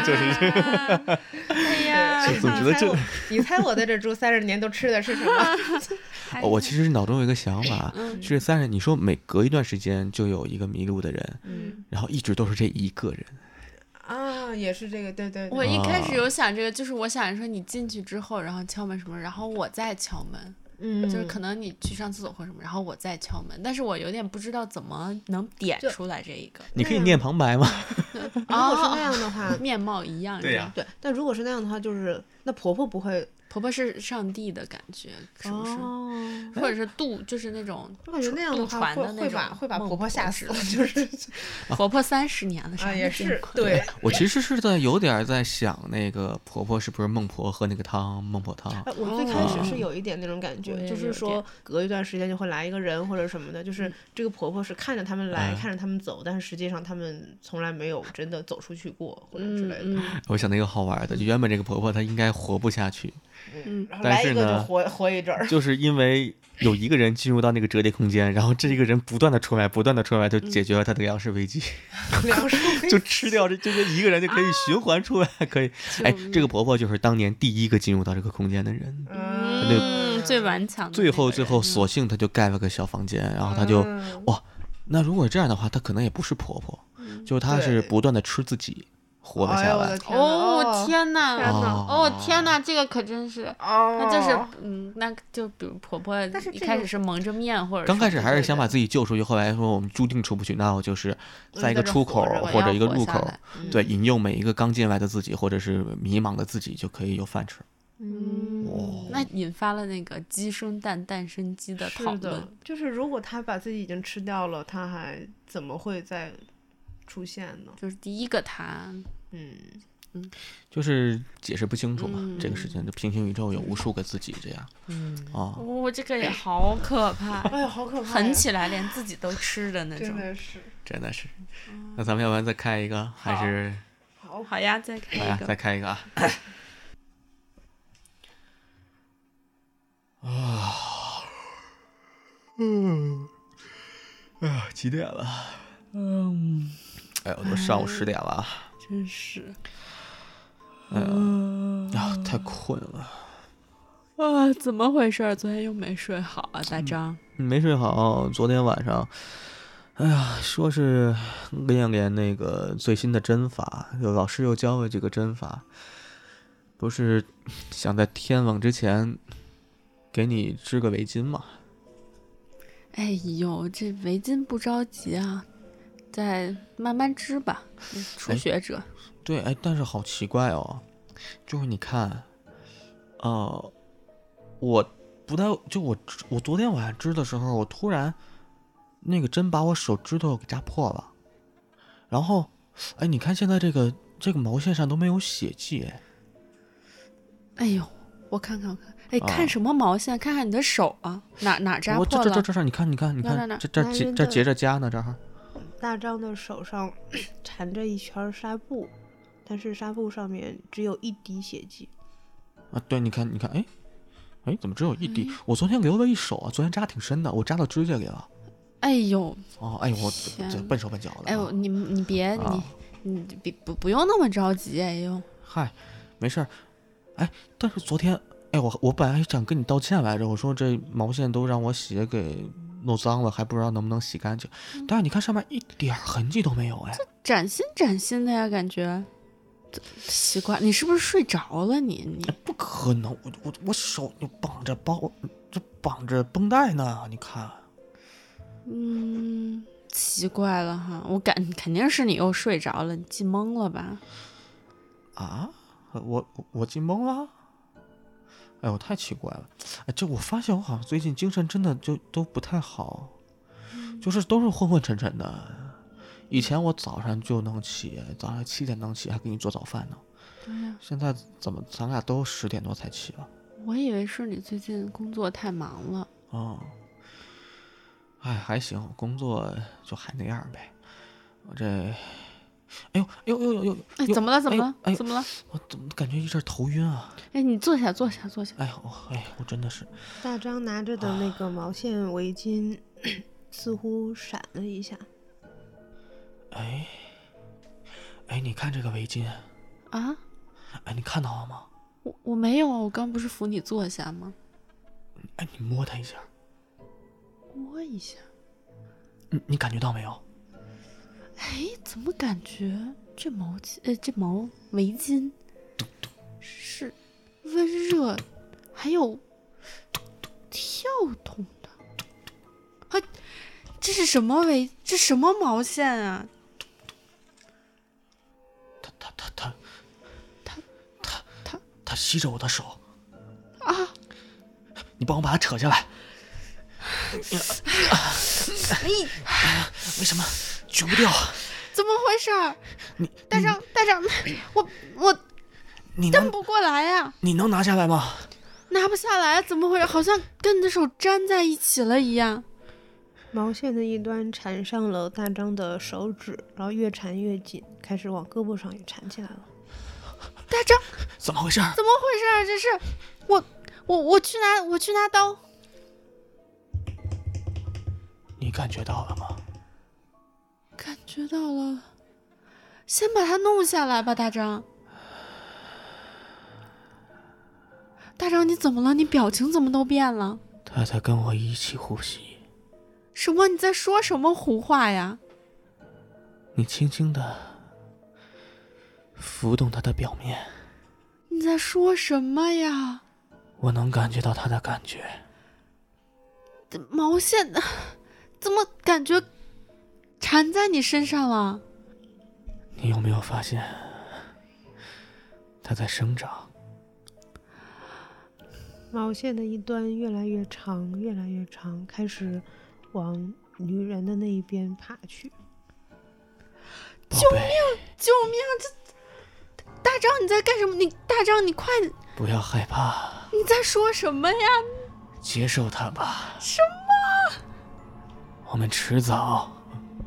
Speaker 1: 就是这
Speaker 3: 啊哎呀，
Speaker 1: *laughs* 总觉得
Speaker 2: 猜
Speaker 1: 这
Speaker 2: 我你猜我在这住三十年都吃的是什么？
Speaker 3: *laughs* 还
Speaker 1: 哦我其实脑中有一个想法，
Speaker 2: 嗯
Speaker 1: 是三人，你说每隔一段时间就有一个迷路的人，
Speaker 2: 嗯
Speaker 1: 然后一直都是这一个人，
Speaker 2: *laughs* 啊，也是这个，对对对
Speaker 3: 我一开
Speaker 1: 哦
Speaker 3: 始有想这个，就是我想说你进去之后，然后敲门什么，然后我再敲门，
Speaker 2: 嗯，
Speaker 3: 就是可能你去上厕所或什么，然后我再敲门，但是我有点不知道怎么能点
Speaker 2: 就
Speaker 3: 出来这一个
Speaker 1: 你可以
Speaker 2: 对啊
Speaker 1: 念旁白吗？
Speaker 2: 如果
Speaker 3: 哦
Speaker 2: 是那样的话，
Speaker 3: 面貌一样。
Speaker 1: 对呀
Speaker 2: 对，但如果是那样的话，就是那婆婆不会
Speaker 3: 婆婆是上帝的感觉，是不是？
Speaker 2: 哦
Speaker 3: 或者是渡，就是那种
Speaker 2: 我感觉那样
Speaker 3: 渡
Speaker 2: 的话
Speaker 3: 船的那
Speaker 2: 会会把
Speaker 3: 种
Speaker 2: 会把
Speaker 3: 孟
Speaker 2: 婆婆吓死
Speaker 3: 之
Speaker 2: 的， *laughs*
Speaker 3: 类 *laughs*
Speaker 2: 就
Speaker 3: 的
Speaker 2: 是
Speaker 3: 婆婆三十年了，啥
Speaker 2: 啊
Speaker 3: 没
Speaker 2: 也
Speaker 3: 见
Speaker 2: 是
Speaker 3: 过
Speaker 2: 对，
Speaker 1: 我其实是在有点儿在想那个婆婆是不是孟婆喝那个汤，孟婆汤。
Speaker 2: 哎我最开始
Speaker 3: 哦
Speaker 2: 是有一点那种感觉
Speaker 3: 我，也
Speaker 2: 就
Speaker 3: 有
Speaker 2: 是
Speaker 3: 点嗯
Speaker 2: 说隔一段时间就会来一个人或者什么的，就是这个婆婆是看着他们来，
Speaker 1: 嗯
Speaker 2: 看着他们走，但是实际上他们从来没有真的走出去过或者 *laughs* 之类的。
Speaker 3: 嗯嗯，
Speaker 1: 我想到一个好玩的，就原本这个婆婆她应该活不下
Speaker 2: *laughs*
Speaker 1: 去，
Speaker 3: 嗯
Speaker 2: 然后
Speaker 1: 但
Speaker 2: 来
Speaker 1: 是
Speaker 2: 一个就
Speaker 1: 呢
Speaker 2: 活活一
Speaker 1: *laughs*
Speaker 2: 阵儿，
Speaker 1: 就是因为有一个人进入到那个折叠空间，然后这一个人不断的出来，不断的出来，就解决了她的粮食危机，
Speaker 2: 两手
Speaker 1: 就吃掉这，就是一个人就可以
Speaker 2: 啊
Speaker 1: 循环出来，可以。哎，这个婆婆就是当年第一个进入到这个空间的人。
Speaker 2: 嗯
Speaker 1: 对
Speaker 3: 嗯，最顽强的那个
Speaker 1: 最
Speaker 3: 人。嗯
Speaker 1: 后，最后，索性她就盖了个小房间，然后她就，
Speaker 2: 嗯
Speaker 1: 哇，那如果这样的话，她可能也不是婆婆，就是她是
Speaker 2: 嗯对
Speaker 1: 不断的吃自己活了
Speaker 2: 哎
Speaker 1: 下
Speaker 2: 呦我
Speaker 1: 来
Speaker 2: 的。天呐！
Speaker 3: 哦天呐，
Speaker 2: 天呐
Speaker 3: 哦天呐，这个可真是。
Speaker 2: 哦，
Speaker 3: 那就是，嗯，那就比如婆婆
Speaker 2: 但是
Speaker 3: 一
Speaker 2: 这
Speaker 3: 开
Speaker 2: 个
Speaker 3: 始是蒙着面，或者
Speaker 1: 刚
Speaker 3: 是
Speaker 1: 开始还是想把
Speaker 3: 对
Speaker 1: 自己救出去，后来说我们注定出不去，那我就是
Speaker 2: 嗯
Speaker 1: 在一
Speaker 2: 在
Speaker 1: 个
Speaker 2: 这
Speaker 1: 出
Speaker 2: 活
Speaker 1: 口
Speaker 2: 着吧
Speaker 1: 或
Speaker 3: 要
Speaker 1: 者一个
Speaker 3: 活
Speaker 1: 路
Speaker 3: 下
Speaker 1: 口
Speaker 3: 来，
Speaker 2: 嗯
Speaker 3: 嗯
Speaker 1: 对，引诱每一个刚进来的自己或者是迷茫的自己，就可以有饭吃。
Speaker 3: 嗯，那引发了那个鸡生蛋，蛋生鸡的讨
Speaker 2: 是的
Speaker 3: 论。，
Speaker 2: 就是如果她把自己已经吃掉了，她还怎么会再出现呢？
Speaker 3: 就是第一个他，
Speaker 2: 嗯，
Speaker 1: 就是解释不清楚嘛，这个事
Speaker 3: 嗯
Speaker 1: 情就平行宇宙有无数个自己这样
Speaker 3: 嗯，
Speaker 1: 啊。
Speaker 3: 哦，这个也好可怕，
Speaker 2: 哎呀，好可怕呀！
Speaker 3: *laughs* 狠起来连自己都吃的那
Speaker 2: 真
Speaker 3: 种。
Speaker 2: 的是。
Speaker 1: 真的是。那咱们要不然再开一个，还是
Speaker 3: 嗯好呀，再
Speaker 1: 来
Speaker 3: 开
Speaker 1: 呀
Speaker 3: 一，
Speaker 1: 再
Speaker 3: 个。
Speaker 1: 开一个
Speaker 3: *laughs*
Speaker 1: 啊！啊，嗯，哎呀，几点了？
Speaker 3: 嗯，哎
Speaker 1: 哎，我都上午十点了啊，
Speaker 3: 真是
Speaker 1: 啊，太困了，
Speaker 3: 啊，怎么回事儿？昨天又没睡好啊，
Speaker 1: 嗯
Speaker 3: 大张。
Speaker 1: 没睡好。昨天晚上，哎呀，说是练练那个最新的针法，有老师又教了几个针法，不是想在天冷之前给你织个围巾嘛？
Speaker 3: 哎呦，这围巾不着急啊，再慢慢织吧。嗯初
Speaker 1: 哎
Speaker 3: 学者，
Speaker 1: 对，哎，但是好奇怪哦，就是你看，呃，我不太就我织我昨天晚上织的时候，我突然那个针把我手指头给扎破了，然后，哎，你看现在这个这个毛线上都没有血迹，哎
Speaker 3: 哎呦，我看看，我看，哎，
Speaker 1: 啊
Speaker 3: 看什么毛线？看看你的手啊，哪哪扎
Speaker 1: 我这
Speaker 3: 破
Speaker 1: 这这
Speaker 3: 了？
Speaker 1: 这这，你看你看你
Speaker 3: 哪哪
Speaker 1: 看，
Speaker 3: 哪
Speaker 1: 这这
Speaker 2: 哪
Speaker 1: 结
Speaker 2: 人
Speaker 1: 这
Speaker 2: 的
Speaker 1: 结着痂呢，这儿
Speaker 2: 大张的手上 *coughs* 缠着一圈纱布，但是纱布上面只有一滴血迹。
Speaker 1: 啊，对，你看你看，哎。哎，怎么只有一
Speaker 3: 嗯
Speaker 1: 滴？我昨天留了一手啊，昨天扎挺深的，我扎到指甲里了。
Speaker 3: 哎呦，
Speaker 1: 哦，哎呦，我
Speaker 3: 天
Speaker 1: 这笨手笨脚的啊。
Speaker 3: 哎呦，你你别你
Speaker 1: 啊
Speaker 3: 你别不不用那么着急，哎呦，
Speaker 1: 嗨，没事儿。哎，但是昨天，哎，我我本来想跟你道歉来着，我说这毛线都让我洗给弄脏了，还不知道能不能洗干净。但是你看上面一点儿痕迹都没有，哎，
Speaker 3: 崭新崭新的呀，感觉。这奇怪，你是不是睡着了你？你
Speaker 1: 不可能！我我我手就绑着包
Speaker 8: 这绑着绷带呢，你看，
Speaker 3: 嗯，奇怪了哈，我感肯定是你又睡着了，你记懵了吧？
Speaker 8: 啊，我我进懵了。哎呦，太奇怪了！哎，这我发现我好像最近精神真的就都不太好，
Speaker 3: 嗯
Speaker 8: 就是都是昏昏沉沉的。以前我早上就能起，早上七点能起，还给你做早饭呢。
Speaker 3: 对呀、
Speaker 8: 现在怎么咱俩都十点多才起了？
Speaker 3: 我以为是你最近工作太忙了。
Speaker 8: 哦，哎，还行，工作就还那样呗。我这，哎呦，哎呦，哎呦，哎呦，
Speaker 3: 哎，
Speaker 8: 呦
Speaker 3: 怎么了？怎么了？
Speaker 8: 哎呦，哎
Speaker 3: 怎
Speaker 8: 呦，
Speaker 3: 么了？
Speaker 8: 我怎么感觉一阵头晕啊？
Speaker 3: 哎，你坐下，坐下，坐下。
Speaker 8: 哎呦，哎，我真的是，
Speaker 2: 大张拿着的那个毛线围巾 *coughs* 似乎闪了一下，
Speaker 8: 哎，哎，你看这个围巾，
Speaker 3: 啊，
Speaker 8: 哎，你看到了吗？
Speaker 3: 我我没有，啊我刚不是扶你坐下吗？
Speaker 8: 哎，你摸它一下，
Speaker 3: 摸一下。
Speaker 8: 你你感觉到没有？
Speaker 3: 哎，怎么感觉这毛巾，呃，这毛围巾是温热，还有跳动的？哎，这是什么围？这什么毛线啊？
Speaker 8: 它它它它
Speaker 3: 它
Speaker 8: 它
Speaker 3: 它
Speaker 8: 它吸着我的手，
Speaker 3: 啊，
Speaker 8: 你帮我把它扯下来。
Speaker 3: 你
Speaker 8: 为什么举不掉？
Speaker 3: 怎么回事儿？大
Speaker 8: 你
Speaker 3: 张，
Speaker 8: *clears throat*
Speaker 3: 大张，我我
Speaker 8: 你
Speaker 3: 蹬
Speaker 8: 能
Speaker 3: 不过来呀、
Speaker 8: 你能拿下来吗？
Speaker 3: 拿不下来，怎么回事？好像跟你的手粘在一起了一样。
Speaker 2: 毛线的一端缠上了大张的手指，然后越缠越紧，开始往胳膊上也缠起来了。
Speaker 3: 大张，
Speaker 8: 怎么回事？
Speaker 3: 怎么回事儿？这是我我我去拿我去拿刀。
Speaker 8: 你感觉到了吗？
Speaker 3: 感觉到了，先把它弄下来吧，大张。大张，你怎么了？你表情怎么都变了？
Speaker 8: 他在跟我一起呼吸，
Speaker 3: 什么？你在说什么胡话呀？
Speaker 8: 你轻轻的浮动它的表面，
Speaker 3: 你在说什么呀？
Speaker 8: 我能感觉到它的感觉。
Speaker 3: 这毛线怎么感觉缠在你身上了？
Speaker 8: 你有没有发现，它在生长？
Speaker 2: 毛线的一端越来越长，越来越长，开始往女人的那一边爬去。
Speaker 8: 宝贝，
Speaker 3: 救命！啊这大张你在干什么？你大张你快，
Speaker 8: 不要害怕，
Speaker 3: 你在说什么呀？
Speaker 8: 接受它吧。什么？我们迟早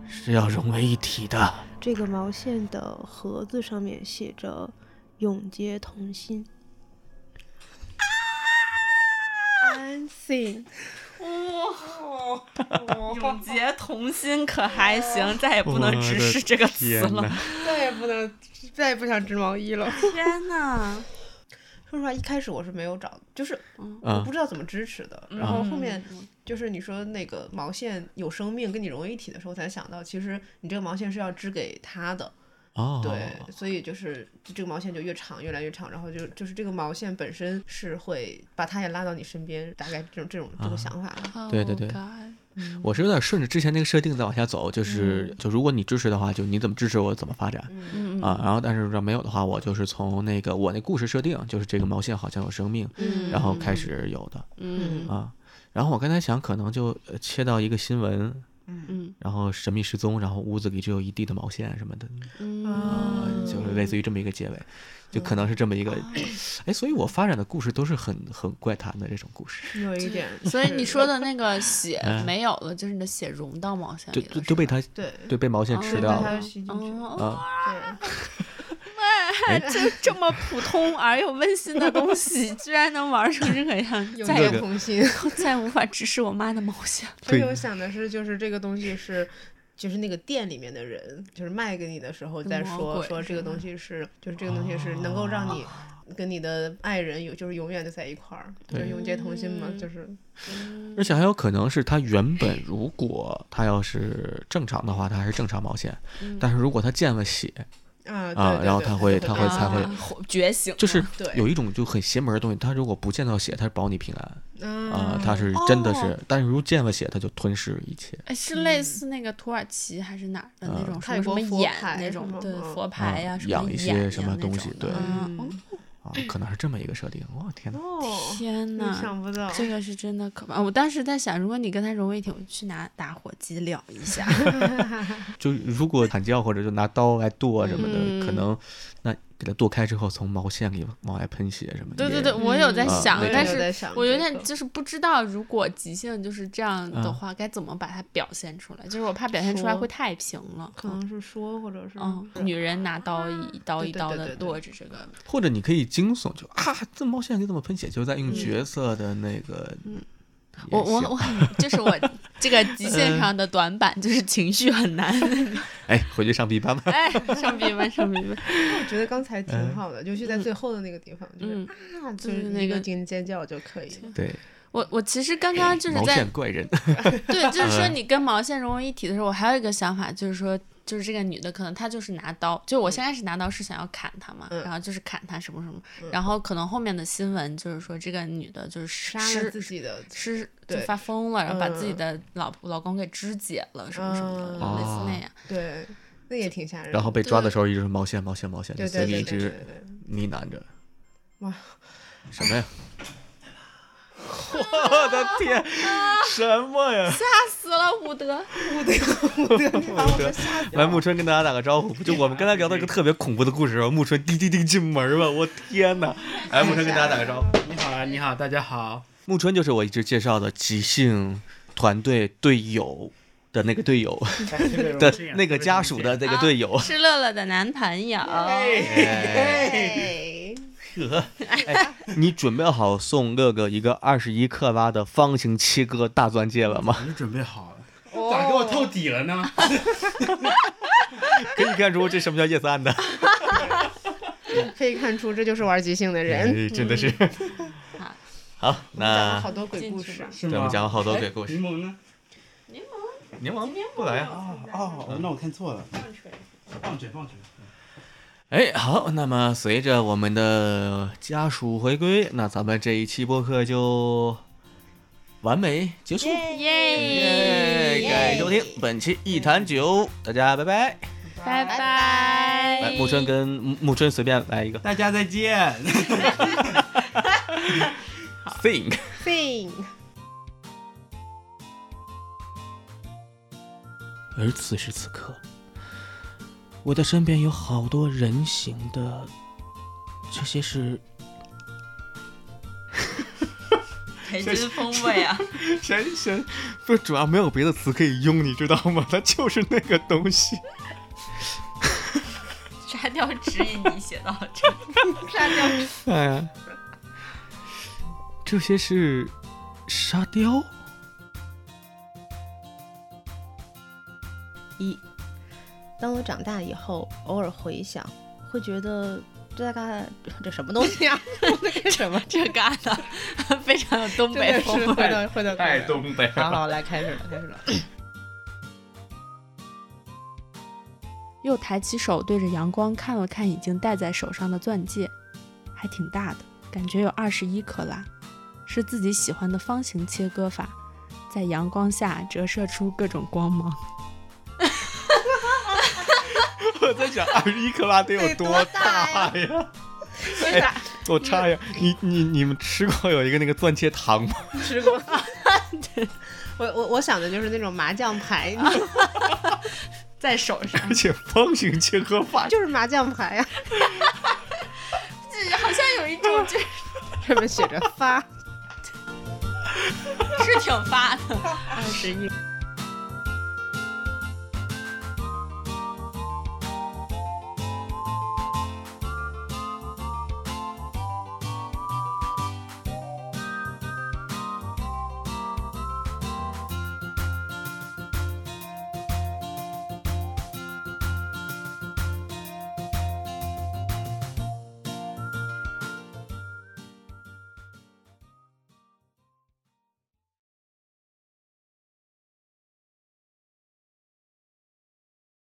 Speaker 8: 是要融为一体的。
Speaker 2: 这个毛线的盒子上面写着“永结同心”。安心，
Speaker 9: 永结同心可还行，再也不能直视这个词了。
Speaker 2: *laughs* 再也不能，再也不想织毛衣了。
Speaker 9: 天呐，
Speaker 2: *laughs* 说实话，一开始我是没有找，就是我
Speaker 1: 啊
Speaker 2: 不知道怎么支持的。然后后面就是你说那个毛线有生命，跟你融为一体的时候，我才想到其实你这个毛线是要织给他的。
Speaker 1: 哦，
Speaker 2: 对，所以就是这个毛线就越长，越来越长，然后就就是这个毛线本身是会把它也拉到你身边，大概这种这种这个想法吧。嗯
Speaker 1: 对对对啊我是有点顺着之前那个设定再往下走，就是、就如果你支持的话，就你怎么支持我怎么发展、
Speaker 3: 嗯
Speaker 1: 啊。然后但是如果没有的话，我就是从那个我那故事设定，就是这个毛线好像有生命，
Speaker 3: 嗯
Speaker 1: 然后开始有的、
Speaker 3: 嗯
Speaker 1: 啊。然后我刚才想，可能就呃切到一个新闻，
Speaker 3: 嗯
Speaker 1: 然后神秘失踪，然后屋子里只有一地的毛线什么的，
Speaker 3: 嗯，
Speaker 1: 啊，就是类似于这么一个结尾，就可能是这么一个。
Speaker 3: 嗯
Speaker 1: 哎，所以我发展的故事都是很很怪谈的这种故事，
Speaker 2: 嗯有一点，
Speaker 3: 所以你说的那个血
Speaker 1: *laughs* 哎
Speaker 3: 没有了，就是你的血融到毛线
Speaker 1: 就
Speaker 3: 里了，
Speaker 1: 就就被
Speaker 3: 是吧
Speaker 1: 它
Speaker 2: 对
Speaker 1: 对 *laughs* 被毛线
Speaker 3: 哦
Speaker 1: 吃
Speaker 2: 被
Speaker 1: 掉
Speaker 2: 它
Speaker 1: 了
Speaker 2: 吸进去
Speaker 3: 哦，
Speaker 1: 啊。
Speaker 2: 对，
Speaker 3: *laughs* 哎，就这么普通而又温馨的东西，居然能玩成这个样，
Speaker 2: 永
Speaker 3: 再
Speaker 1: 这
Speaker 2: 结
Speaker 1: 个
Speaker 3: 也
Speaker 2: 同心。
Speaker 3: 不再也无法直视我妈的毛线。
Speaker 2: 而且我想的是，就是这个东西是。就是那个店里面的人，就是卖给你的时候再
Speaker 3: 魔
Speaker 2: 说
Speaker 3: 鬼
Speaker 2: 说这个东西是，就是这个东西是能够让
Speaker 1: 哦
Speaker 2: 你跟你的爱人有就是永远的在一块儿，就是
Speaker 1: 对
Speaker 2: 永结同心嘛，
Speaker 3: 嗯
Speaker 2: 就是嗯
Speaker 1: 而且还有可能是它原本如
Speaker 3: 嗯
Speaker 1: 果它要是正常的话，它还是正常毛线，但是如果它见了血，
Speaker 2: 啊
Speaker 1: 啊，然后他会他会才
Speaker 3: 啊
Speaker 1: 会
Speaker 10: 觉醒，
Speaker 3: 嗯
Speaker 1: 就是
Speaker 2: 对
Speaker 1: 有一种就很邪门的东西，他如果不见到血，他是保你平安啊
Speaker 2: 啊，
Speaker 1: 他是真的是
Speaker 3: 嗯哦，
Speaker 1: 但是如果见了血，他就吞噬一切。
Speaker 3: 哎，是类
Speaker 2: 嗯
Speaker 3: 似那个土耳其还是哪儿的那
Speaker 1: 嗯
Speaker 3: 种什
Speaker 2: 泰
Speaker 3: 么什
Speaker 2: 国
Speaker 3: 么
Speaker 2: 佛
Speaker 3: 眼
Speaker 2: 牌
Speaker 3: 那
Speaker 2: 什
Speaker 3: 种
Speaker 2: 么
Speaker 3: 对
Speaker 2: 嗯
Speaker 3: 佛牌呀、
Speaker 1: 啊
Speaker 3: 什
Speaker 1: 养
Speaker 3: 么
Speaker 1: 一些
Speaker 3: 眼
Speaker 1: 什
Speaker 3: 呀
Speaker 1: 么
Speaker 3: 那
Speaker 1: 东
Speaker 3: 种
Speaker 1: 西
Speaker 3: 的
Speaker 1: 对
Speaker 3: 嗯哦
Speaker 1: 啊，可能是这么一个设定。我、天哪！
Speaker 2: 哦，
Speaker 3: 嗯天
Speaker 2: 你
Speaker 3: 呐，
Speaker 2: 想不到，
Speaker 3: 这个是真的可怕。我当时在想，如果你跟他融为一体，我去拿打火机燎一
Speaker 2: *laughs*
Speaker 3: 下。
Speaker 1: 就如果喊叫或者就拿刀来剁什么的，
Speaker 3: 嗯
Speaker 1: 可能那给它剁开之后，从毛线里往外喷血什么的。
Speaker 3: 对对
Speaker 1: 也
Speaker 3: 对，我有在
Speaker 1: 嗯啊
Speaker 3: 想，
Speaker 1: 那
Speaker 3: 但
Speaker 1: 种
Speaker 3: 是
Speaker 2: 是
Speaker 3: 我有点就是不知道，如果即兴就是这样的
Speaker 1: 嗯
Speaker 3: 话，该怎么把它表现出来？就是我怕表现出来
Speaker 2: 说
Speaker 3: 会太平了。
Speaker 2: 可能是说或者是
Speaker 3: 嗯，女人拿刀一刀
Speaker 2: 对
Speaker 3: 一
Speaker 2: 对
Speaker 3: 刀
Speaker 2: 对
Speaker 3: 的
Speaker 2: 对对
Speaker 3: 剁着这个，
Speaker 1: 或者你可以惊悚，就啊，这毛线你怎么喷血？就是在用角色的那个。
Speaker 3: 嗯我我我很就是
Speaker 2: *laughs*
Speaker 3: 我这个极
Speaker 1: 嗯
Speaker 3: 限上的短板就是情绪很
Speaker 2: *laughs*
Speaker 3: 难。
Speaker 1: 哎，回去上 B 班吧。
Speaker 3: 哎，上臂吧，上臂吧。
Speaker 2: 我觉得刚才
Speaker 1: 哎
Speaker 2: 挺好的，尤其在最后的那个地方，就是
Speaker 3: 嗯
Speaker 2: 啊，
Speaker 3: 就
Speaker 2: 就是是
Speaker 3: 那
Speaker 2: 一
Speaker 3: 个
Speaker 2: 个尖尖叫就可以了。
Speaker 1: 对，
Speaker 3: 我我其实刚刚就是
Speaker 1: 毛
Speaker 3: 在
Speaker 1: 线怪人。
Speaker 3: *laughs* 对，就是说你跟毛线融为一体的时候，我还有一个想法，就是说，就是这个女的可能她就是拿刀，就我先开始拿刀是想要砍她嘛，
Speaker 2: 嗯
Speaker 3: 然后就是砍她什么什么，然后可能后面的新闻就是说这个女的就是
Speaker 2: 杀
Speaker 3: 失
Speaker 2: 了自己的，
Speaker 3: 失就
Speaker 2: 对
Speaker 3: 发疯了，然后把自己
Speaker 2: 嗯
Speaker 3: 的老婆老公给肢解了什么什么的，
Speaker 1: 嗯
Speaker 3: 类似那样。
Speaker 2: 对，那也挺吓人的。
Speaker 1: 然后被抓的时候一直是毛线毛线毛线，就
Speaker 2: 对
Speaker 1: 随
Speaker 2: 对
Speaker 1: 便
Speaker 2: 对
Speaker 1: 一直
Speaker 2: 对对对，
Speaker 1: 呢喃着。
Speaker 2: 哇，
Speaker 1: 什么呀？ *laughs* 我的天，什么呀？
Speaker 3: 死了伍德，
Speaker 2: 把我们吓死
Speaker 1: 来，木春跟大家打个招呼。就我们刚才聊到一个特别恐怖的故事，然后木春滴滴滴进门了，我天哪！来，木春跟大家打个招呼。
Speaker 7: 你好啊，你好，大家好。
Speaker 1: 木春就是我一直介绍的即兴团队队友的那个队友
Speaker 7: 哎 *laughs*
Speaker 1: 的
Speaker 7: 啊
Speaker 1: 那个家属的那个队友。
Speaker 3: 是乐乐的男朋友。
Speaker 1: *laughs*
Speaker 2: 哎
Speaker 1: 呵，哎，你准备好送乐哥一个二十一克拉的方形切割大钻戒了吗？
Speaker 7: 你准备好了？ *laughs* 咋给我透底了呢？
Speaker 1: *laughs* 可以看出这什么叫叶子案的，
Speaker 2: 可以看出这就是玩即兴的
Speaker 1: 哎
Speaker 2: 人。
Speaker 1: 真的是。好，
Speaker 2: 讲了
Speaker 1: 那
Speaker 2: 好多鬼
Speaker 3: 进
Speaker 2: 故
Speaker 3: 去
Speaker 2: 事
Speaker 3: 吧，
Speaker 7: 是
Speaker 1: 对我
Speaker 7: 吗？
Speaker 1: 们讲了好多鬼故事
Speaker 7: 哎柠檬呢？
Speaker 1: 柠檬不来啊。
Speaker 7: 哦，那我看错了。放水，放水，
Speaker 1: 哎，好，那么随着我们的家属回归，那咱们这一期播客就完美结束。耶！感谢收听本期一坛酒，大家拜拜。
Speaker 3: 拜拜。
Speaker 1: 来，木春跟木木春随便来一个
Speaker 7: 大家再见。
Speaker 1: sing。
Speaker 2: Thing。
Speaker 11: 而此时此刻，我的身边有好多人形的，这些
Speaker 1: *laughs*
Speaker 11: 是
Speaker 10: 裴军风味
Speaker 1: *laughs*
Speaker 3: *laughs*
Speaker 10: 啊，
Speaker 1: 神神，不是主要没有别的词可以用，你知道吗？它就是那个东西。
Speaker 10: 沙雕指引你写到了这里，
Speaker 11: 哎呀，这些是沙雕。
Speaker 2: 一，当我长大以后，偶尔回想，会觉得这大概这什么东西啊？这个什么？
Speaker 10: *laughs* 这嘎达非常有东
Speaker 2: 真
Speaker 10: 北
Speaker 2: 的是
Speaker 10: 风
Speaker 2: 回
Speaker 10: 味。
Speaker 2: 到回到
Speaker 1: 太东北
Speaker 2: 好
Speaker 1: 了。
Speaker 2: 好来开始了，开
Speaker 10: *laughs*
Speaker 2: 始了。
Speaker 3: 又抬起手对着阳光看了看已经戴在手上的钻戒，还挺大的，感觉有二十一克拉，是自己喜欢的方形切割法，在阳光下折射出各种光芒。
Speaker 1: *laughs* 我在想，二十一克拉得有多大呀？
Speaker 2: 为啥
Speaker 1: 我插一下，你你你们吃过有一个那个钻戒糖吗？
Speaker 2: 吃过？ *laughs* 我我我想的就是那种麻将牌，
Speaker 10: *laughs* 在手上，
Speaker 1: 而且方形切割法，
Speaker 2: 就是麻将
Speaker 10: *laughs*
Speaker 2: 牌啊，
Speaker 10: 哎好像有一种就是
Speaker 2: *laughs* 上面写着发。
Speaker 10: 是挺发的，二十一。